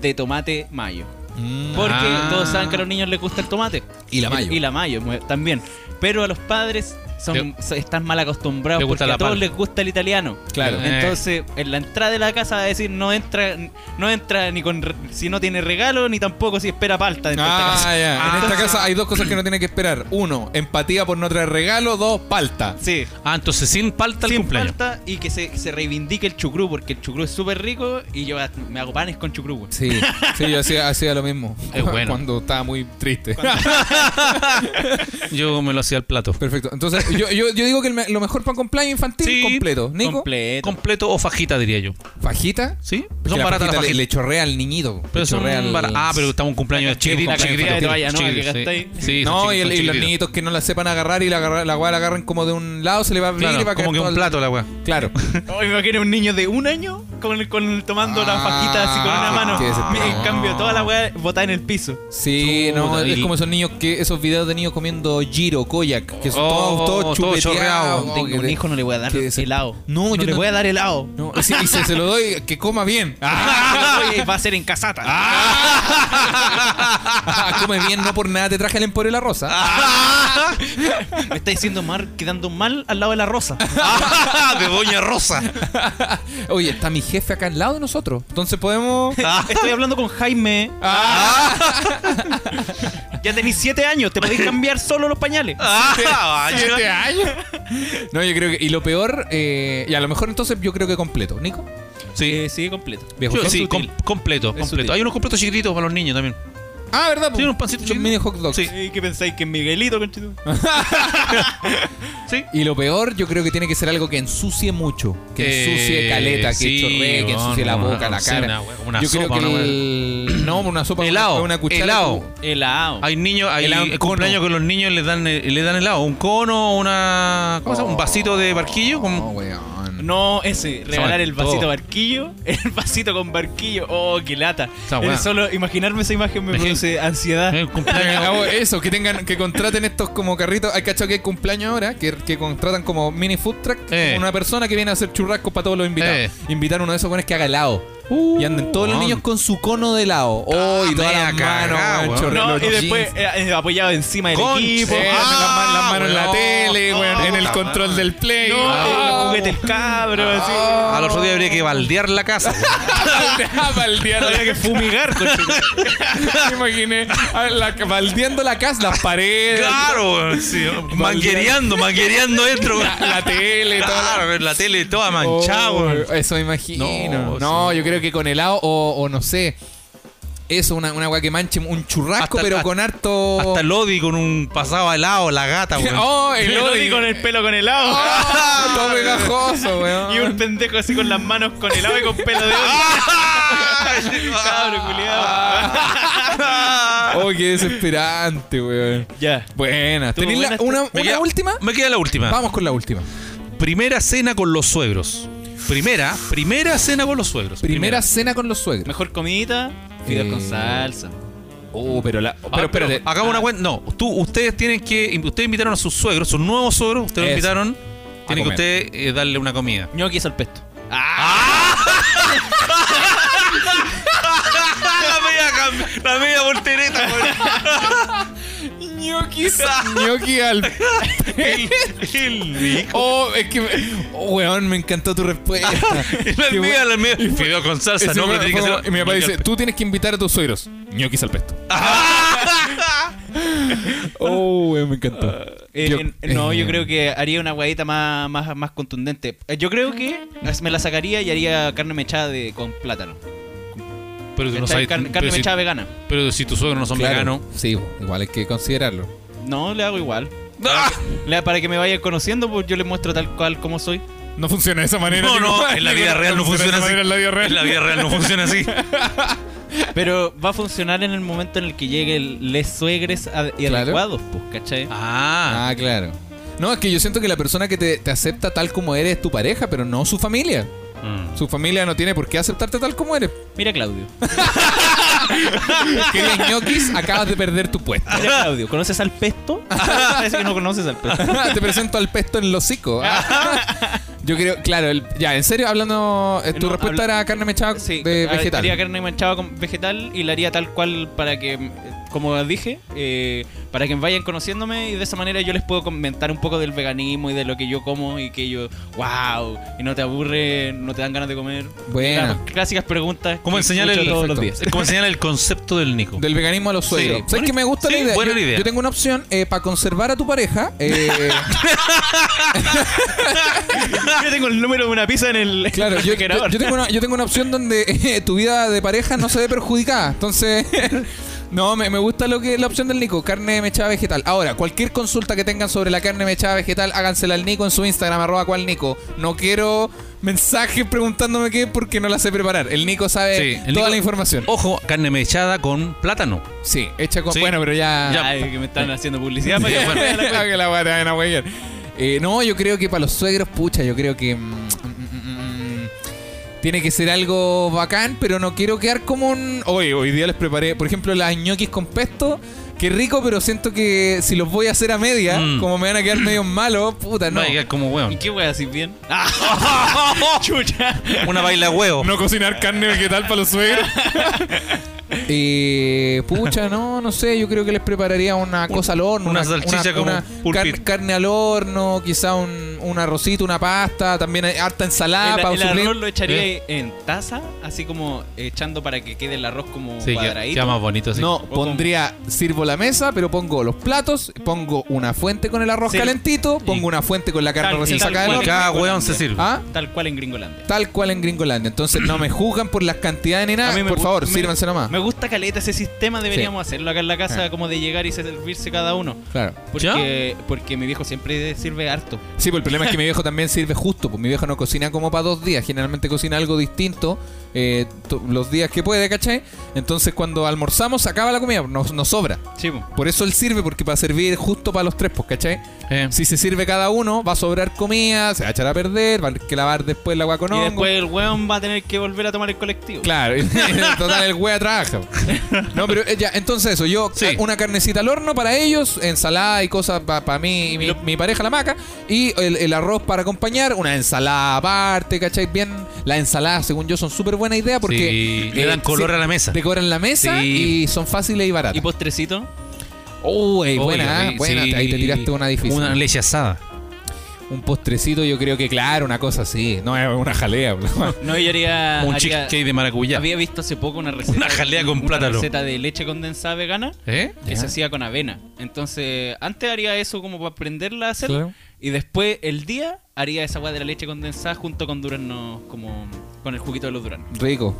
de tomate mayo. Mm. Porque Ah. todos saben que a los niños les gusta el tomate. Y la mayo. Y la mayo mu- también. Pero a los padres son, so- están mal acostumbrados Les gusta porque la a todos pal. les gusta el italiano. Claro. Eh. Entonces, en la entrada de la casa va a decir no entra, no entra ni con re- si no tiene regalo, ni tampoco si espera palta dentro de esta Ah, casa. ya. Ah. En esta casa hay dos cosas que no tienen que esperar. Uno, empatía por no traer regalo. Dos, palta. Sí. Ah, entonces sin palta el sin cumpleaños. palta y que se, que se reivindique el chucrú, porque el chucrú es súper rico y yo me hago panes con chucrú. güey. Sí, sí, yo hacía, hacía lo mismo. Es bueno. Cuando estaba muy triste. Yo me lo hacía al plato. Perfecto. Entonces, yo, yo, yo digo que el me- lo mejor pan cumpleaños infantil Sí, completo. Nico, Completo. Completo o fajita, diría yo. fajita. ¿Sí? Porque son la baratas las fajita le, fajitas. le chorrea al niñito. po. pero Le son chorrea al- baratas. Ah, pero estamos en cumpleaños chiquitín. La chiquitín, cantidad de toalla, ¿no? chiquitín, que gastáis. sí. Sí, son No, y, el- chiquitos, y los chiquititos. niñitos que no la sepan agarrar y la, agarra- la weá la agarran como de un lado, se le va a abrir y va a Claro, caer como que todo un al- plato la weá. Claro. Oh, me imagino un niño de un año con, con- tomando la fajita así con una Ah, qué mano. desesperado. En cambio, toda la weá botada en el piso. Sí, no, Chuta, es y- como esos niños que esos videos de niños comiendo giro, koyak, que son Oh, todos, todos todo chupeteados. chorreado. Oh, Tengo que un te- hijo, no le voy a dar que se- helado. No, yo le no- voy a dar helado. No, y si, y si se lo doy, que coma bien. Oye, va a ser en casata. Ah, come bien, no por nada te traje el emporio de la rosa. Me está diciendo Mar quedando mal al lado de la rosa. Ah, de Doña Rosa. Oye, está mi jefe acá al lado de nosotros. Entonces podemos. Estoy hablando con Jaime. Ah. Ya tenéis siete años, te podéis cambiar solo los pañales. Ah, ¿Siete años? No, yo creo que. Y lo peor, eh, y a lo mejor entonces yo creo que completo. Nico, Sí. sigue completo. viejo. Yo- ¿son sí, sutil? com- completo, completo. sutil. Hay unos completos chiquititos para los niños también. Ah, ¿verdad? Sí, unos pancitos Los chiquitos. mini hot dogs. Sí. ¿Y ¿Qué pensáis que es Miguelito, conchito? Ah. Sí. Y lo peor, yo creo que tiene que ser algo que ensucie mucho. Que Eh, ensucie caleta, que sí, chorree, que weón, ensucie la una- boca, la sí, cara. una we- una yo sopa, creo una que we- el... No, una sopa Helado, una cuchara. helado. Helado. Hay niños, hay Helado, eh, cumpleaños cono. que los niños les dan, eh, le dan helado, un cono, una, ¿cómo se llama? un vasito de barquillo. con- No, weón. No, ese, regalar el todo. vasito barquillo, el vasito con barquillo, oh, qué lata. Esa El weá. solo imaginarme esa imagen me Imagín- produce ansiedad. Eh, un cumpleaños. Hago Eso, que tengan, que contraten estos como carritos. Hay cacho que hay cumpleaños ahora, que, que contratan como mini food truck, Eh. como una persona que viene a hacer churrascos para todos los invitados. Eh. Invitar uno de esos buenos que haga helado. y anden todos los weón. Ah, niños con su cono de helado. Oh, y todas media las manos, cagá, weón, weón. chorre- No, los y después jeans. eh, eh, apoyado encima del Concha. equipo. Eh, Ah, las manos en la weón. tele, weón, en el puta control madre. del play. no, Ah, el juguete el cabro, así. Al otro día habría que baldear la casa. Ah, baldeando, Había que fumigar con me imaginé. Ah, la- baldeando la casa, las paredes, claro, sí, manguereando, manguereando dentro. la tele, toda la- Claro, la tele toda manchada, Oh, weón. Eso me imagino. No, No, yo creo que con helado o, o no sé. Eso, una, una agua que manche un churrasco, Hasta- pero hasta- con harto. Hasta Lodi con un pasado helado, la gata, weón. Oh, el Lodi Lodi. con el pelo con helado. Ah, todo pegajoso, weón. Ah. Y un pendejo así con las manos con helado y con pelo de Lodi. cabro, culiado. Ah. Oh, qué desesperante, weón. Ya. Buena. Estuvo ¿Tenés buena la- esta- una, Me una queda- última? Me queda la última. Vamos con la última. Primera cena con los suegros. Primera, primera cena con los suegros. Primera cena con los suegros. Mejor comidita, fideos Eh. con salsa. Oh, pero la. Ah, Pero pero espérate. hagamos una cuenta. No, tú, ustedes tienen que. Ustedes invitaron a sus suegros, sus nuevos suegros. Ustedes Eso. los invitaron. A Tienen que comer. ustedes eh, darle una comida. Ñoqui al pesto. la media, cam- la media voltereta, weón. ñoquis. ñoqui al. El rico. Oh, es que. oh, weón, me encantó tu respuesta. La Qué media, la media. Fideo con salsa, Ese no, fue- pero tiene que fue- ser. y mi papá dice, tú tienes que invitar a tus suegros. ñoquis al pesto. oh, weón, me encantó. Eh, Yo- en- no, eh, yo creo que haría una guayita más, más, más contundente. Eh, Yo creo que me la sacaría y haría carne mechada de, con plátano. Pero tú no ¿Cachai? sabes. carne carne pero, si, mechada vegana. pero si tus suegros no son claro, veganos. Sí, igual hay que considerarlo. No, le hago igual. ¡Ah! Le- para que me vayan conociendo, pues yo les muestro tal cual como soy. No funciona de esa manera. No, digo, no, en la vida real no funciona de esa así. manera en la vida real. En la vida real no funciona así. Pero va a funcionar en el momento en el que llegue el- les suegres ad- y Claro. adecuados, pues, ¿cachai? Ah, Ah, claro. No, es que yo siento que la persona que te, te acepta tal como eres es tu pareja, pero no su familia. Su familia no tiene por qué aceptarte tal como eres. Mira, Claudio. Queridos ñoquis, acabas de perder tu puesto. Mira, Claudio. ¿Conoces al pesto? Parece que no conoces al pesto. Te presento al pesto en los hocico. Ah. Yo creo, claro, el- ya, en serio, hablando, eh, tu No, respuesta habla- era carne mechada Sí, de ha- vegetal. Haría carne manchada con vegetal y la haría tal cual para que, eh, como dije, eh, para que vayan conociéndome y de esa manera yo les puedo comentar un poco del veganismo y de lo que yo como y que yo, wow, y no te aburre, no te dan ganas de comer. Buena. Las clásicas preguntas. ¿Cómo que enseñar escucho el- todos los Perfecto. días? es como señala el concepto del Nico. Del veganismo a los suegros. Sí. ¿Sabes que me gusta la Sí, idea? buena yo, idea. yo tengo una opción para conservar a tu pareja. eh, Yo tengo el número de una pizza en el. claro, yo, yo- refrigerador. yo tengo una, yo tengo una opción donde eh, tu vida de pareja no se ve perjudicada. Entonces, no, me, me gusta lo que es la opción del Nico, carne mechada vegetal. Ahora, cualquier consulta que tengan sobre la carne mechada vegetal, hágansela al Nico en su Instagram, arroba cual Nico. No quiero mensajes preguntándome qué porque no la sé preparar. El Nico sabe Sí, el toda Nico- la información. Ojo, carne mechada con plátano. Sí, hecha con... Sí. Bueno, pero Ay, que me están haciendo publicidad pues, para que Ah, fuera la cuenta. que la weá te vayan a huevear. Eh, no, yo creo que para los suegros, pucha, yo creo que. mm, mm, mm, mm, tiene que ser algo bacán, pero no quiero quedar como un. Hoy, hoy día les preparé, por ejemplo, las ñoquis con pesto. Qué rico, pero siento que si los voy a hacer a media, Mm. como me van a quedar medio malos, puta, no. No, es como ¿Y hueón. qué voy a decir bien? Ah, chucha. Una baila huevo. cocinar carne vegetal para los suegros. eh, pucha, no, no sé. Yo creo que les prepararía una cosa al horno. una salchicha como una pulpit. car- carne al horno, quizá un, un arrocito, una pasta, también hay harta ensalada para el, el Ah, suplir. arroz lo echaría en taza, así como echando para que quede el arroz como Sí, queda, cuadradito. queda más bonito así. No, pondría, sirvo la mesa, pero pongo los platos, pongo una fuente con el arroz Sí. calentito, pongo Y- una fuente con la carne Tal- recién tal sacada del cual. Y horno. cada weón se sirve. ¿Ah? Tal cual en Gringolandia. Tal cual en Gringolandia. Entonces no me juzgan por las cantidades ni A nada. mí me Por gu- favor, me- sírvanse nomás. Me gusta caleta ese sistema, deberíamos hacerlo acá en la casa, Ah. como de llegar y servirse cada uno. Claro. Porque, porque mi viejo siempre sirve harto. Sí, pues el problema es que mi viejo también sirve justo, pues mi viejo no cocina como para dos días, generalmente cocina algo distinto eh, to- los días que puede, ¿cachai? Entonces cuando almorzamos se acaba la comida, nos, nos sobra. Sí, po. Por eso él sirve, porque para servir justo para los tres, pues, ¿cachai? Eh. Si se sirve cada uno, va a sobrar comida, se va a echar a perder, va a tener que lavar después el agua con y hongo. después el weón va a tener que volver a tomar el colectivo. Claro, en total el wea trabaja. No, pero eh, ya, entonces eso, yo Sí. una carnecita al horno para ellos, ensalada y cosas para mí y mi, mi pareja la maca, y el, el arroz para acompañar, una ensalada aparte, ¿cachai? Bien, las ensaladas, según yo, son súper buena idea porque eh, Sí, le dan color a la mesa. Decoran la mesa Sí. y son fáciles y baratas. Y postrecito, Uy, Oye, buena, ¿eh? ah, sí, buena, sí. ahí te tiraste una difícil. Una leche asada. Un postrecito, yo creo que claro, una cosa así, no es una jalea. ¿no? no, yo haría. Un haría- cheesecake de maracuyá. Ah, Había visto hace poco una receta. Una jalea con una plátano. receta de leche condensada vegana ¿Eh? que se hacía con avena. Entonces, antes haría eso como para aprenderla a hacer. Y después, el día, haría esa agua de la leche condensada junto con duranos, como con el juguito de los duranos. Rico.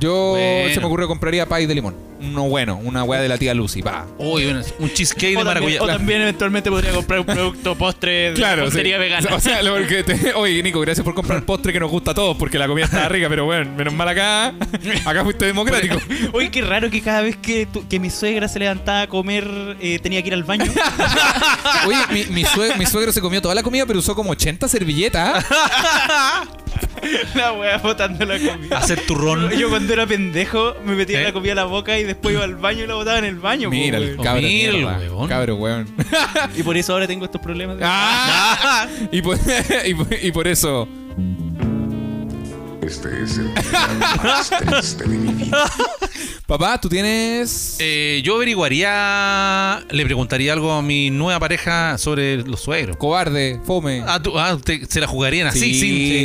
Yo Bueno. se me ocurrió compraría pay de limón. Uno bueno, una weá de la tía Lucy, pa. Uy, un, un cheesecake de O también, maracuyá. o también eventualmente podría comprar un producto postre de sería sería vegana. O sea, lo que te- oye, Nico, gracias por comprar postre que nos gusta a todos, porque la comida estaba rica, pero bueno, menos mal acá. Acá fuiste democrático. Oye, qué raro que cada vez que, tu- que mi suegra se levantaba a comer eh, tenía que ir al baño. Oye, mi, mi sue- mi suegro se comió toda la comida, pero usó como 80 servilletas. la wea botando la comida. Hacer turrón. Yo cuando era pendejo me metía ¿Eh? la comida a la boca y después iba al baño y la botaba en el baño. po, Mira, el weón. cabro. Mira el mierda. huevón. Cabro, weón. y por eso ahora tengo estos problemas. de- Ah. y, por, y por- y por eso. Este es el día más triste de mi vida. Papá, tú tienes. Eh, yo averiguaría, le preguntaría algo a mi nueva pareja sobre los suegros. Cobarde, fome. Ah, tú- ah, te- se la jugarían así, sí.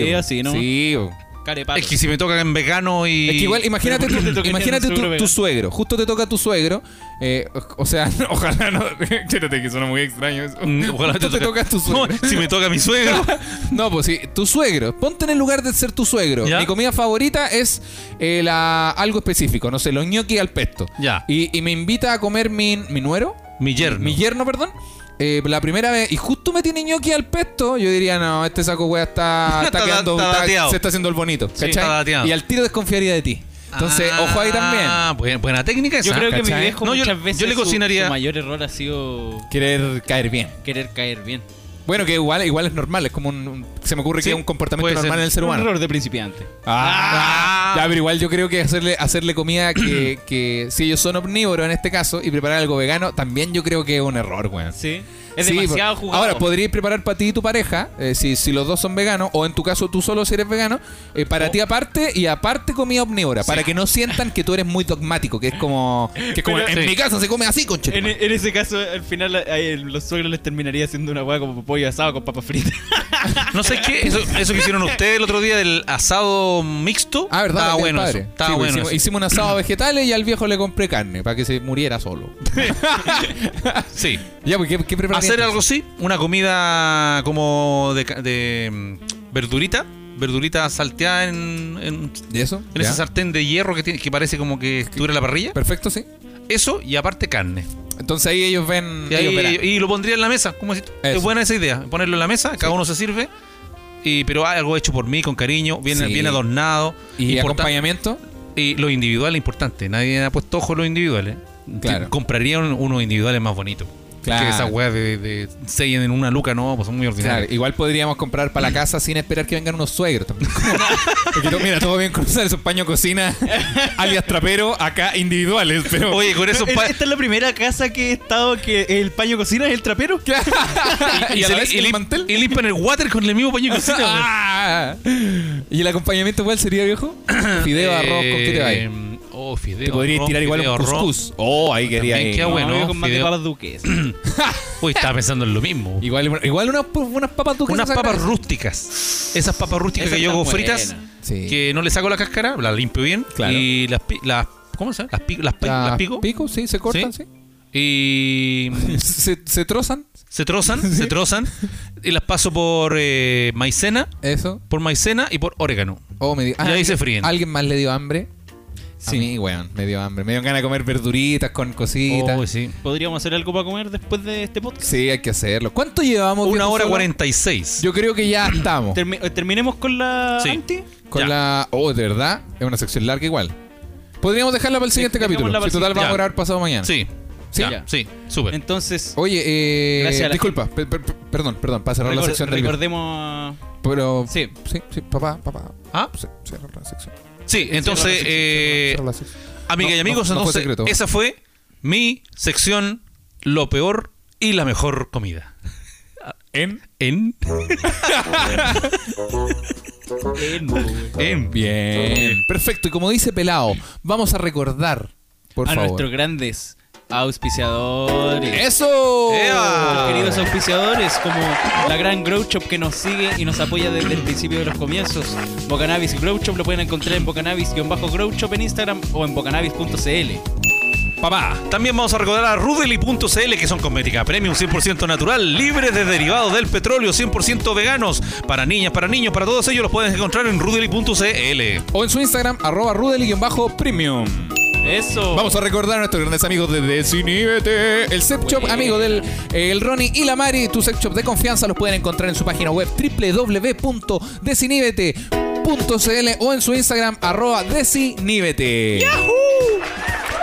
sí, bo. así, ¿no? Sí, bo. Carepato. Es que si me toca en vegano y. Es que igual, imagínate, ¿Pero por qué te tu, tocaría imagínate un tu, suegro tu vegano? suegro. Justo te toca tu suegro. eh, o, o sea, no, ojalá no. Espérate, que suena muy extraño eso. Mm, ojalá Justo te toca tu suegro. No, si me toca mi suegro. No, pues sí, tu suegro. Ponte en el lugar de ser tu suegro. Ya. Mi comida favorita es eh, la- algo específico. No sé, los ñoqui al pesto. Ya. Y, y me invita a comer mi, mi nuero. mi yerno. Mi yerno, perdón. eh, la primera vez, y justo me tiene ñoqui al pesto, yo diría, no, este saco wea está, está Está da- quedando, está está- dateado. se está haciendo el bonito, ¿cachai? está dateado. y al tiro desconfiaría de ti. Entonces, Ah, ojo ahí también. buen- buena técnica esa. yo creo que mi ¿cachai? viejo No, yo- muchas veces yo le su- cocinaría- Su, mayor error ha sido Querer caer bien. querer caer bien. Bueno, que igual, igual es normal, es como un, un- se me ocurre Sí, que es un comportamiento puede normal ser. en el ser Un humano. error de principiante. Ah, ya, pero igual yo creo que hacerle, hacerle comida que, que si ellos son omnívoros en este caso y preparar algo vegano, también yo creo que es un error, weón. Sí. Es Sí, demasiado por- jugado. Ahora, podrías preparar para ti y tu pareja, eh, si, si los dos son veganos, o en tu caso tú solo si eres vegano, eh, Oh. para ti aparte y aparte comida omnívora, para que no sientan que tú eres muy dogmático, que es como, que es como Pero- en sí. mi casa se come así, conche. en, en ese caso, al final, a- a los suegros les terminaría haciendo una hueá como pollo asado con papas fritas. No sé qué, eso, eso que hicieron ustedes el otro día del asado mixto. Ah, verdad. Estaba lo que bueno el eso. padre. Estaba Sí, pues, bueno Hicimos, eso. hicimos un asado de vegetales y al viejo le compré carne para que se muriera solo. Sí. ya, pues, ¿qué, qué prepararías Hacer tú? algo así, una comida como de, ca- de mm, verdurita, verdurita salteada en, en- ¿Y eso? en Ya. ese sartén de hierro que, tiene, que parece como que estuviera en la parrilla. Perfecto, sí. Eso y aparte carne. Entonces ahí ellos ven. Y, ahí- ellos verán. y lo pondría en la mesa. ¿Cómo decís tú? Mm. Eso. Es buena esa idea, ponerlo en la mesa, cada uno se sirve. Y, pero hay algo hecho por mí, con cariño, bien, Sí. bien adornado. ¿Y Importa- acompañamiento. y lo individual es importante. Nadie ha puesto ojo en los individuales. Claro. Te- Compraría un- unos individuales más bonitos. Claro. Que esas weas de, de sellen en una luca, no, pues son muy Claro, ordinarias. igual podríamos comprar para la casa sin esperar que vengan unos suegros también. Porque no, mira, todo bien cruzar esos paños cocina, alias trapero, acá individuales, pero. Oye, con eso pa- Esta es la primera casa que he estado que el paño cocina es el trapero. y, y, a se la li- vez y el lim- mantel. y limpian el water con el mismo paño de cocina. pues. weón. Ah. ¿Y el acompañamiento cuál sería, viejo? Fideo, arroz, ¿con qué te va a ir? Eh, oh, arroz, fideo. Te podrías arroz, tirar igual fideo un arroz. cuscús. Oh, ahí quería También ir. queda No, bueno, yo con más de fideo. papas duques. Uy, estaba pensando en lo mismo. Igual, igual unas, unas papas duques. Unas no papas sacan- rústicas. Esas papas rústicas Esas que yo hago están fritas, buenas. Sí. que no le saco la cáscara, la limpio bien. Claro. Y las, pi- las ¿cómo se llama? Las, pi- las, pi- Ah, las pico. Pico, sí, se cortan, sí. Y se, se trozan. se trozan, se trozan. Y las paso por eh, maicena, Eso. por maicena y por orégano. Oh, me dio- Y ahí ¿alguien- se fríen. ¿Alguien más le dio hambre? Sí. A mí, weón, me dio hambre. Me dio ganas de comer verduritas con cositas. Oh, sí. Podríamos hacer algo para comer después de este podcast. Sí, hay que hacerlo. ¿Cuánto llevamos? Una viejo hora solo? cuarenta y seis. Yo creo que ya estamos. Termi- eh, terminemos con la Sí. anti. Con Ya. la. Oh, de verdad, es una sección larga igual. Podríamos dejarla para el siguiente Dejémosla capítulo. para Si el total, siguiente- vamos a Ya. grabar pasado mañana. Sí. Sí. Ya, sí, súper. Entonces, Oye, Gracias eh, a la disculpa, pe- pe- pe- perdón, perdón, para cerrar la recor- sección del recordemos. Pero Sí. sí, sí, papá, papá. Ah. Eh, Sí, cierra la sección. Sí, Cierra la entonces, sección, eh, Cierra la sección. amigas No, y amigos, no, no fue entonces, secreto. esa fue mi sección, lo peor y la mejor comida. En En, en eh. bien. Perfecto, y como dice Pelao, vamos a recordar, por a favor. nuestros grandes auspiciadores. Eso. Ah. ¡Ea! Queridos auspiciadores, como la gran Grow Shop que nos sigue y nos apoya desde el principio de los comienzos. Bocanabis Grow Shop lo pueden encontrar en bocanabis-grow shop en Instagram o en bocanabis.cl. Papá, también vamos a recordar a Rudely.cl que son cosmética premium 100% natural, libres de derivados del petróleo, 100% veganos, para niñas, para niños, para todos ellos los puedes encontrar en Rudely.cl. O en su Instagram, arroba rudely-premium. Eso. Vamos a recordar a nuestros grandes amigos de Desiníbete, el sex shop amigo del eh, el Ronnie y la Mari, tu sex shop de confianza, los pueden encontrar en su página web www.desiníbete.cl o en su Instagram arroba desiníbete.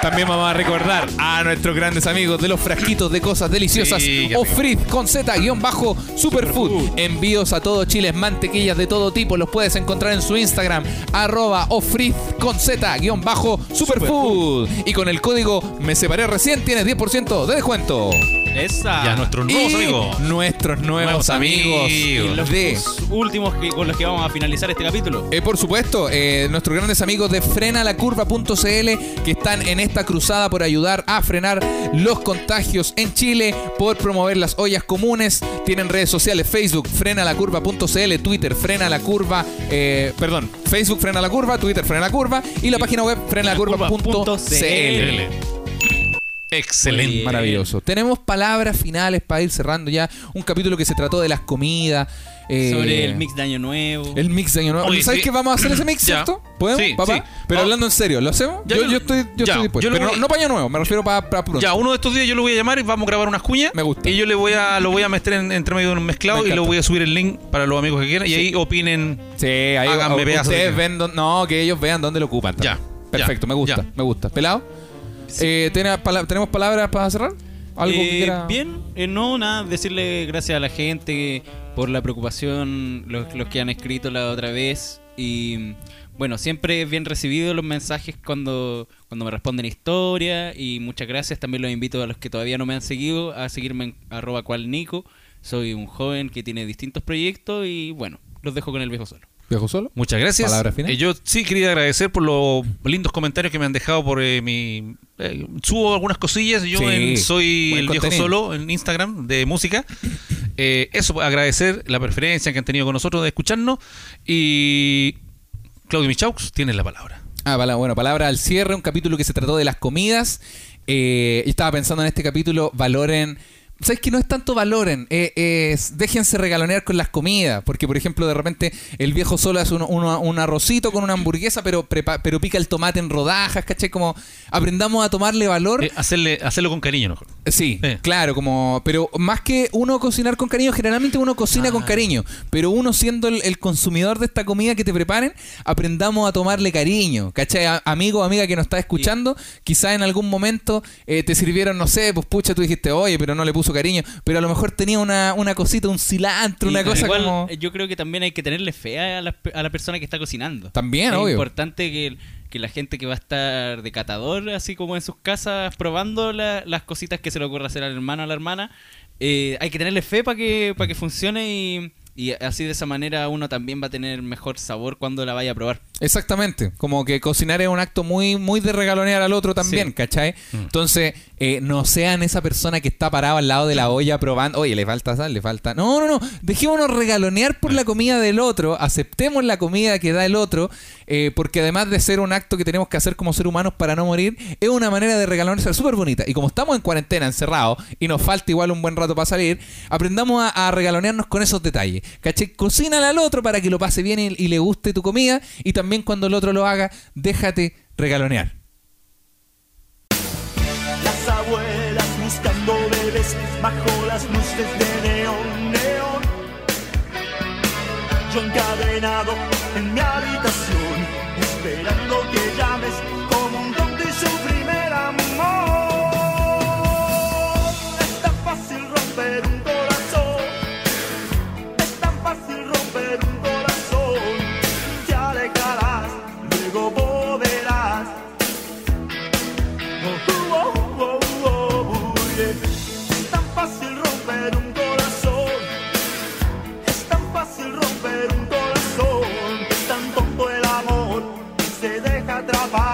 También vamos a recordar a nuestros grandes amigos de los frasquitos de cosas deliciosas Sí, qué o rico. Frizz con Z guión bajo Superfood. Envíos a todo Chile, mantequillas de todo tipo. Los puedes encontrar en su Instagram, arroba o Frizz con Z guión bajo Superfood. Y con el código Me Separé Recién tienes 10% de descuento. Esa. Y a nuestros Ah. nuevos Y amigos. Nuestros nuevos, Nuevos amigos. amigos. los de- dos últimos que- con los que vamos a finalizar este capítulo. Eh, por supuesto, eh, nuestros grandes amigos de frenalacurva.cl que están en esta cruzada por ayudar a frenar los contagios en Chile, por promover las ollas comunes. Tienen redes sociales, Facebook, frenalacurva.cl, Twitter, frenalacurva, eh, perdón, Facebook, frenalacurva, Twitter, frenalacurva y la página web, frenalacurva.cl. Excelente. Maravilloso. Tenemos palabras finales para ir cerrando ya un capítulo que se trató de las comidas. eh, Sobre el mix de Año Nuevo. el mix de Año Nuevo. Oye, ¿Sabes sí. qué vamos a hacer ese mix, Ya. cierto? ¿Podemos, Sí, papá? sí. Pero Ah. hablando en serio, ¿lo hacemos? Ya, yo, yo- yo estoy, yo ya, estoy dispuesto. yo lo Pero voy- no, no para Año Nuevo, me refiero para, para pronto. Ya, uno de estos días yo lo voy a llamar y vamos a grabar unas cuñas. Me gusta. Y yo le voy a, lo voy a meter en- entre medio de un mezclado Me y lo encanta. voy a subir el link para los amigos que quieran. Y ahí opinen. Sí, ahí Háganme u- pedazos ustedes de- ven dónde- No, que ellos vean dónde lo ocupan. Ya, Perfecto, ya, me gusta, ya. me gusta. ¿Pelado? Eh, ¿tena- pala- ¿Tenemos palabras para cerrar? ¿Algo que Eh, quiera- Bien, eh, no, nada, decirle gracias a la gente por la preocupación, los, los que han escrito la otra vez. Y bueno, siempre es bien recibido los mensajes cuando, cuando me responden historia. Y muchas gracias. También los invito a los que todavía no me han seguido a seguirme en arroba cual Nico. Soy un joven que tiene distintos proyectos y bueno, los dejo con el viejo solo. ¿Viajo solo? Muchas gracias. Palabra final. Eh, yo sí quería agradecer por los lindos comentarios que me han dejado por eh, mi... eh, subo algunas cosillas. Yo Sí, en- soy buen el viejo contenido. solo en Instagram de música. Eh, eso, agradecer la preferencia que han tenido con nosotros de escucharnos. Y Claudio Michaux, tienes la palabra. Ah, pala- bueno, palabra al cierre, un capítulo que se trató de las comidas. Eh, yo estaba pensando en este capítulo, valoren... ¿Sabes que no es tanto valoren? eh, es déjense regalonear con las comidas. Porque, por ejemplo, de repente el viejo solo hace un, un- un arrocito con una hamburguesa, pero, prepa- pero pica el tomate en rodajas, ¿cachai? Como aprendamos a tomarle valor. Eh, hacerle, hacerlo con cariño, mejor. Sí, Eh. claro, como. Pero más que uno cocinar con cariño, generalmente uno cocina Ah. con cariño. Pero uno siendo el, el consumidor de esta comida que te preparen, aprendamos a tomarle cariño. ¿Cachai? A- amigo o amiga que nos está escuchando, quizás en algún momento eh, te sirvieron, no sé, pues pucha, tú dijiste, oye, pero no le puso cariño. Pero a lo mejor tenía una, una cosita, un cilantro, una Y cosa igual, como. eh, Yo creo que también hay que tenerle fe a la, a la persona que está cocinando. También, es obvio. importante que, que la gente que va a estar de catador, así como en sus casas, probando la- las cositas que se le ocurra hacer al hermano o a la hermana, eh, hay que tenerle fe para que, para que funcione y, y así de esa manera uno también va a tener mejor sabor cuando la vaya a probar. Exactamente, como que cocinar es un acto muy muy de regalonear al otro también, ¿cachai? Entonces, eh, no sean esa persona que está parada al lado de la olla probando, oye, le falta sal, le falta... No, no, no, dejémonos regalonear por la comida del otro, aceptemos la comida que da el otro, eh, porque además de ser un acto que tenemos que hacer como ser humanos para no morir, es una manera de regalonearse súper bonita. Y como estamos en cuarentena, encerrados, y nos falta igual un buen rato para salir, aprendamos a, a regalonearnos con esos detalles, ¿cachai? Cocínale al otro para que lo pase bien y- y le guste tu comida, y también cuando el otro lo haga, déjate regalonear. Las abuelas buscando bebés bajo las luces de neón, neón. Yo encadenado en mi habitación, esperando que llames como un don de su primer amor. Es tan fácil romper un corazón, es tan fácil romper un corazón. Te alejarás, luego volverás. Oh, oh, oh, oh, yeah. Es tan fácil romper un corazón, es tan fácil romper un corazón, es tan tonto el amor que se deja atrapar.